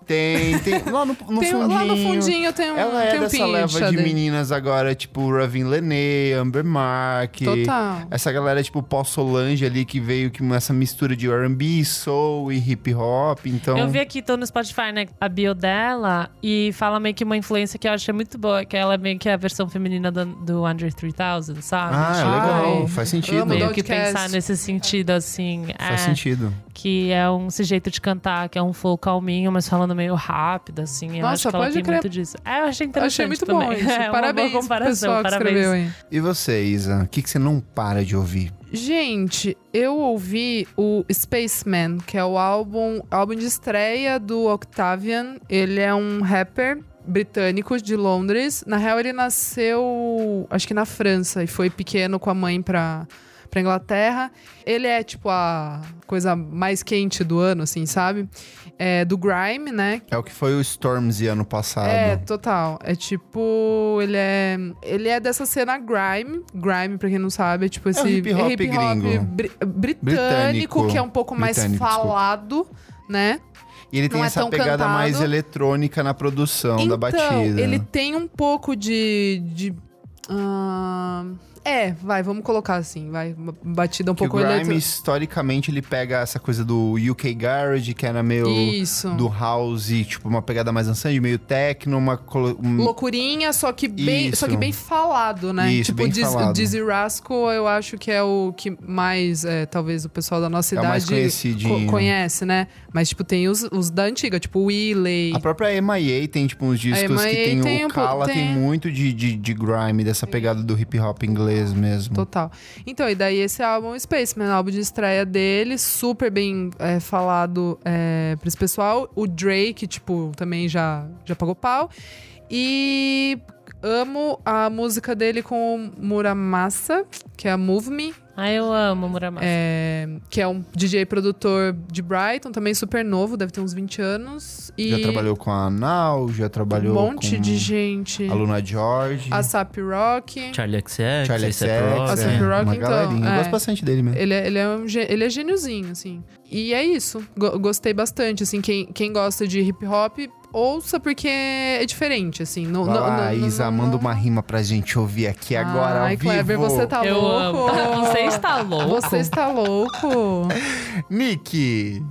S1: Tem,
S2: *laughs*
S1: tem. Lá no, no
S2: tem,
S1: fundinho.
S2: lá no fundinho tem um,
S1: Ela é
S2: tem um
S1: dessa
S2: pingo de
S1: leva de,
S2: xadê.
S1: meninas agora, tipo Ravin Lené, Amber Mark.
S2: Total.
S1: Essa galera, tipo, pós-Solange ali, que veio com essa mistura de R&B, soul e hip hop, então...
S3: Eu vi aqui, tô no Spotify, né, a bio dela e fala meio que uma influência que eu achei muito boa, que ela é meio que a versão feminina do, do Andrew 3000, sabe?
S1: Ah, é
S3: Tipo,
S1: legal.
S2: Ai,
S1: Faz sentido.
S2: amo
S3: Meio
S2: Dodcast.
S3: que pensar nesse sentido, assim.
S1: Faz
S3: é,
S1: sentido.
S3: Que é um esse jeito de cantar, que é um flow calminho, mas falando meio rápido, assim. eu
S2: Nossa,
S3: acho que ela
S2: pode
S3: tem
S2: crer.
S3: muito disso. É, eu achei
S1: tá
S3: interessante
S2: Achei muito
S3: também. *laughs*
S2: bom isso.
S3: É, uma boa
S2: parabéns pro
S3: comparação,
S2: pessoal que
S3: parabéns.
S2: escreveu aí.
S1: E você, Isa? O que, que você não para de ouvir?
S2: Gente, eu ouvi o Spaceman, que é o álbum, álbum de estreia do Octavian. Ele é um rapper britânico de Londres. Na real, ele nasceu, acho que na França, e foi pequeno com a mãe pra, pra Inglaterra. Ele é, tipo, a coisa mais quente do ano, assim, sabe? É, do Grime, né?
S1: É o que foi o Stormzy ano passado.
S2: É, total. É tipo, ele é, ele é dessa cena grime. Grime, pra quem não sabe, é tipo esse
S1: um hip hop
S2: hip
S1: gringo.
S2: bri- britânico,
S1: Britânico.
S2: que é um pouco mais
S1: Britânico, desculpa.
S2: falado, né?
S1: E ele tem
S2: não é
S1: essa
S2: tão
S1: pegada
S2: cantado. Então,
S1: mais eletrônica na produção da batida.
S2: ele tem um pouco de... de ah, é, vai, vamos colocar assim, vai. uma Batida um
S1: Que o
S2: pouco
S1: Grime,
S2: eletro-
S1: historicamente, ele pega essa coisa do UK Garage, que era meio...
S2: Isso.
S1: Do house, tipo, uma pegada mais dançante, meio techno, uma... colo- um-
S2: Loucurinha, só que bem, só que
S1: Isso.
S2: bem falado, né?
S1: Isso,
S2: tipo,
S1: bem
S2: Diz-
S1: falado.
S2: Dizzy Rascal, eu acho que é o que mais, é, talvez, o pessoal da nossa
S1: É o
S2: idade
S1: mais conhecidinho.
S2: conhece, né? Mas, tipo, tem os, os da antiga, tipo, Willy.
S1: A própria MIA tem, tipo, uns discos que
S2: MIA
S1: tem,
S2: tem
S1: o
S2: um po-
S1: Kala, tem,
S2: tem.
S1: muito de, de, de grime, dessa pegada do hip hop inglês mesmo.
S2: Total. Então, e daí esse álbum Spaceman, álbum de estreia dele, super bem é, falado é, pra esse pessoal. O Drake, tipo, também já, já pagou pau. E amo a música dele com o Muramasa, que é a Move Me.
S3: Ai, Ah, eu amo Muramasa.
S2: É, que é um DJ produtor de Brighton, também super novo, deve ter uns 20 anos. E
S1: Já trabalhou com a Nau, já trabalhou
S2: um monte
S1: com
S2: de gente.
S1: a Luna George,
S2: A Sap Rock.
S4: Charlie XX,
S1: Charlie
S4: Ace
S1: X,
S4: Rock,
S2: Ace
S1: é,
S2: Rock,
S1: uma
S2: então,
S1: galerinha. Eu
S2: é.
S1: gosto bastante dele mesmo.
S2: Ele é, ele, é um, gê- ele é gêniozinho, assim. E é isso. Go- gostei bastante, assim. Quem, quem gosta de hip hop, ouça porque é diferente, assim. Não,
S1: Vai
S2: não,
S1: lá,
S2: não- não-
S1: Isa,
S2: não-
S1: manda
S2: não-
S1: uma rima pra gente ouvir aqui agora, ao
S2: Ai, Kleber,
S1: vivo.
S2: você tá
S3: eu
S2: louco.
S3: amo. Você está louco.
S2: Você está louco.
S1: Nick,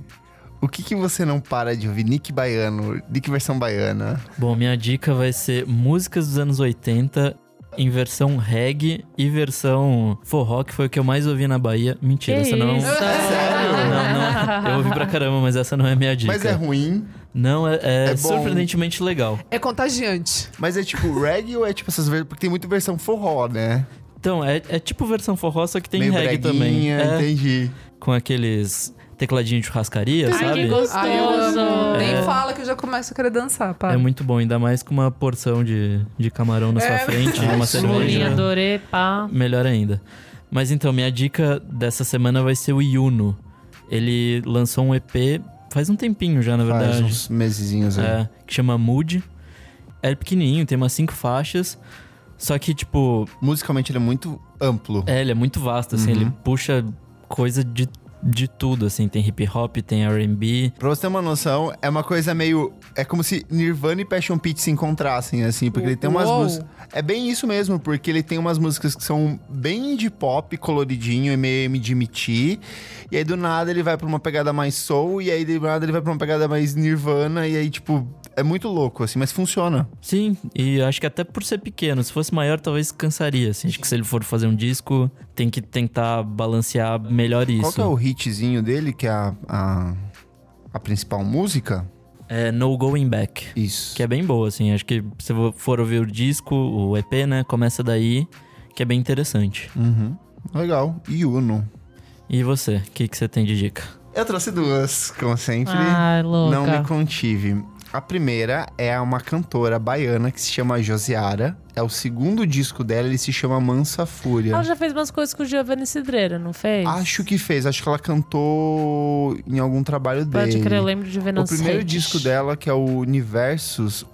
S1: o que que você não para de ouvir? Nick baiano, Nick versão baiana.
S4: Bom, minha dica vai ser músicas dos anos 80 em versão reggae e versão forró, que foi o que eu mais ouvi na Bahia. Mentira,
S3: Que
S1: é
S4: essa
S1: um
S4: não. é um-
S3: isso?
S4: Não, não. Eu ouvi pra caramba, mas essa não é minha dica.
S1: Mas é ruim,
S4: Não, é, é
S1: É bom.
S4: surpreendentemente legal.
S2: É contagiante.
S1: mas é tipo *laughs* reggae ou é tipo essas versões... Porque tem muita versão forró, né?
S4: Então, é, é tipo versão forró, só que tem
S1: Meio
S4: reggae também.
S1: breguinha,
S4: É,
S1: entendi.
S4: com aqueles tecladinhos de churrascaria,
S3: Ai,
S4: sabe?
S3: que gostoso.
S2: Ai, eu amo. Nem
S4: É.
S2: fala que eu já começo a querer dançar, pá.
S4: É muito bom, ainda mais com uma porção de, de camarão na sua
S2: É.
S4: frente,
S1: Ai, *laughs*
S4: uma
S1: que
S4: cerveja.
S3: Bolinha, adorei, pá.
S4: Melhor ainda. Mas então, minha dica dessa semana vai ser o Yuno. Ele lançou um EP faz um tempinho já, na
S1: Faz
S4: verdade.
S1: uns mesezinhos aí.
S4: É, que chama Mood. É pequenininho, tem umas cinco faixas. Só que, tipo,
S1: Musicalmente ele é muito amplo.
S4: é, ele é muito vasto, assim.
S1: Uhum.
S4: Ele puxa coisa de, de tudo, assim. Tem hip hop, tem R&B.
S1: Pra você ter uma noção, é uma coisa meio. É como se Nirvana e Passion Pit se encontrassem, assim, porque ele tem umas
S2: Uou.
S1: músicas. É bem isso mesmo, porque ele tem umas músicas que são bem de pop, coloridinho, e meio MGMT. E aí do nada ele vai pra uma pegada mais soul, e aí do nada ele vai pra uma pegada mais Nirvana, e aí, tipo, é muito louco, assim, mas funciona.
S4: Sim, e acho que até por ser pequeno. Se fosse maior, talvez cansaria, assim. Acho que se ele for fazer um disco, tem que tentar balancear melhor isso.
S1: Qual que é o hitzinho dele, que é a, a, a principal música?
S4: É No Going Back.
S1: Isso.
S4: Que é bem boa, assim. Acho que se vo- for ouvir o disco, o EP, né? Começa daí, que é bem interessante.
S1: Uhum. Legal. E Uno.
S4: E você? O que, que você tem de dica?
S1: Eu trouxe duas, como sempre.
S3: Ai, Ah, louca.
S1: Não me contive. A primeira é uma cantora baiana que se chama Josiara. É o segundo disco dela, ele se chama Mansa Fúria.
S3: Ela já fez umas coisas com o Giovanni Cidreira, não fez?
S1: Acho que fez, acho que ela cantou em algum trabalho dele.
S3: Pode crer, eu lembro de ver
S1: O
S3: nas
S1: primeiro
S3: redes.
S1: disco dela, que é o Universos,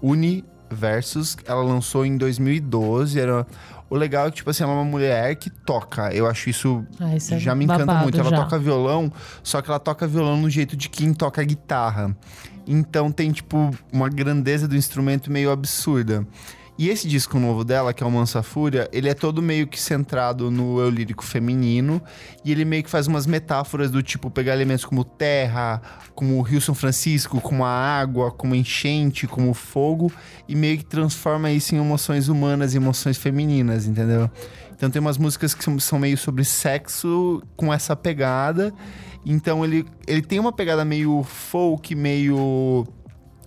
S1: Universos, ela lançou em 2012. Era... O legal é que, tipo assim, ela é uma mulher que toca. Eu acho isso
S3: Ah, isso é
S1: já me encanta
S3: babado
S1: muito. Ela
S3: já.
S1: toca violão, só que ela toca violão no jeito de quem toca guitarra. Então tem, tipo, uma grandeza do instrumento meio absurda. E esse disco novo dela, que é o Mansa Fúria, ele é todo meio que centrado no eu lírico feminino. E ele meio que faz umas metáforas do tipo pegar elementos como terra, como o Rio São Francisco, como a água, como enchente, como fogo, e meio que transforma isso em emoções humanas e emoções femininas, entendeu? Então tem umas músicas que são- são meio sobre sexo com essa pegada. Então ele, ele tem uma pegada meio folk, meio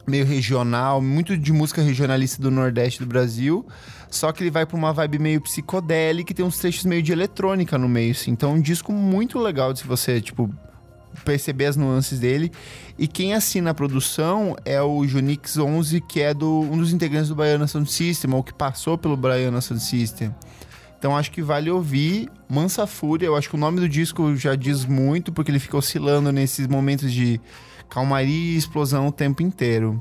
S1: meio regional, muito de música regionalista do Nordeste do Brasil. Só que ele vai pra uma vibe meio psicodélica e tem uns trechos meio de eletrônica no meio, assim. Então é um disco muito legal de se você, tipo, perceber as nuances dele. E quem assina a produção é o Junix 11, que é do, um dos integrantes do Baiana Sound System, ou que passou pelo Baiana Sound System. Então acho que vale ouvir Mansa Fúria. Eu acho que o nome do disco já diz muito, porque ele fica oscilando nesses momentos de calmaria e explosão o tempo inteiro.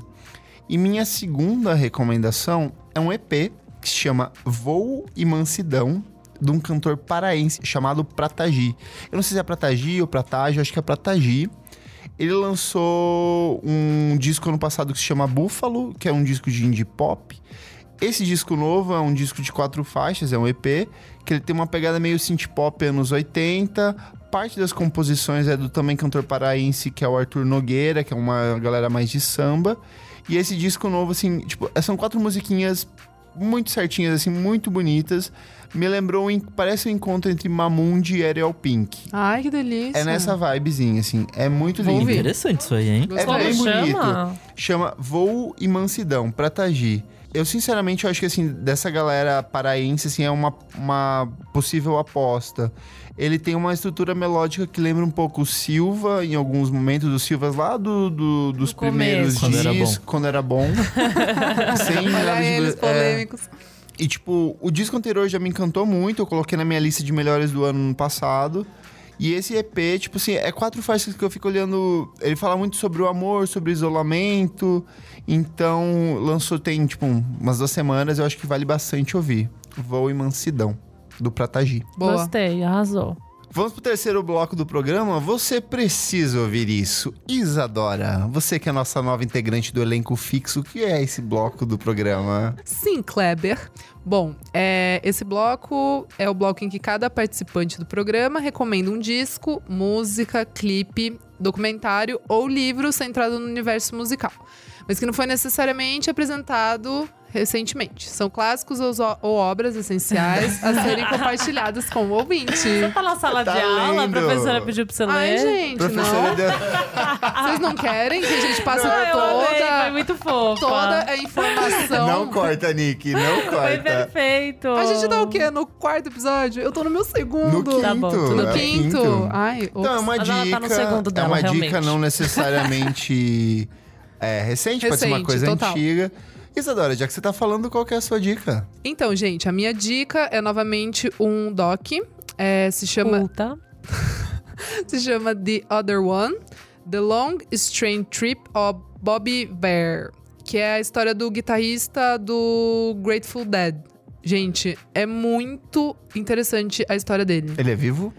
S1: E minha segunda recomendação é um EP que se chama Voo e Mansidão, de um cantor paraense chamado Pratagi. Eu não sei se é Pratagi ou Pratagi, eu acho que é Pratagi. Ele lançou um disco ano passado que se chama Buffalo, que é um disco de indie pop. Esse disco novo é um disco de quatro faixas, é um EP, que ele tem uma pegada meio synth pop anos 80. Parte das composições é do também cantor paraense, que é o Arthur Nogueira, que é uma galera mais de samba. E esse disco novo, assim, tipo, são quatro musiquinhas muito certinhas, assim, muito bonitas. Me lembrou, um en- parece um encontro entre Mamundi e Ariel Pink.
S2: Ai, que delícia.
S1: É nessa vibezinha, assim. É muito
S2: Vou
S1: lindo.
S2: ouvir.
S4: Interessante isso aí, hein?
S2: Gostei.
S1: É bem
S3: Como
S1: bonito.
S3: chama?
S1: Chama Voo e Mansidão, pra Tagi. Eu, sinceramente, eu acho que, assim, dessa galera paraense, assim, é uma, uma possível aposta. Ele tem uma estrutura melódica que lembra um pouco o Silva, em alguns momentos, dos Silvas lá do, do- dos
S3: Do
S1: primeiros
S3: começo.
S4: Quando era
S1: dias,
S4: bom.
S1: quando era
S4: *laughs*
S1: bom. Sem nada
S2: Olha
S1: de-
S2: eles
S1: é.
S2: polêmicos.
S1: E, tipo, o disco anterior já me encantou muito. Eu coloquei na minha lista de melhores do ano no passado. E esse EP, tipo assim, é quatro faixas que eu fico olhando. Ele fala muito sobre o amor, sobre o isolamento. Então, lançou tem, tipo, um- umas duas semanas. Eu acho que vale bastante ouvir. Voo e Mansidão, do Pratagi.
S2: Boa.
S3: Gostei, arrasou.
S1: Vamos pro terceiro bloco do programa. Você precisa ouvir isso. Isadora, você que é a nossa nova integrante do elenco fixo, o que é esse bloco do programa?
S2: Sim, Kleber. Bom, é, esse bloco é o bloco em que cada participante do programa recomenda um disco, música, clipe, documentário ou livro centrado no universo musical, mas que não foi necessariamente apresentado recentemente. São clássicos ou, ou obras essenciais a
S3: *laughs*
S2: serem compartilhadas com o ouvinte.
S3: Tá na sala
S1: Tá
S3: de aula, a
S1: lendo.
S3: professora pediu pra você
S2: Ai,
S3: ler.
S2: gente,
S1: Professora
S2: não.
S1: deu-
S2: Vocês não querem que a gente passe
S3: Ah, eu amei, foi
S2: toda,
S3: muito fofa.
S2: toda a informação?
S1: Não corta, Nick, não
S3: Foi
S1: corta.
S3: perfeito.
S2: A gente tá o quê? No quarto episódio? Eu tô no meu
S1: No
S2: segundo.
S1: quinto.
S3: Tá bom, tudo
S2: No
S1: é
S2: quinto. Ai,
S1: Então, é uma
S3: Mas
S1: dica.
S3: ela tá no segundo
S1: é uma
S3: dela,
S1: dica
S3: realmente.
S1: não
S3: *laughs*
S1: necessariamente é, recente, pode ser uma
S2: Recente,
S1: coisa
S2: total.
S1: antiga. Isadora, já que você tá falando, qual que é a sua dica?
S2: Então, gente, a minha dica é novamente um doc. É, se, chama,
S3: Puta.
S2: *laughs* se chama The Other One: The Long Strange Trip of Bobby Bear. Que é a história do guitarrista do Grateful Dead. Gente, é muito interessante a história dele.
S1: Ele é vivo?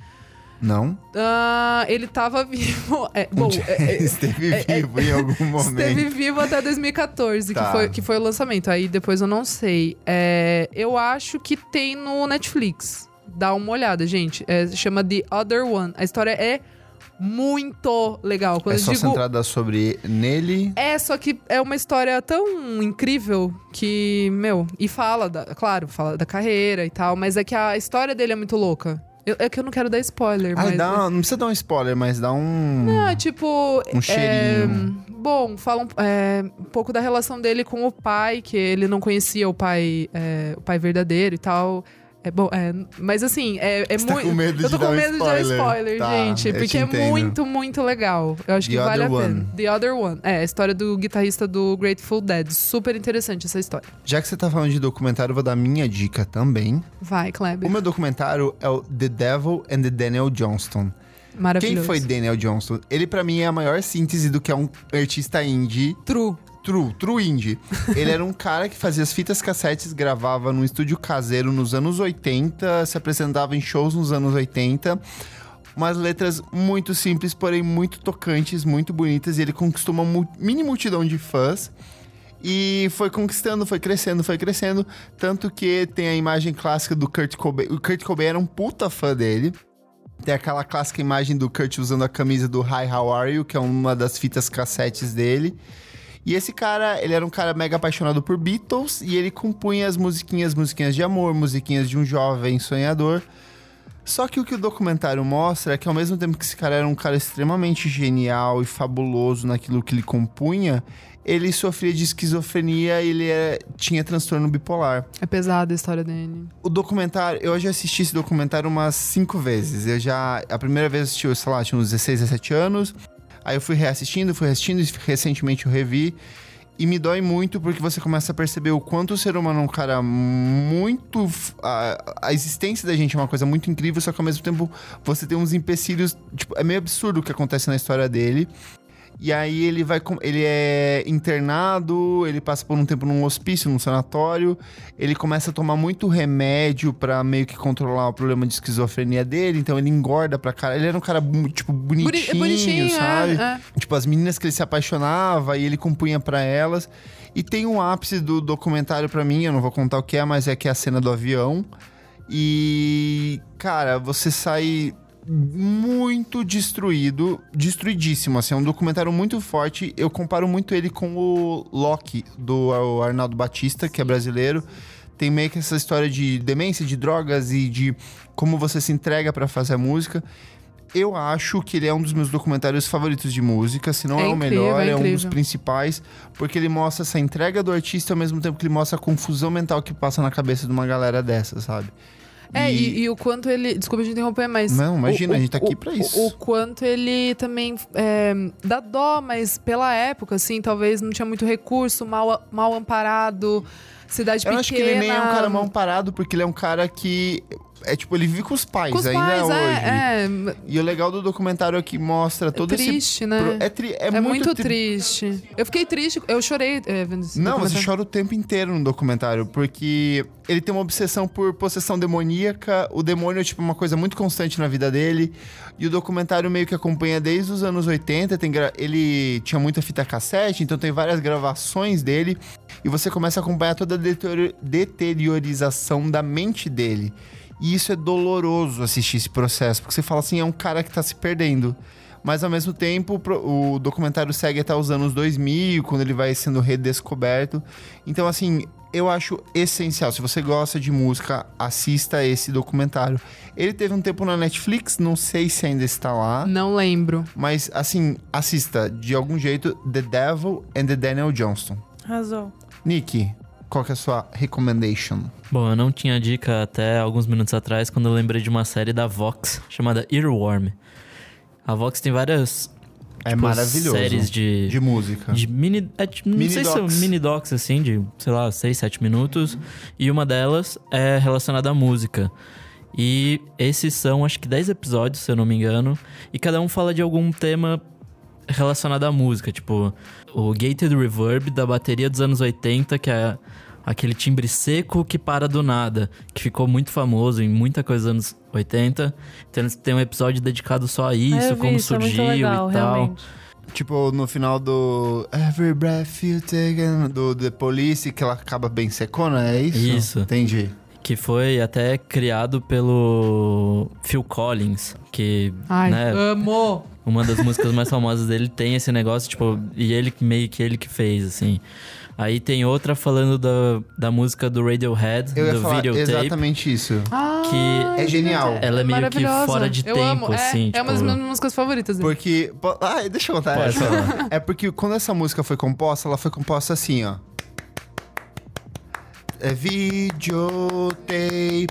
S1: Não.
S2: Ah, ele tava *laughs* vivo.
S1: *laughs*
S2: É, bom, é- é-
S1: Esteve vivo em algum momento.
S2: Esteve vivo até 2014,
S1: Tá.
S2: que, foi, que foi o lançamento. Aí depois eu não sei. É, eu acho que tem no Netflix. Dá uma olhada, gente. É, chama The Other One. A história é muito legal. Quando
S1: É
S2: eu
S1: só
S2: digo.
S1: centrada sobre nele.
S2: É, só que é uma história tão incrível que, meu, e fala, da- claro, fala da carreira e tal, mas é que a história dele é muito louca. Eu- é que eu não quero dar spoiler,
S1: Ai,
S2: mas.
S1: dá, não precisa dar um spoiler, mas dá um.
S2: Ah, tipo.
S1: Um cheirinho.
S2: é, bom, fala um, é, um pouco da relação dele com o pai, que ele não conhecia o pai, é, o pai verdadeiro e tal. É bom, é, mas assim, é, é
S1: Você tá
S2: muito.
S1: com medo
S2: eu tô
S1: de dar
S2: com
S1: um
S2: medo de dar
S1: spoiler.
S2: spoiler,
S1: Tá, eu
S2: gente,
S1: te
S2: porque é
S1: entendo.
S2: muito, muito legal. Eu acho
S1: The
S2: que vale a
S1: Other
S2: pena.
S1: One.
S2: The Other One. É, a história do guitarrista do Grateful Dead. Super interessante essa história.
S1: Já que você tá falando de documentário, eu vou dar minha dica também.
S2: Vai, Kleber.
S1: O meu documentário é o The Devil and the Daniel Johnston.
S2: Maravilhoso.
S1: Quem foi Daniel Johnston? Ele, pra mim, é a maior síntese do que é um artista indie
S2: True.
S1: True, true indie. Ele era um cara que fazia as fitas cassetes, gravava num estúdio caseiro nos anos 80, se apresentava em shows nos anos 80. Umas letras muito simples, porém muito tocantes, muito bonitas, e ele conquistou uma mu- mini multidão de fãs. E foi conquistando, foi crescendo, foi crescendo. Tanto que tem a imagem clássica do Kurt Cobain. O Kurt Cobain era um puta fã dele. Tem aquela clássica imagem do Kurt usando a camisa do Hi, How Are You, que é uma das fitas cassetes dele. E esse cara, ele era um cara mega apaixonado por Beatles e ele compunha as musiquinhas, musiquinhas de amor, musiquinhas de um jovem sonhador. Só que o que o documentário mostra é que ao mesmo tempo que esse cara era um cara extremamente genial e fabuloso naquilo que ele compunha, ele sofria de esquizofrenia e ele é- tinha transtorno bipolar.
S2: É pesada a história dele.
S1: O documentário, eu já assisti esse documentário umas cinco vezes. Eu já. A primeira vez eu assisti, eu, sei lá, tinha uns 16, 17 anos. Aí eu fui reassistindo, fui assistindo e recentemente eu revi. E me dói muito porque você começa a perceber o quanto o ser humano é um cara muito. f- A, a existência da gente é uma coisa muito incrível, só que ao mesmo tempo você tem uns empecilhos. Tipo, é meio absurdo o que acontece na história dele. E aí ele vai. com- Ele é internado, ele passa por um tempo num hospício, num sanatório. Ele começa a tomar muito remédio pra meio que controlar o problema de esquizofrenia dele. Então ele engorda pra cara. Ele era um cara, bu- tipo,
S2: Boni-
S1: bonitinho,
S2: é bonitinho,
S1: sabe?
S2: é, é.
S1: Tipo, as meninas que ele se apaixonava e ele compunha pra elas. E tem um ápice do documentário pra mim, eu não vou contar o que é, mas é que é a cena do avião. E, cara, você sai muito destruído, destruidíssimo, assim, é um documentário muito forte. Eu comparo muito ele com o Loki do Arnaldo Batista, que é brasileiro. Tem meio que essa história de demência, de drogas e de como você se entrega pra fazer a música. Eu acho que ele é um dos meus documentários favoritos de música, se não é,
S2: É
S1: o
S2: incrível,
S1: melhor,
S2: é
S1: é, um dos
S2: incrível.
S1: principais, porque ele mostra essa entrega do artista ao mesmo tempo que ele mostra a confusão mental que passa na cabeça de uma galera dessa, sabe?
S2: É, e, e o quanto ele. Desculpa te interromper, mas.
S1: Não, imagina,
S2: o-
S1: a gente tá
S2: o-
S1: aqui pra
S2: o-
S1: isso.
S2: O, quanto ele também é, dá dó, mas pela época, assim, talvez não tinha muito recurso, mal, mal amparado, cidade
S1: Eu
S2: pequena.
S1: acho que ele nem é um cara mal parado, porque ele é um cara que. É tipo, ele vive com os pais
S2: com os
S1: ainda
S2: pais,
S1: hoje.
S2: é, é,
S1: E o legal do documentário é que mostra todo
S2: é
S1: esse.
S2: triste, né?
S1: pro- É, tri... é,
S2: É muito,
S1: tri-
S2: triste. Eu fiquei triste, eu chorei é, vendo esse
S1: Não, você
S2: documentário.
S1: chora o tempo inteiro no documentário, porque ele tem uma obsessão por possessão demoníaca, o demônio é tipo uma coisa muito constante na vida dele, e o documentário meio que acompanha desde os anos 80, tem gra- ele tinha muita fita cassete, então tem várias gravações dele, e você começa a acompanhar toda a deterioro- deteriorização da mente dele. E isso é doloroso assistir esse processo, porque você fala assim, é um cara que tá se perdendo. Mas ao mesmo tempo, pro- o documentário segue até os anos 2000, quando ele vai sendo redescoberto. Então, assim, eu acho essencial. Se você gosta de música, assista esse documentário. Ele teve um tempo na Netflix, não sei se ainda está lá.
S2: Não lembro.
S1: Mas, assim, assista de algum jeito The Devil and the Daniel Johnston.
S3: Razão.
S1: Nick, qual que é a sua recommendation?
S4: Bom, eu não tinha dica até alguns minutos atrás quando eu lembrei de uma série da Vox chamada Earworm. A Vox tem várias
S1: É
S4: tipo,
S1: maravilhoso.
S4: séries de,
S1: De música.
S4: de mini, é, tipo, não
S1: Mini
S4: sei se são
S1: docs.
S4: mini docs assim, de, sei lá, 6, 7 minutos. E uma delas é relacionada à música. E esses são, acho que 10 episódios, se eu não me engano. E cada um fala de algum tema relacionado à música. Tipo, o Gated Reverb da bateria dos anos 80, que é aquele timbre seco que para do nada. Que ficou muito famoso em muita coisa dos anos 80. Então eles têm um episódio dedicado só a
S3: É,
S4: isso, como surgiu e tal.
S3: realmente.
S1: Tipo, no final do Every Breath You Take and- do The Police, que ela acaba bem secona, é isso?
S4: Isso.
S1: Entendi.
S4: Que foi até criado pelo Phil Collins, que
S2: Ai,
S4: né,
S2: amo!
S4: uma das músicas mais famosas dele tem esse negócio, tipo, e ele que- meio que ele que fez, assim. Aí tem outra falando da, da música do Radiohead,
S1: Eu ia
S4: do
S1: falar
S4: videotape.
S1: exatamente isso.
S2: Ai,
S1: é genial.
S2: verdade.
S4: Ela é meio que
S2: Maravilhosa.
S4: fora de
S2: Eu
S4: tempo,
S2: amo. é,
S4: assim,
S2: É uma das
S4: tipo-
S2: minhas músicas favoritas. dele.
S1: Porque. po- Ah, deixa eu contar
S4: Pode
S1: essa. *laughs*
S4: falar.
S1: É porque quando essa música foi composta, ela foi composta assim, ó. É videotape,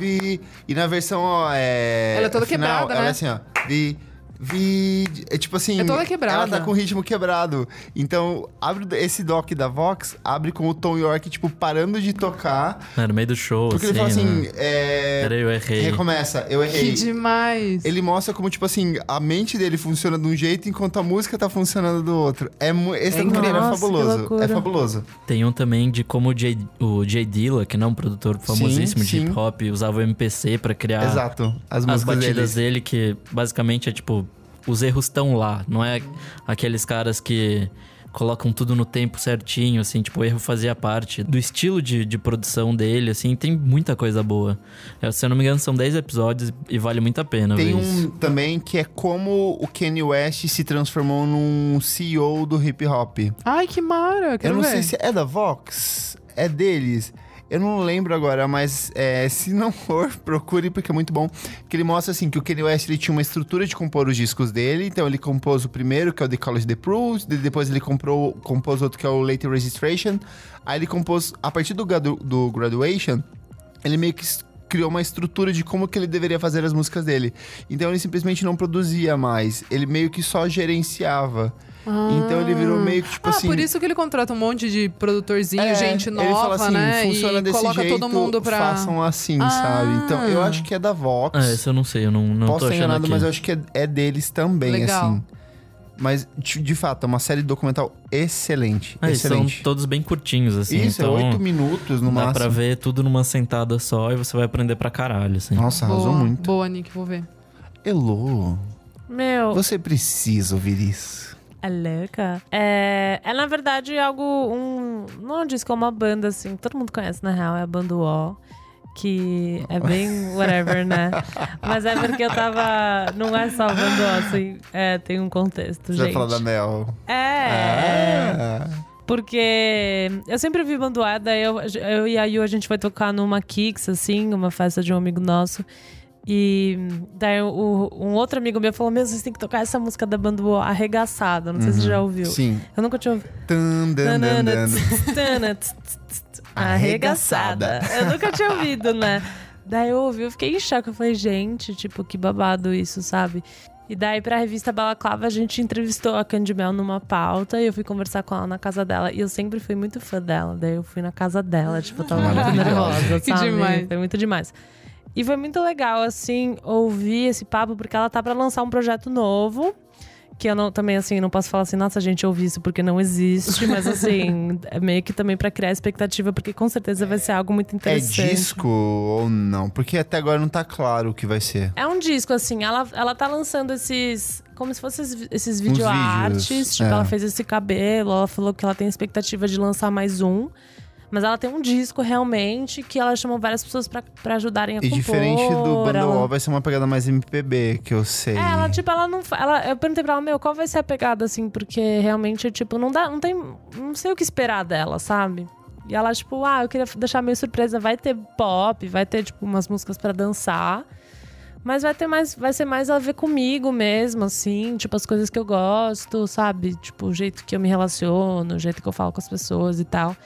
S1: vi. E na versão, ó, é.
S2: Ela é toda
S1: final,
S2: quebrada,
S1: Ela
S2: né?
S1: é assim, ó. Vi. Vi. É tipo assim.
S2: É toda quebrada.
S1: Ela tá com o ritmo quebrado. Então, abre esse doc da Vox, abre com o Tom York, tipo, parando de tocar.
S4: Né, no meio do show,
S1: Porque ele
S4: assim,
S1: fala assim.
S4: né?
S1: É,
S4: Peraí, eu errei.
S1: Recomeça, eu
S2: assim. Que
S1: errei.
S2: demais.
S1: Ele mostra como, tipo assim, a mente dele funciona de um jeito enquanto a música tá funcionando do outro. É, mu- esse
S3: É
S1: documentário
S3: incrível.
S1: é
S3: Nossa, que
S1: fabuloso.
S3: loucura.
S1: É fabuloso.
S4: Tem um também de como o Jay, o Jay Dilla, que não é um produtor famosíssimo de
S1: sim.
S4: hip hop, usava o MPC pra criar
S1: Exato. As
S4: Tá. as
S1: músicas
S4: batidas
S1: deles.
S4: dele, que basicamente é tipo, os erros estão lá, não é aqueles caras que colocam tudo no tempo certinho, assim, tipo, o erro fazia parte do estilo de, de produção dele, assim, tem muita coisa boa. É, se eu não me engano, são 10 episódios e vale muito a pena
S1: Tem
S4: ver isso.
S1: um também que é como o Kanye West se transformou num CEO do hip hop.
S2: Ai, que mara.
S1: Eu
S2: Quero
S1: não
S2: ver.
S1: sei se é da Vox, é deles. Eu não lembro agora, mas é, se não for, *laughs* procure porque é muito bom. Que ele mostra assim que o Kanye West ele tinha uma estrutura de compor os discos dele. Então ele compôs o primeiro, que é o The College The Proofs. de- Depois ele comprou, compôs outro que é o Late Registration. Aí ele compôs a partir do, gradu- do Graduation. Ele meio que s- criou uma estrutura de como que ele deveria fazer as músicas dele. Então ele simplesmente não produzia mais. Ele meio que só gerenciava. Então ele virou meio que tipo
S2: ah,
S1: assim.
S2: por isso que ele contrata um monte de produtorzinho,
S1: É,
S2: gente nova,
S1: ele fala assim,
S2: né?
S1: Funciona
S2: e
S1: desse
S2: coloca
S1: jeito,
S2: todo mundo pra.
S1: façam assim,
S2: Ah.
S1: sabe? Então, eu acho que é da Vox.
S4: Ah, esse eu não sei, eu não, não
S1: Posso
S4: tô
S1: estar
S4: achando
S1: enganado,
S4: aqui.
S1: mas eu acho que é, é deles também,
S2: Legal.
S1: assim. Mas, de, de fato, é uma série documental excelente.
S4: Ah, e são
S1: excelente.
S4: todos bem curtinhos, assim.
S1: Isso,
S4: então,
S1: é oito minutos no
S4: Dá
S1: máximo.
S4: pra ver tudo numa sentada só e você vai aprender pra caralho, assim.
S1: Nossa, arrasou
S2: Boa,
S1: muito.
S2: Boa, Nick, vou ver.
S1: Elô,
S3: Meu,
S1: você precisa ouvir isso.
S3: é louca. É, é, na verdade, algo. Um, não é um disco, é uma banda, assim. Todo mundo conhece, na real, é a banda UOL. Que é
S4: *laughs*
S3: bem whatever, né? Mas é porque eu tava. Não é só a banda UOL, assim. É, tem um contexto,
S1: Você vai
S3: gente.
S1: falar da Mel.
S4: Ah.
S1: Ah,
S3: É. Porque eu sempre vi bandoada, eu, eu e a Yu, a gente vai tocar numa Kicks, assim, uma festa de um amigo nosso. E daí o- um outro amigo meu falou: Meu, vocês têm que tocar essa música da Banduó arregaçada. Não sei se você já ouviu.
S1: Sim.
S3: Eu nunca tinha ouvido.
S1: Tan, dan, dan, É dan.
S3: Tanana, tss, tss, tss, tss, Arregaçada. Eu nunca tinha ouvido, né? Daí eu ouvi, eu fiquei em choque. Eu falei, gente, tipo, que babado isso, sabe? E daí, pra revista Balaclava, a gente entrevistou a Candy Mel numa pauta e eu fui conversar com ela na casa dela. E eu sempre fui muito fã dela. Daí eu fui na casa dela, tipo, eu tava muito
S1: Maravilhosa.
S3: nervosa,
S2: Que
S3: sabe?
S2: demais.
S3: Foi muito demais. E foi muito legal, assim, ouvir esse papo, porque ela tá pra lançar um projeto novo. Que eu não, também, assim, não posso falar assim, nossa, gente, eu ouvi isso porque não existe,
S1: *laughs*
S3: mas assim, é meio que também pra criar expectativa, porque com certeza vai ser algo muito
S1: É
S3: interessante.
S1: disco ou não? Porque até agora não tá claro o que vai ser.
S3: É um disco, assim, ela, ela tá lançando esses. Como se fossem esses- esses
S1: vídeos,
S3: videoartes. Tipo,
S1: é.
S3: ela fez esse cabelo, ela falou que ela tem expectativa de lançar mais um. Mas ela tem um disco realmente que ela chamou várias pessoas pra, pra ajudarem a
S1: E
S3: compor.
S1: diferente do
S3: ela-
S1: Bandowall, vai ser uma pegada mais MPB, que eu sei.
S3: É, ela, tipo, ela não. fa- Ela, eu perguntei pra ela, meu, qual vai ser a pegada, assim? Porque realmente, tipo, não dá. Não tem. Não sei o que esperar dela, sabe? E ela, tipo, ah, eu queria deixar meio surpresa. Vai ter pop, vai ter, tipo, umas músicas pra dançar. Mas vai ter mais. Vai ser mais a ver comigo mesmo, assim. Tipo, as coisas que eu gosto, sabe? Tipo, o jeito que eu me relaciono, o jeito que eu falo com as pessoas e tal.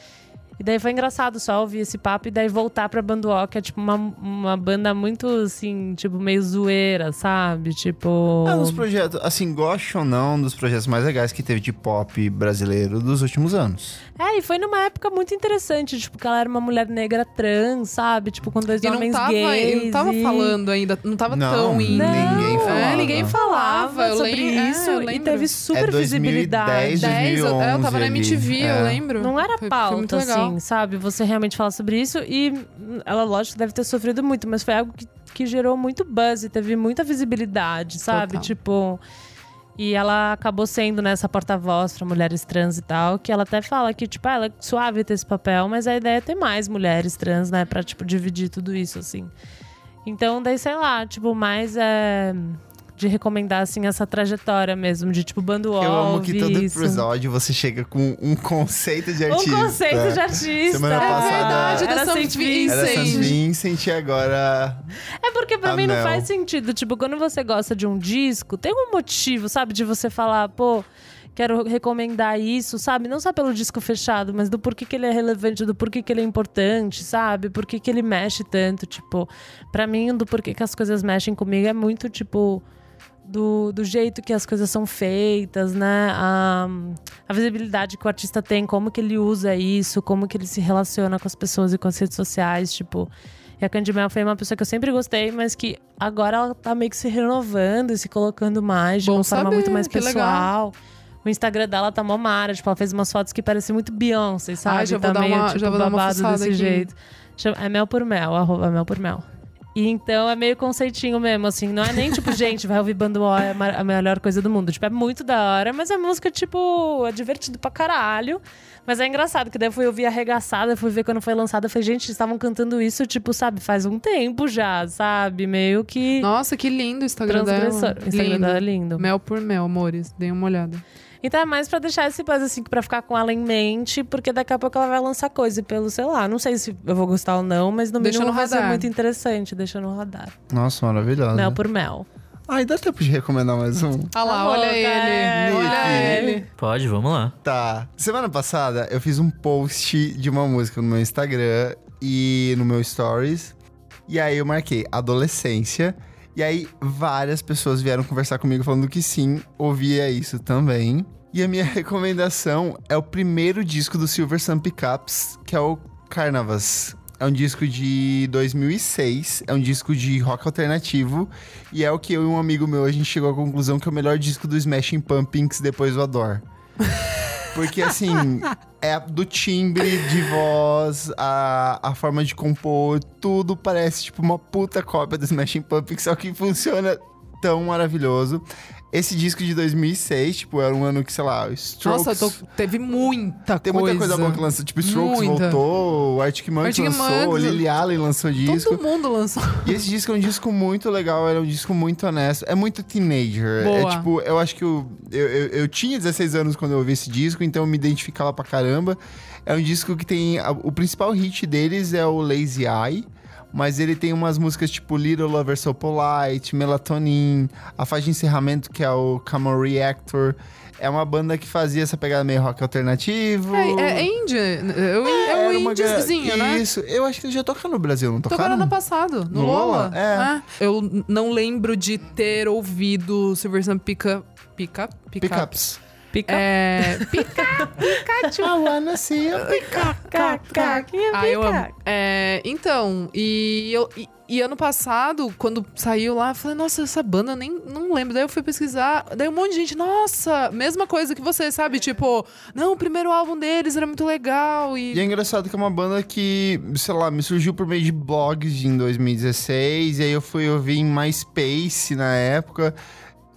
S3: E daí foi engraçado só ouvir esse papo e daí voltar pra Banduó, que é tipo uma, uma banda muito, assim, tipo, meio zoeira, sabe? Tipo.
S2: Ah,
S1: É um dos projetos, assim, goste ou não, um dos projetos mais legais que teve de pop brasileiro dos últimos anos.
S3: É, e foi numa época muito interessante, tipo, que ela era uma mulher negra trans, sabe? Tipo, com dois
S2: E não
S3: homens
S2: tava,
S3: gays.
S2: e não tava
S3: e-
S2: falando ainda, não tava
S1: Não,
S2: tão indo.
S1: ninguém
S2: É,
S1: falava.
S2: ninguém falava é,
S3: Falava sobre isso e teve super
S1: É 2010,
S3: visibilidade.
S1: 10,
S2: 10, eu, é, eu tava
S1: ali,
S2: na MTV,
S1: é.
S2: eu lembro.
S3: Não era
S2: Foi- foi muito
S3: pauta,
S2: legal.
S3: assim, sabe? Você realmente falar sobre isso. E hum, ela, lógico, deve ter sofrido muito, mas foi algo que, que gerou muito buzz e teve muita visibilidade, sabe?
S2: Total.
S3: Tipo. E ela acabou sendo nessa porta-voz pra mulheres trans e tal, que ela até fala que, tipo, ah, ela é suave ter esse papel, mas a ideia é ter mais mulheres trans, né? Pra, tipo, dividir tudo isso, assim. Então, daí, sei lá, tipo, mais é. De recomendar, assim, essa trajetória mesmo, de tipo, bando
S1: Eu amo que todo
S3: isso.
S1: episódio você chega com um conceito de artista.
S3: Um conceito de artista.
S1: Semana
S3: é
S1: passada-
S2: Verdade, da
S3: Era
S2: Sam
S3: Saint
S2: Vincent.
S1: Era
S2: Sim.
S1: Sam Vincent e agora...
S3: É porque pra
S1: Ah,
S3: mim não.
S1: não.
S3: faz sentido. Tipo, quando você gosta de um disco, tem um motivo, sabe? De você falar, pô, Quero recomendar isso, sabe? Não só pelo disco fechado, mas do porquê que ele é relevante, do porquê que ele é importante, sabe? Por que que ele mexe tanto, tipo... Pra mim, do porquê que as coisas mexem comigo é muito, tipo... Do, do jeito que as coisas são feitas, né? A, a visibilidade que o artista tem, como que ele usa isso, como que ele se relaciona com as pessoas e com as redes sociais, tipo... E a Candy Mel foi uma pessoa que eu sempre gostei, mas que agora ela tá meio que se renovando e se colocando mais de
S2: Bom
S3: uma forma
S2: saber,
S3: muito mais
S2: que legal.
S3: pessoal. O Instagram dela tá mó mara, tipo, ela fez umas fotos que parecem muito Beyoncé, sabe?
S2: já vou
S3: tá
S2: dar
S3: meio,
S2: uma-
S3: tipo,
S2: já vou dar uma
S3: babado
S2: fuçada
S3: desse
S2: aqui.
S3: jeito. Chama- É mel por mel, arroba mel por mel. E então é meio conceitinho mesmo, assim. Não é
S2: *laughs*
S3: nem tipo, gente, vai ouvir Bando O, é a mar- a melhor coisa do mundo. Tipo, é muito da hora, mas a música, tipo, é divertido pra caralho. Mas é engraçado, que daí eu fui ouvir arregaçada, fui ver quando foi lançada. Eu falei, gente, eles estavam cantando isso, tipo, sabe, faz um tempo já, sabe? Meio que.
S2: Nossa, que lindo o Instagram
S3: Transgressor.
S2: dela.
S3: O Instagram
S2: um lindo.
S3: dela é lindo.
S2: Mel por mel, amores. Dei uma olhada.
S3: Então é mais pra deixar esse buzz, assim, pra ficar com ela em mente, porque daqui a pouco ela vai lançar coisa. E pelo, sei lá, não sei se eu vou gostar ou não, mas no
S2: Deixa
S3: mínimo
S2: no
S3: vai ser
S2: radar.
S3: muito interessante, deixa no radar.
S1: Nossa, maravilhosa.
S3: Mel por mel.
S1: Ai, dá tempo de recomendar mais um?
S2: Ah lá,
S3: Tá
S2: olha
S3: louca,
S2: ele.
S3: é,
S2: Olha
S1: Nick.
S2: ele.
S4: Pode, vamos lá.
S1: Tá. Semana passada eu fiz um post de uma música no meu Instagram e no meu Stories. E aí eu marquei adolescência. E aí várias pessoas vieram conversar comigo falando que sim, ouvia isso também. E a minha *laughs* recomendação é o primeiro disco do Silver Sun Pickups, que é o Carnavas. É um disco de 2006, é um disco de rock alternativo e é o que eu e um amigo meu a gente chegou à conclusão que é o melhor disco do Smashing Pumpkins depois do
S2: *laughs*
S1: Adore. Porque assim, é do timbre de voz, a, a forma de compor, tudo parece tipo uma puta cópia do Smashing Pumpkins, só que funciona tão maravilhoso. Esse disco de 2006, tipo, era um ano que, sei lá, o Strokes...
S2: Nossa, tô- teve muita
S1: Tem
S2: coisa.
S1: muita coisa boa que lançou, tipo, Strokes
S2: Muita.
S1: voltou, o Arctic Monkeys
S2: Arctic
S1: lançou,
S2: Monkeys.
S1: Lily Allen lançou disco.
S2: Todo mundo lançou.
S1: E esse disco é um disco muito legal, era um disco muito honesto. É muito teenager.
S2: Boa.
S1: É tipo, eu acho que eu, eu, eu, eu tinha 16 anos quando eu ouvi esse disco, então eu me identificava pra caramba. É um disco que tem. a- o principal hit deles é o Lazy Eye. Mas ele tem umas músicas tipo Little Lover So Polite, Melatonin, a faixa de encerramento que é o Camel Reactor. É uma banda que fazia essa pegada meio rock alternativo.
S2: É, é indie. É, um- é
S1: Hum. Era
S2: um
S1: uma gra-
S2: indiezinho, né?
S1: Isso, eu acho que eles já tocaram no Brasil, não tocaram?
S2: Tocaram ano passado, no,
S1: No Lola?
S2: Lola.
S1: É.
S2: né? Eu n- não lembro de ter ouvido Silver Sun Pica... Pica? Pica?
S1: Pickups.
S3: Pica.
S2: É... Pica!
S1: I wanna see
S2: *laughs*
S1: you.
S2: Ah, eu amo. É, então, e, eu, e, e ano passado, quando saiu lá, eu falei, nossa, essa banda eu nem não lembro. Daí eu fui pesquisar, daí um monte de gente, nossa, mesma coisa que você, sabe? Tipo, não, o primeiro álbum deles era muito legal
S1: E é
S2: e.
S1: engraçado que é uma banda que, sei lá, me surgiu por meio de blogs em 2016, e aí eu fui ouvir em MySpace na época.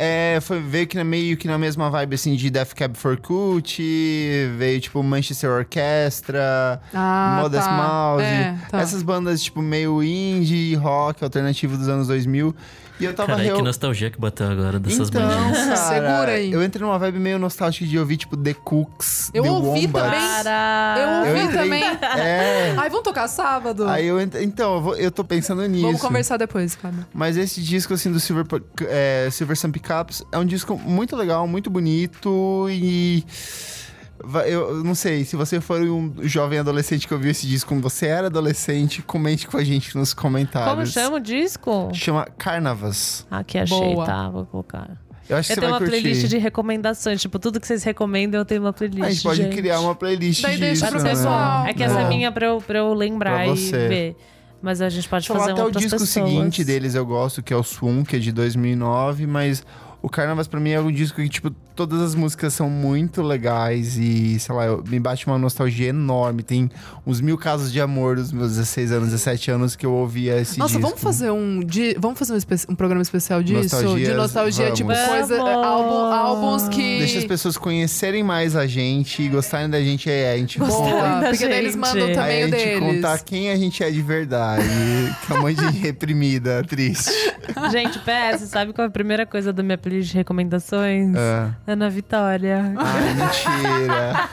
S1: É, foi, veio que na, meio que na mesma vibe, assim, de Death Cab for Cutie, veio, tipo, Manchester Orchestra,
S2: Ah,
S1: Modest Mouse.
S2: É, tá.
S1: Essas bandas, tipo, meio indie, rock, alternativo dos anos 2000. E eu tava...
S4: Caralho,
S1: reu-
S4: que nostalgia que bateu agora dessas
S1: Tá, então,
S4: bandinhas.
S1: *laughs* cara,
S2: Segura aí.
S1: Eu entrei numa vibe meio nostálgica de ouvir, tipo, The Cooks,
S2: Eu
S1: The
S2: ouvi
S1: Wombats.
S2: também.
S3: Para.
S2: Eu
S1: Eu
S2: ouvi
S1: entrei-
S2: também.
S1: É.
S2: Ai, vamos tocar sábado?
S1: Aí eu ent- Então, eu, vou- eu tô pensando nisso.
S2: Vamos conversar depois, cara.
S1: Mas esse disco, assim, do Silver, Pu- é, Silver Sun Pickups é um disco muito legal, muito bonito e. va- Eu eu não sei, se você for um jovem adolescente que ouviu esse disco quando você era adolescente, comente com a gente nos comentários.
S3: Como chama o disco?
S1: Chama Carnavas.
S3: Aqui achei,
S2: Boa.
S3: tá? Vou colocar.
S1: Eu acho que você
S3: eu tenho
S1: vai
S3: uma
S1: curtir.
S3: playlist de recomendações. Tipo, tudo que vocês recomendam, eu tenho uma playlist.
S1: a gente pode
S3: gente.
S1: criar uma playlist
S2: Daí
S1: disso,
S2: deixa pro
S1: né?
S2: pessoal.
S3: É que essa é
S1: É.
S3: minha pra eu, pra eu lembrar
S1: Pra
S3: e
S1: você.
S3: ver. Mas a gente pode
S1: Falar
S3: fazer
S1: até
S3: um
S1: o
S3: pras
S1: disco
S3: pessoas.
S1: seguinte deles eu gosto, que é o Swum, que é de 2009, mas o Carnavas pra mim é um disco que, tipo, todas as músicas são muito legais e, sei lá, eu- me bate uma nostalgia enorme. Tem uns mil casos de amor dos meus 16 anos, 17 anos que eu ouvia esse
S2: Nossa,
S1: disco.
S2: vamos fazer um. de- vamos fazer um, espe- um programa especial disso? de
S1: Nostalgias,
S2: nostalgia, tipo,
S1: vamos.
S2: coisa.
S3: Vamos!
S2: álbum- álbuns que.
S1: Deixa as pessoas conhecerem mais a gente e gostarem da gente. É, a gente
S2: Boa,
S1: conta.
S3: da
S2: porque daí eles
S3: gente.
S2: mandam
S1: Aí
S2: também
S1: a
S2: o
S1: gente
S2: deles.
S1: contar quem a gente é de verdade. que é um monte de *laughs* gente reprimida,
S3: *laughs*
S1: triste.
S3: Gente, PS, sabe qual é a primeira coisa da minha playlist de recomendações?
S1: Ah,
S3: Ana Vitória. *laughs*
S1: Ai, Ah, mentira.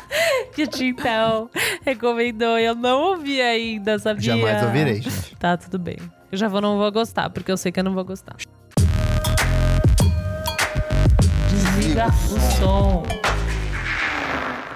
S3: Que então recomendou e eu não ouvi ainda, sabia?
S1: Jamais ouvirei, gente.
S3: Tá, tudo bem. Eu já vou, não vou gostar, porque eu sei que eu não vou gostar. Desliga o som.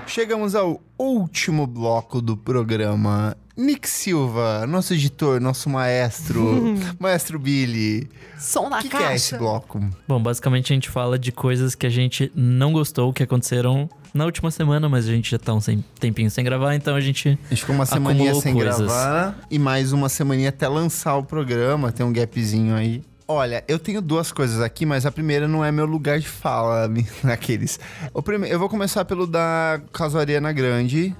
S1: Chegamos ao último bloco do programa. Nick Silva, nosso editor, nosso maestro, maestro Billy.
S2: Som
S1: O
S2: na
S1: que, que
S2: caixa.
S1: é esse bloco?
S4: Bom, basicamente a gente fala de coisas que a gente não gostou, que aconteceram na última semana, mas a gente já tá um sem- tempinho sem gravar, então a gente.
S1: A gente ficou uma semaninha sem
S4: coisas.
S1: gravar e mais uma semaninha até lançar o programa, tem um gapzinho aí. Olha, eu tenho duas coisas aqui, mas a primeira não é meu lugar de fala, *laughs* naqueles. O prime... Eu vou começar pelo da Casuariana Grande.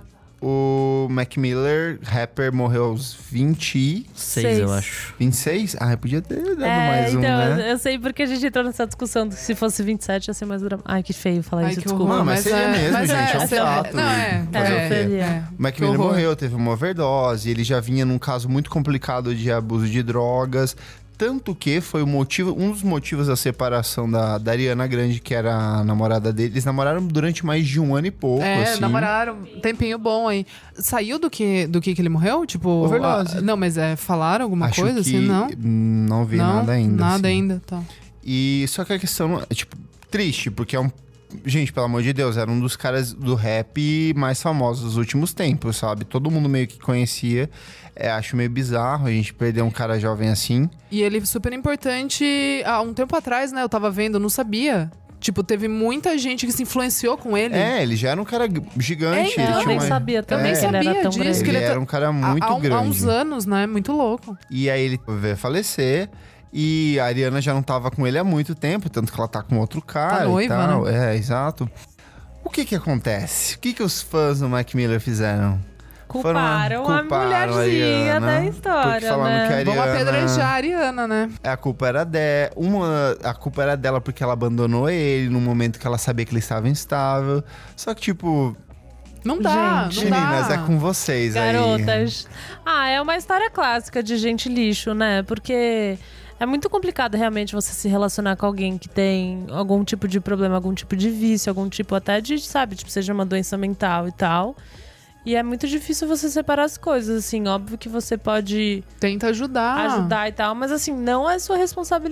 S1: O Mac Miller, rapper, morreu aos 20.
S4: Seis,
S3: Seis.
S4: eu acho.
S1: 26? Ah, eu podia ter dado
S3: É,
S1: mais um,
S3: então,
S1: né?
S3: eu sei porque a gente entrou nessa discussão do que se fosse 27 ia ser mais dramático. Ai, que feio falar
S2: Ai,
S3: isso,
S2: que
S3: desculpa.
S2: horror,
S1: Não, mas seria mesmo, gente, é um
S2: sei lá.
S1: fato.
S2: Não, é.
S1: Fazer
S2: é,
S1: o quê?
S2: é.
S1: O Mac
S2: Que
S1: Miller
S2: horror.
S1: morreu, teve uma overdose, ele já vinha num caso muito complicado de abuso de drogas. Tanto que foi o motivo, um dos motivos da separação da, da Ariana Grande, que era a namorada dele. Eles namoraram durante mais de um ano e pouco,
S2: É,
S1: assim.
S2: namoraram. Tempinho bom aí. Saiu do que, do que que ele morreu? Tipo.
S1: Overdose.
S2: a- não, mas é, falaram alguma
S1: Acho
S2: coisa
S1: que
S2: assim? Não.
S1: Não vi
S2: não,
S1: nada ainda. assim.
S2: Nada ainda, tá.
S1: E só que a questão não- é, tipo, triste, porque é um. Gente, pelo amor de Deus, era um dos caras do rap mais famosos dos últimos tempos, sabe? Todo mundo meio que conhecia. É, acho meio bizarro a gente perder um cara jovem assim.
S2: E ele super importante. Há um tempo atrás, né? Eu tava vendo, eu não sabia. Tipo, teve muita gente que se influenciou com ele.
S1: É, ele já era um cara g- gigante.
S2: É,
S1: ele
S2: então,
S3: Eu
S1: tinha
S3: nem
S1: uma-
S3: sabia
S1: É.
S3: também que ele
S2: Sabia
S3: era tão
S2: disso,
S3: grande.
S2: que
S1: Ele
S2: ele é
S1: era um cara
S2: Há-
S1: muito
S2: há, um- há uns
S1: grande.
S2: anos, né? Muito louco.
S1: E aí ele veio a falecer. E a Ariana já não tava com ele há muito tempo, tanto que ela tá com outro cara
S2: Tá noiva,
S1: e tal. É, exato. O que que acontece? O que que os fãs do Mac Miller fizeram? Foram lá,
S3: Culparam,
S1: culparam
S3: a mulherzinha
S1: Ariana,
S3: da
S1: porque
S3: história,
S1: falaram
S3: né?
S1: que é a Ariana-
S2: Vamos apedrejar a Ariana, né?
S1: A culpa era dela. Uma, a culpa era dela porque ela abandonou ele no momento que ela sabia que ele estava instável. Só que, tipo,
S2: Não dá, não
S3: Gente.
S2: dá.
S1: meninas, é com vocês aí.
S3: Garotas. Ah, é uma história clássica de gente lixo, né? Porque é muito complicado realmente você se relacionar com alguém que tem algum tipo de problema, algum tipo de vício, algum tipo até de, sabe, tipo, seja uma doença mental e tal. E é muito difícil você separar as coisas, assim. Óbvio que você pode
S2: Tenta
S1: Ah.
S2: ajudar.
S3: ajudar e tal, mas assim, não é sua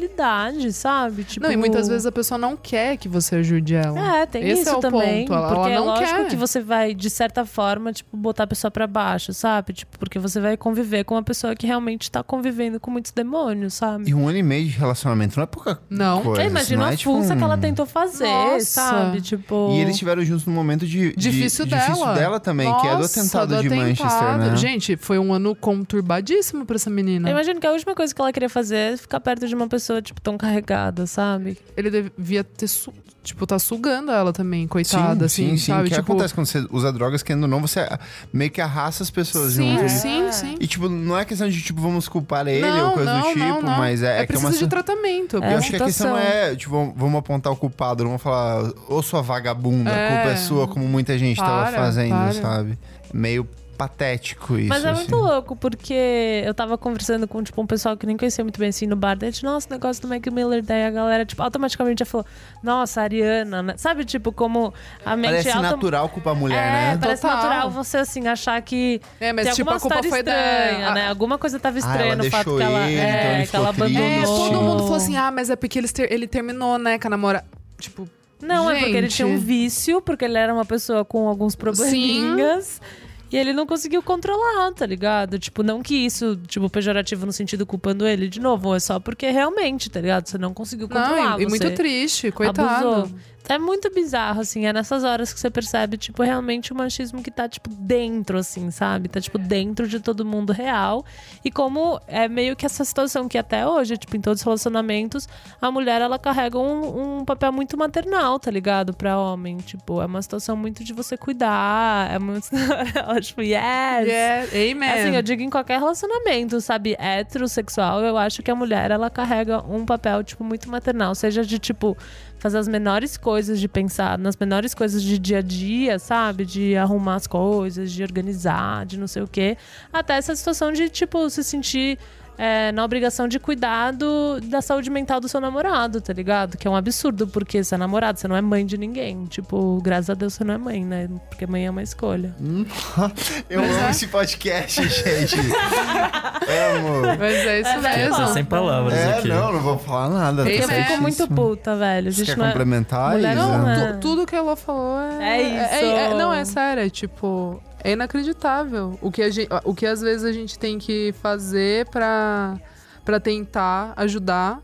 S3: responsabilidade, sabe? Tipo,
S2: Não, e muitas vezes a pessoa não quer que você ajude ela.
S3: é, tem
S2: Esse
S3: isso
S2: é o
S3: também.
S2: ponto, ela-
S3: porque
S2: ela
S3: é
S2: não
S3: lógico
S2: quer.
S3: que você vai, de certa forma, tipo, botar a pessoa pra baixo, sabe? Tipo, porque você vai conviver com uma pessoa que realmente tá convivendo com muitos demônios, sabe?
S1: E um ano e meio de relacionamento não é pouca
S2: Não.
S1: coisa.
S3: Você
S1: não
S3: imagina
S1: é,
S3: a
S1: tipo,
S3: força que ela
S1: um-
S3: tentou fazer,
S2: Nossa.
S3: sabe? Tipo.
S1: E eles estiveram juntos num momento de, de-
S2: Difícil dela.
S1: difícil dela também, que é do
S2: Nossa,
S1: atentado
S2: do
S1: de Manchester,
S2: atentado.
S1: né?
S2: Gente, foi um ano conturbadíssimo pra essa
S3: Eu
S2: menina.
S3: imagino que a última coisa que ela queria fazer é ficar perto de uma pessoa, tipo, tão carregada, sabe?
S2: Ele devia ter, su- tipo, tá sugando ela também, coitada,
S1: sim,
S2: assim,
S1: sim,
S2: sabe?
S1: O que
S2: tipo,
S1: acontece quando você usa drogas, querendo ou não, você ah, meio que arrasta as pessoas
S2: sim,
S1: junto. né?
S2: sim, sim.
S1: E, tipo, não é questão de, tipo, vamos culpar ele ou coisa do tipo,
S2: não, não.
S1: mas é, é que é
S2: preciso
S1: uma...
S2: de tratamento.
S1: Eu
S3: É
S1: acho que a questão não é, tipo, vamos apontar o culpado, não vamos falar, ô sua vagabunda,
S2: É.
S1: a culpa é sua, como muita gente tava
S2: Para,
S1: fazendo,
S2: para.
S1: sabe? Meio patético isso.
S3: Mas é
S1: assim.
S3: muito louco, porque eu tava conversando com, tipo, um pessoal que nem conhecia muito bem, assim, no bar. Daí a gente, nossa, o negócio do Mac Miller. Daí a galera, tipo, automaticamente já falou, nossa, a Ariana, né? Sabe, tipo, como a mente...
S1: Parece
S3: autom-
S1: natural culpar a mulher,
S3: É,
S1: né?
S3: parece
S2: Total.
S3: natural você, assim, achar que
S2: É, mas
S3: tem
S2: tipo,
S3: alguma
S2: a culpa
S3: história
S2: foi
S3: estranha,
S2: da...
S3: né? Alguma coisa tava estranha
S1: Ah, ela
S3: no fato
S1: deixou
S3: que ela...
S1: ele, então
S3: é,
S1: ele
S3: que ela
S1: ficou triste.
S3: abandonou.
S2: É, todo
S1: Sim.
S2: mundo falou assim, ah, mas é porque eles ter- ele terminou, né, com a namora... Tipo,
S3: Não, é porque ele tinha um
S2: Gente.
S3: vício, porque ele era uma pessoa com alguns probleminhas. E ele não conseguiu controlar, tá ligado? Tipo, não que isso, tipo, pejorativo no sentido culpando ele de novo, é só porque realmente, tá ligado? Você não conseguiu controlar.
S2: não, e, e
S3: você
S2: muito triste, coitado.
S3: Abusou. É muito bizarro, assim. É nessas horas que você percebe, tipo, realmente o machismo que tá, tipo, dentro, assim, sabe? Tá, tipo, dentro de todo mundo real. E como é meio que essa situação que até hoje, tipo, em todos os relacionamentos, a mulher, ela carrega um, um papel muito maternal, tá ligado? Pra homem. Tipo, é uma situação muito de você cuidar. É muito. *laughs* Ela, tipo, yes!
S2: Yeah, amen.
S3: Assim, eu digo em qualquer relacionamento, sabe? Heterossexual, eu acho que a mulher, ela carrega um papel, tipo, muito maternal. Seja de, tipo, fazer as menores coisas de pensar, nas menores coisas de dia a dia, sabe? De arrumar as coisas, de organizar, de não sei o quê. Até essa situação de, tipo, se sentir é, na obrigação de cuidado da saúde mental do seu namorado, tá ligado? Que é um absurdo, porque você é namorado, você não é mãe de ninguém. Tipo, graças a Deus você não é mãe, né? Porque mãe é uma escolha.
S1: Eu amo
S3: é.
S1: esse
S3: *laughs*
S1: podcast, gente. amo.
S2: Mas *laughs* é isso
S4: Tá
S2: mesmo.
S4: sem palavras
S1: É,
S4: aqui.
S1: não, não vou falar nada.
S2: Ei,
S1: tô
S3: Eu
S2: Isso.
S3: fico muito
S1: certíssimo.
S3: puta, velho.
S1: Você
S3: Gente,
S1: quer
S3: não é-
S1: complementar,
S3: Mulher
S1: Isa?
S3: não é.
S2: Tu- tudo que a Elô falou é.
S3: É isso.
S2: é- não, é sério. É tipo, é inacreditável. O que, a gente, o que às vezes a gente tem que fazer pra, pra tentar ajudar.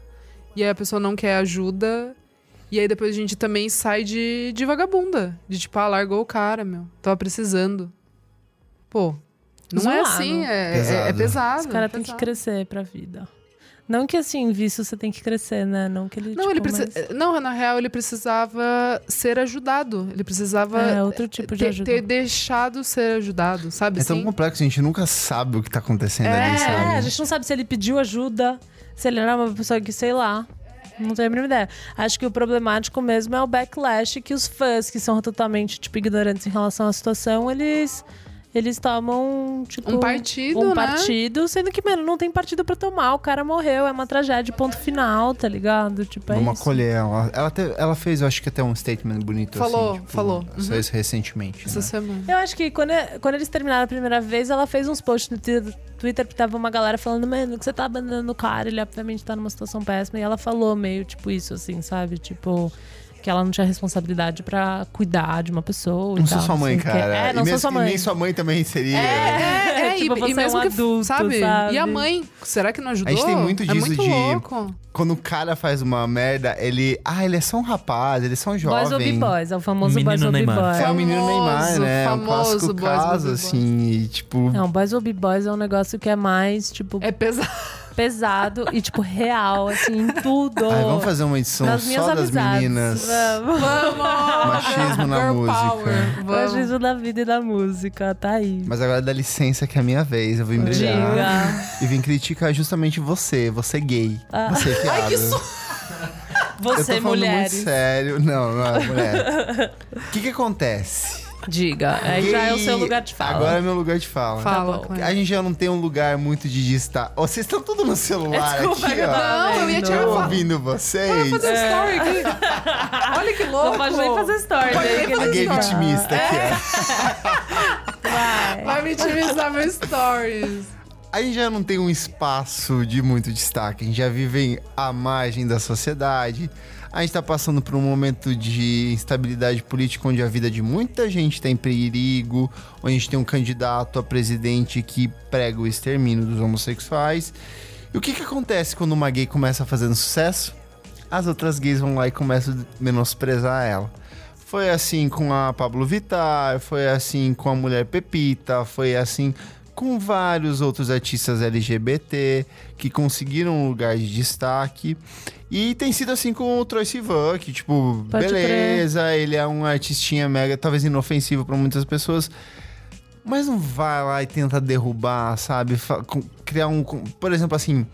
S2: E aí a pessoa não quer ajuda. E aí depois a gente também sai de, de vagabunda. De tipo, ah, largou o cara, meu. Tava precisando. Pô, não é
S3: Zoado.
S2: assim. É é- é pesado.
S1: Pesado.
S3: Os caras
S2: é
S3: têm que
S2: pesado.
S3: crescer pra vida. Não que assim, vício você tem que crescer, né? Não que ele.
S2: Não,
S3: tipo,
S2: ele precisa,
S3: mas-
S2: não, na real, ele precisava ser ajudado. Ele precisava
S3: É outro tipo de
S2: ter,
S3: ajuda.
S2: ter deixado ser ajudado, sabe?
S1: É tão
S2: assim?
S1: complexo, a gente nunca sabe o que tá acontecendo ali, sabe?
S3: É, a gente não sabe se ele pediu ajuda, se ele era uma pessoa que, sei lá. Não tenho a mínima ideia. Acho que o problemático mesmo é o backlash que os fãs, que são totalmente, tipo, ignorantes em relação à situação, eles. Eles tomam, tipo.
S2: Um partido,
S3: Um
S2: né?
S3: partido, sendo que, mano, não tem partido pra tomar. O cara morreu, é uma tragédia, ponto final, tá ligado? Tipo, é
S1: Vamos
S3: isso.
S1: acolher ela. Ela, teve- ela fez, eu acho que até um statement bonito
S2: Falou,
S1: assim. tipo,
S2: falou.
S1: Só
S3: Uhum.
S1: isso recentemente.
S2: Essa
S1: né?
S2: semana.
S3: Eu acho que quando, quando eles terminaram a primeira vez, ela fez uns posts no Twitter, Twitter que tava uma galera falando, mano, que você tá abandonando o cara, ele obviamente tá numa situação péssima. E ela falou meio tipo isso, assim, sabe? Tipo, que ela não tinha responsabilidade pra cuidar de uma pessoa. e
S1: Não sou
S3: tal,
S1: sua mãe,
S3: assim, que-
S1: cara.
S3: É, não
S1: e
S3: sou
S1: mesmo,
S3: sua
S1: e
S3: mãe.
S1: nem sua mãe também seria.
S2: É, é,
S3: tipo,
S2: e,
S3: você
S2: e
S3: é
S2: mesmo
S3: um
S2: que,
S3: adulto, sabe?
S2: E a mãe, será que não ajudou?
S1: A gente tem muito
S2: é
S1: disso
S2: muito
S1: de-
S2: louco.
S1: Quando o cara faz uma merda, ele. Ah, ele é só um rapaz, ele é só um jovem.
S3: Boys will be boys, é o famoso
S4: Menino
S3: Boys will be
S4: Neymar.
S1: É
S3: boys.
S1: o menino Neymar,
S2: Famoso,
S1: né? um
S2: famoso
S1: clássico
S2: boys will be
S1: caso,
S2: boys.
S1: assim, e tipo.
S3: Não, Boys will be boys é um negócio que é mais, tipo,
S2: É pesado.
S3: pesado e, tipo, real, assim, em tudo.
S1: Ai, vamos fazer uma edição
S3: Nas minhas
S1: só das
S3: amizades.
S1: meninas.
S3: Vamos.
S1: Machismo na
S2: Girl
S1: música.
S2: power.
S3: O
S2: Vamos.
S3: ajuda da vida e da música, tá aí.
S1: Mas agora dá licença que é a minha vez, eu vou embrigar.
S3: Diga.
S1: E vim criticar justamente você, você gay.
S3: Ah. *laughs*
S1: Você que Ai, que Eu tô
S3: Você,
S1: falando
S3: mulher.
S1: muito sério. Não, não é
S3: *laughs*
S1: mulher. O que que acontece?
S3: Diga. Aí já é o seu lugar de fala.
S1: Agora é meu lugar de fala.
S2: Fala,
S3: tá bom.
S2: Clara.
S1: A gente já não tem um lugar muito de destaque. Ó, vocês estão tudo no celular
S3: Desculpa,
S1: aqui,
S3: eu
S1: ó.
S3: tava
S2: Não, eu ia
S3: vendo.
S2: tirar
S1: Eu
S2: foto.
S1: ouvindo vocês.
S2: Fazer
S3: um
S2: story aqui. Olha que louco.
S3: Não pode nem fazer story.
S2: Pode nem
S3: né?
S2: fazer
S1: a gay
S2: story.
S1: é vitimista
S3: É.
S1: aqui, ó.
S3: Vai. É.
S2: Vai me utilizar meus stories.
S1: A gente já não tem um espaço de muito destaque, a gente já vive à margem da sociedade. A gente tá passando por um momento de instabilidade política onde a vida de muita gente tá em perigo, onde a gente tem um candidato a presidente que prega o extermínio dos homossexuais. E o que que acontece quando uma gay começa fazendo sucesso? As outras gays vão lá e começam a menosprezar ela. Foi assim com a Pablo Vittar, foi assim com a mulher Pepita, foi assim com vários outros artistas LGBT que conseguiram um lugar de destaque. E tem sido assim com o Troy Sivan, que, tipo,
S3: Pode
S1: beleza, ele é um artistinha mega, talvez inofensivo pra muitas pessoas. Mas não vai lá e tenta derrubar, sabe? Fa- com- Criar um. com- Por exemplo, assim.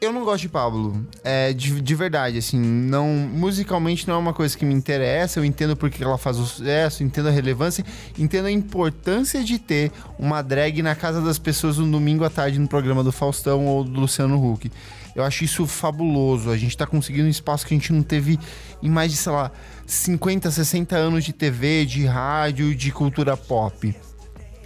S1: Eu não gosto de Pablo. É, de, de verdade, assim, não. Musicalmente não é uma coisa que me interessa. Eu entendo porque ela faz o sucesso, entendo a relevância, entendo a importância de ter uma drag na casa das pessoas no domingo à tarde no programa do Faustão ou do Luciano Huck. Eu acho isso fabuloso. A gente tá conseguindo um espaço que a gente não teve em mais de, sei lá, 50, 60 anos de TV, de rádio, de cultura pop.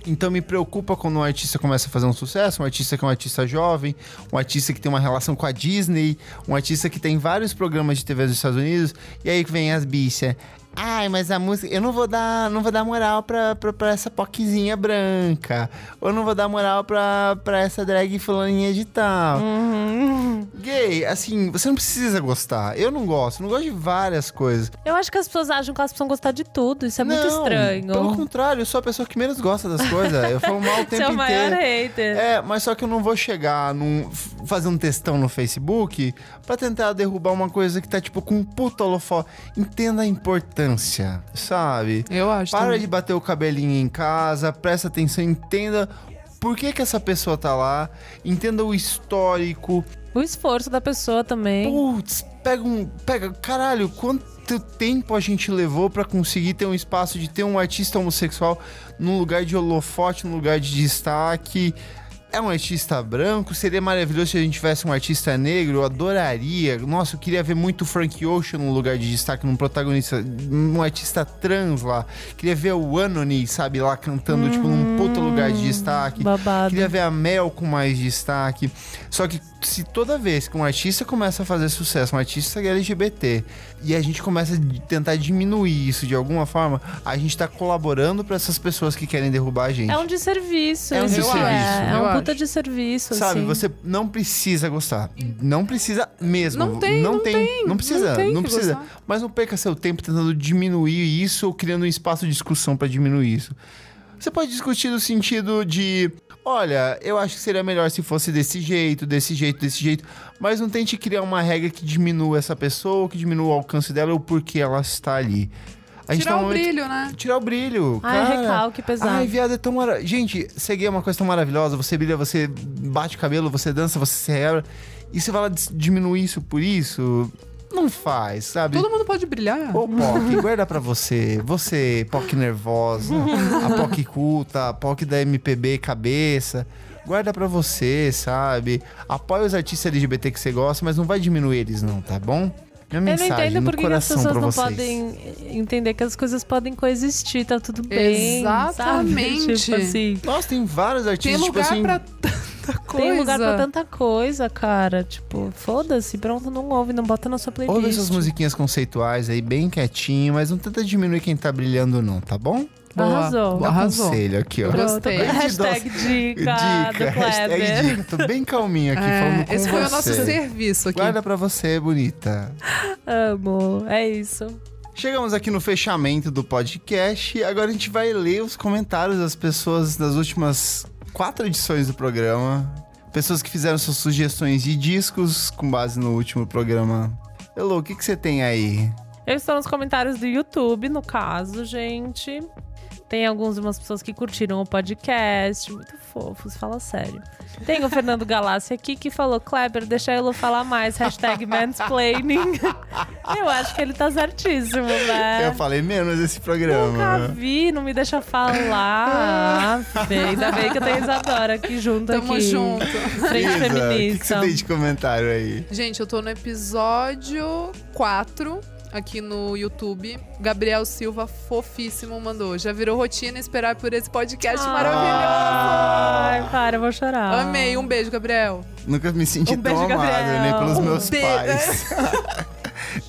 S1: Então me preocupa quando um artista começa a fazer um sucesso, um artista que é um artista jovem, um artista que tem uma relação com a Disney, um artista que tem vários programas de TV dos Estados Unidos, e aí que vem as bichas. Ai, mas a música. Eu não vou dar. Não vou dar moral pra, pra, pra essa poquezinha branca. Ou não vou dar moral pra, pra essa drag fulaninha de tal.
S3: Hum.
S1: Gay, assim, você não precisa gostar. Eu não gosto, eu não gosto de várias coisas.
S3: Eu acho que as pessoas acham que elas precisam gostar de tudo. Isso é muito
S1: Não,
S3: estranho.
S1: Pelo contrário, eu sou a pessoa que menos gosta das coisas. Eu falo
S3: *laughs*
S1: mal o tempo
S3: Você é o
S1: inteiro.
S3: maior hater.
S1: É, mas só que eu não vou chegar num. f- fazer um textão no Facebook pra tentar derrubar uma coisa que tá tipo com um puto holofote. Entenda a importância, sabe?
S2: Eu acho.
S1: Para
S2: também.
S1: de bater o cabelinho em casa, presta atenção, entenda por que, que essa pessoa tá lá, entenda o histórico.
S3: O esforço da pessoa também.
S1: Putz, pega um. Pega, caralho, quanto tempo a gente levou pra conseguir ter um espaço de ter um artista homossexual num lugar de holofote, num lugar de destaque. é um artista branco, seria maravilhoso se a gente tivesse um artista negro, eu adoraria. Nossa, eu queria ver muito Frank Ocean no lugar de destaque, num protagonista, um artista trans lá. Queria ver o Anony, sabe, lá cantando, tipo, num puta lugar de destaque.
S3: Babado.
S1: Queria ver a Mel com mais destaque. Só que se toda vez que um artista começa a fazer sucesso, um artista LGBT, e a gente começa a d- tentar diminuir isso de alguma forma, a gente tá colaborando pra essas pessoas que querem derrubar a gente.
S3: É um desserviço.
S1: É um
S3: isso
S1: desserviço,
S3: É,
S2: eu
S3: é um puta
S2: acho.
S3: desserviço,
S1: Sabe,
S3: assim.
S1: você não precisa gostar. Não precisa mesmo.
S2: Não tem, não tem,
S1: Não precisa, não,
S2: não tem que
S1: precisa.
S2: gostar.
S1: Mas não perca seu tempo tentando diminuir isso ou criando um espaço de discussão pra diminuir isso. Você pode discutir no sentido de. Olha, eu acho que seria melhor se fosse desse jeito, desse jeito, desse jeito. Mas não tente criar uma regra que diminua essa pessoa, que diminua o alcance dela ou por que ela está ali. A
S2: Tirar
S1: tá
S2: o
S1: num momento-
S2: brilho, né?
S1: Tirar o brilho.
S3: Ai,
S1: cara.
S3: recalque pesado.
S1: Ai, viado, é tão maravilhoso. Gente, cegueira é uma coisa tão maravilhosa. Você brilha, você bate o cabelo, você dança, você se reabre. E você vai lá dis- diminuir isso por isso? Não faz, sabe?
S2: Todo mundo pode brilhar.
S1: Ô, POC, guarda pra você. Você, POC nervosa, a POC culta, a POC da MPB cabeça. Guarda pra você, sabe? Apoia os artistas LGBT que você gosta, mas não vai diminuir eles não, tá bom? É uma
S3: Eu não
S1: mensagem
S3: entendo
S1: no
S3: por que que as
S1: coração
S3: pessoas
S1: pra
S3: não
S1: vocês.
S3: podem entender que as coisas podem coexistir, tá tudo bem.
S2: Exatamente.
S3: Sabe? Tipo assim,
S1: Nossa, tem vários
S2: Tem
S1: artistas, tipo
S2: lugar
S1: assim...
S2: pra *laughs* tanta coisa.
S3: tem lugar pra tanta coisa, cara. Tipo, foda-se, pronto, não ouve, não bota na sua playlist.
S1: Ouve essas musiquinhas conceituais aí, bem quietinho, mas não tenta diminuir quem tá brilhando, não, tá bom?
S2: Boa.
S3: Arrasou.
S1: Dá
S2: Arrasou.
S1: conselho aqui, ó.
S2: Pronto.
S3: Gostei.
S2: Gostei.
S3: *laughs* Hashtag dica,
S1: Dica,
S3: do Kleber.
S1: hashtag dica. Tô bem calminho aqui,
S2: É,
S1: falando com
S2: esse
S1: você.
S2: foi o nosso serviço aqui.
S1: Guarda pra você, bonita.
S3: Amo, é isso.
S1: Chegamos aqui no fechamento do podcast. Agora a gente vai ler os comentários das pessoas das últimas quatro edições do programa. Pessoas que fizeram suas sugestões de discos com base no último programa. Elô, o que, que você tem aí?
S3: Eu estou nos comentários do YouTube, no caso, gente. Tem algumas umas pessoas que curtiram o podcast. Muito fofos, fala sério. Tem o Fernando Galassi aqui que falou: Kleber, deixa eu falar mais. Hashtag mansplaining. *laughs* eu acho que ele tá certíssimo,
S2: É.
S3: né?
S1: Eu falei menos esse programa.
S3: Nunca vi, não me deixa falar. Ah, Bem, Ainda bem que eu tenho a Isadora aqui junto
S2: Tamo
S3: aqui.
S2: junto.
S3: Frente
S1: Isa, O que que,
S3: feminista.
S1: você tem de comentário aí?
S2: Gente, eu tô no episódio 4 aqui no YouTube. Gabriel Silva, fofíssimo, mandou. Já virou rotina esperar por esse
S3: Ah.
S2: podcast maravilhoso.
S3: Ai, para, eu vou chorar.
S2: Amei. Um beijo, Gabriel.
S1: Nunca me senti tão
S3: Um beijo,
S1: amado,
S3: Gabriel.
S1: né? Pelos
S3: Um
S1: meus
S2: dedo.
S1: pais.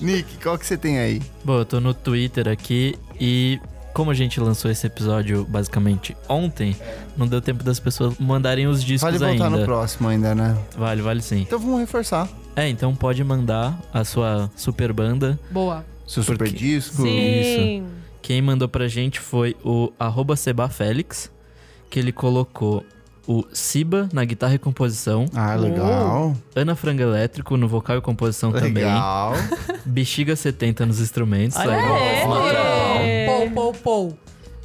S3: *laughs*
S1: Nick, qual que você tem aí?
S4: Bom, eu tô no Twitter aqui e como a gente lançou esse episódio basicamente ontem, não deu tempo das pessoas mandarem os discos
S1: Vale voltar
S4: ainda.
S1: no próximo ainda, né?
S4: Vale, vale sim.
S1: Então vamos reforçar.
S4: É, então pode mandar a sua super banda.
S2: Boa.
S1: Seu
S4: Por
S1: super
S4: quê?
S1: disco.
S3: Sim.
S4: Quem mandou pra gente foi o arroba Sebafélix, que ele colocou o Siba na guitarra e composição,
S1: Ah, legal.
S4: Ana Frango Elétrico no vocal e composição
S1: Legal.
S4: também, Bexiga 70 nos instrumentos.
S3: Olha
S4: aí,
S3: ele!
S4: uma tropa.
S3: É.
S2: Pou, pou, pou.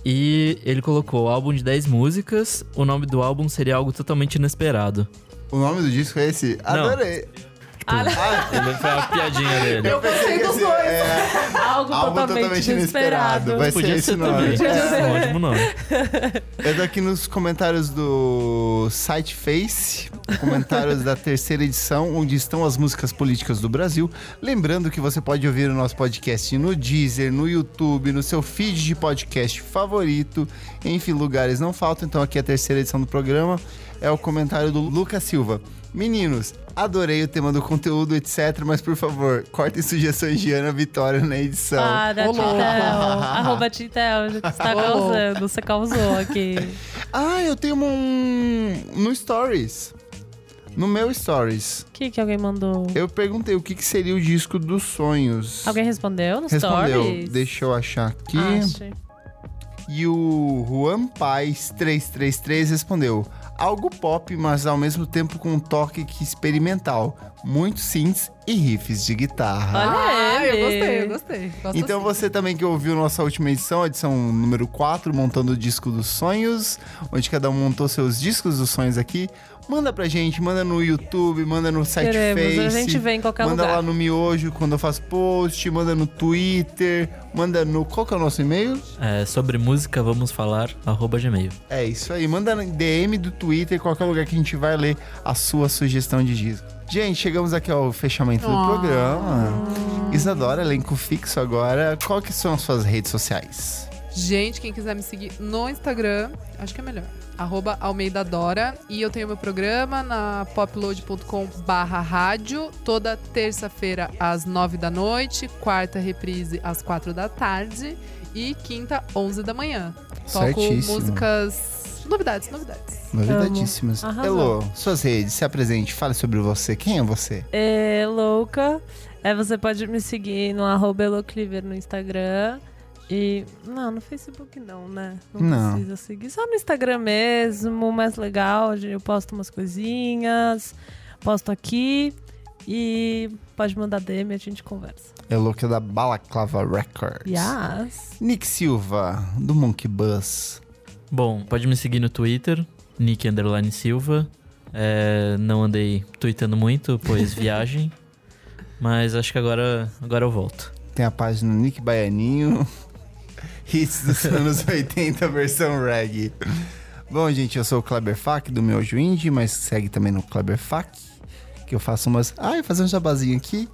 S4: E ele colocou álbum de 10 músicas. O nome do álbum seria algo totalmente inesperado.
S1: O nome do disco é esse? Adorei.
S4: Tipo,
S3: Ah, *laughs*
S1: Ah,
S4: Ele foi uma piadinha dele.
S2: Eu gostei dos dois.
S1: é
S3: Algo
S1: Algo
S3: totalmente,
S1: totalmente inesperado.
S3: inesperado.
S1: Vai ser
S4: Podia
S1: esse
S4: ser
S1: nome.
S4: também. É um ótimo nome.
S1: Eu tô aqui É nos comentários do site Face, comentários da terceira edição, onde estão as músicas políticas do Brasil. Lembrando que você pode ouvir o nosso podcast no Deezer, no YouTube, no seu feed de podcast favorito. Enfim, lugares não faltam. Então aqui a terceira edição do programa é o comentário do Lucas Silva. Meninos, adorei o tema do conteúdo, etc. Mas por favor, cortem sugestões de Ana Vitória na edição.
S3: Para,
S2: Ô, louco.
S3: Titel.
S1: *laughs*
S3: Arroba Titel, já que você tá
S2: Ô, louco.
S3: causando, você causou aqui.
S1: Ah, eu tenho um. No Stories. No meu Stories.
S3: O que, que alguém mandou?
S1: Eu perguntei o que, que seria o disco dos sonhos.
S3: Alguém respondeu nos
S1: Respondeu.
S3: stories?
S1: Deixa eu achar aqui.
S3: Ache.
S1: E o Juan Paz 333 respondeu: Algo pop, mas ao mesmo tempo com um toque que experimental. Muitos synths e riffs de guitarra.
S3: Olha
S2: Ah, eu
S3: ele.
S2: gostei, eu gostei. Gosto
S1: Então
S2: sim.
S1: você também que ouviu nossa última edição, edição número 4, montando o disco dos sonhos, onde cada um montou seus discos dos sonhos aqui. Manda pra gente, manda no YouTube, manda no site
S3: Queremos,
S1: Face.
S3: a gente vê em qualquer
S1: manda
S3: lugar.
S1: lá no Miojo quando eu faço post, manda no Twitter, manda no. Qual que é o nosso e-mail?
S4: É, sobre música, vamos falar, arroba gmail.
S1: É isso aí. Manda em DM do Twitter, qualquer lugar que a gente vai ler a sua sugestão de disco. Gente, chegamos aqui ao fechamento do
S2: Ah.
S1: programa. Isadora, elenco fixo agora. Qual que são as suas redes sociais?
S2: Gente, quem quiser me seguir no Instagram, acho que é melhor. Arroba Almeida Dora. E eu tenho meu programa na popload.com barra rádio. Toda terça-feira às nove da noite. Quarta reprise às quatro da tarde. E quinta, onze da manhã. Toco
S1: Certíssimo.
S2: músicas... Novidades, novidades.
S1: Novidadíssimas.
S3: Amo.
S1: Elô, suas redes, se apresente, fale sobre você. Quem é você?
S3: É louca. É, você pode me seguir no arroba Elocliver no Instagram. E. Não, no Facebook não, né? Não,
S1: Não.
S3: precisa seguir. Só no Instagram mesmo, mais legal. Eu posto umas coisinhas, posto aqui. E pode mandar DM e a gente conversa.
S1: Elô, que é da Balaclava Records.
S3: Yes.
S1: Nick Silva, do Monkey Bus.
S4: Bom, pode me seguir no Twitter, Nick Underline Silva. É, não andei tweetando muito, pois viagem. Mas acho que agora, agora eu volto.
S1: Tem a página Nick Baianinho. *laughs* Hits
S2: *laughs*
S1: dos anos 80, versão reggae. Bom, gente, eu sou o Kleber Fak, do meu Indie, mas segue também no Kleber Fak, que eu faço umas... Ah, eu fazer um jabazinho aqui.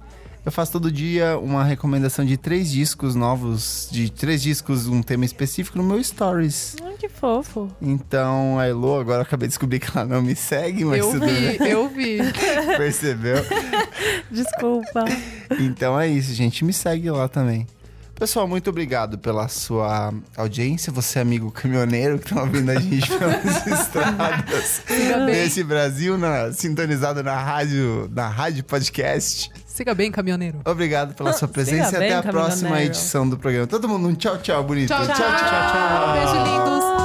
S1: Eu faço todo dia uma recomendação de três discos novos, de três discos, um tema específico no meu Stories.
S3: Ai, que fofo.
S1: Então, a Elo, agora eu acabei de descobrir que ela não me segue, mas
S2: eu
S1: tudo bem, *laughs*
S2: vi, eu vi.
S1: percebeu?
S3: Desculpa.
S1: Então é isso, gente. Me segue lá também. Pessoal, muito obrigado pela sua audiência. Você, amigo caminhoneiro que tá ouvindo a gente
S2: *laughs*
S1: pelas estradas
S2: Siga bem,
S1: desse Brasil, na- sintonizado na rádio, na rádio podcast.
S2: siga bem caminhoneiro.
S1: Obrigado pela sua
S3: Siga
S1: presença e
S3: bem,
S1: até a próxima
S3: caminhoneiro.
S1: edição do programa. Todo mundo, um tchau, tchau, bonito.
S2: Então, Tchau, tchau. Beijo, lindos.
S3: Ah.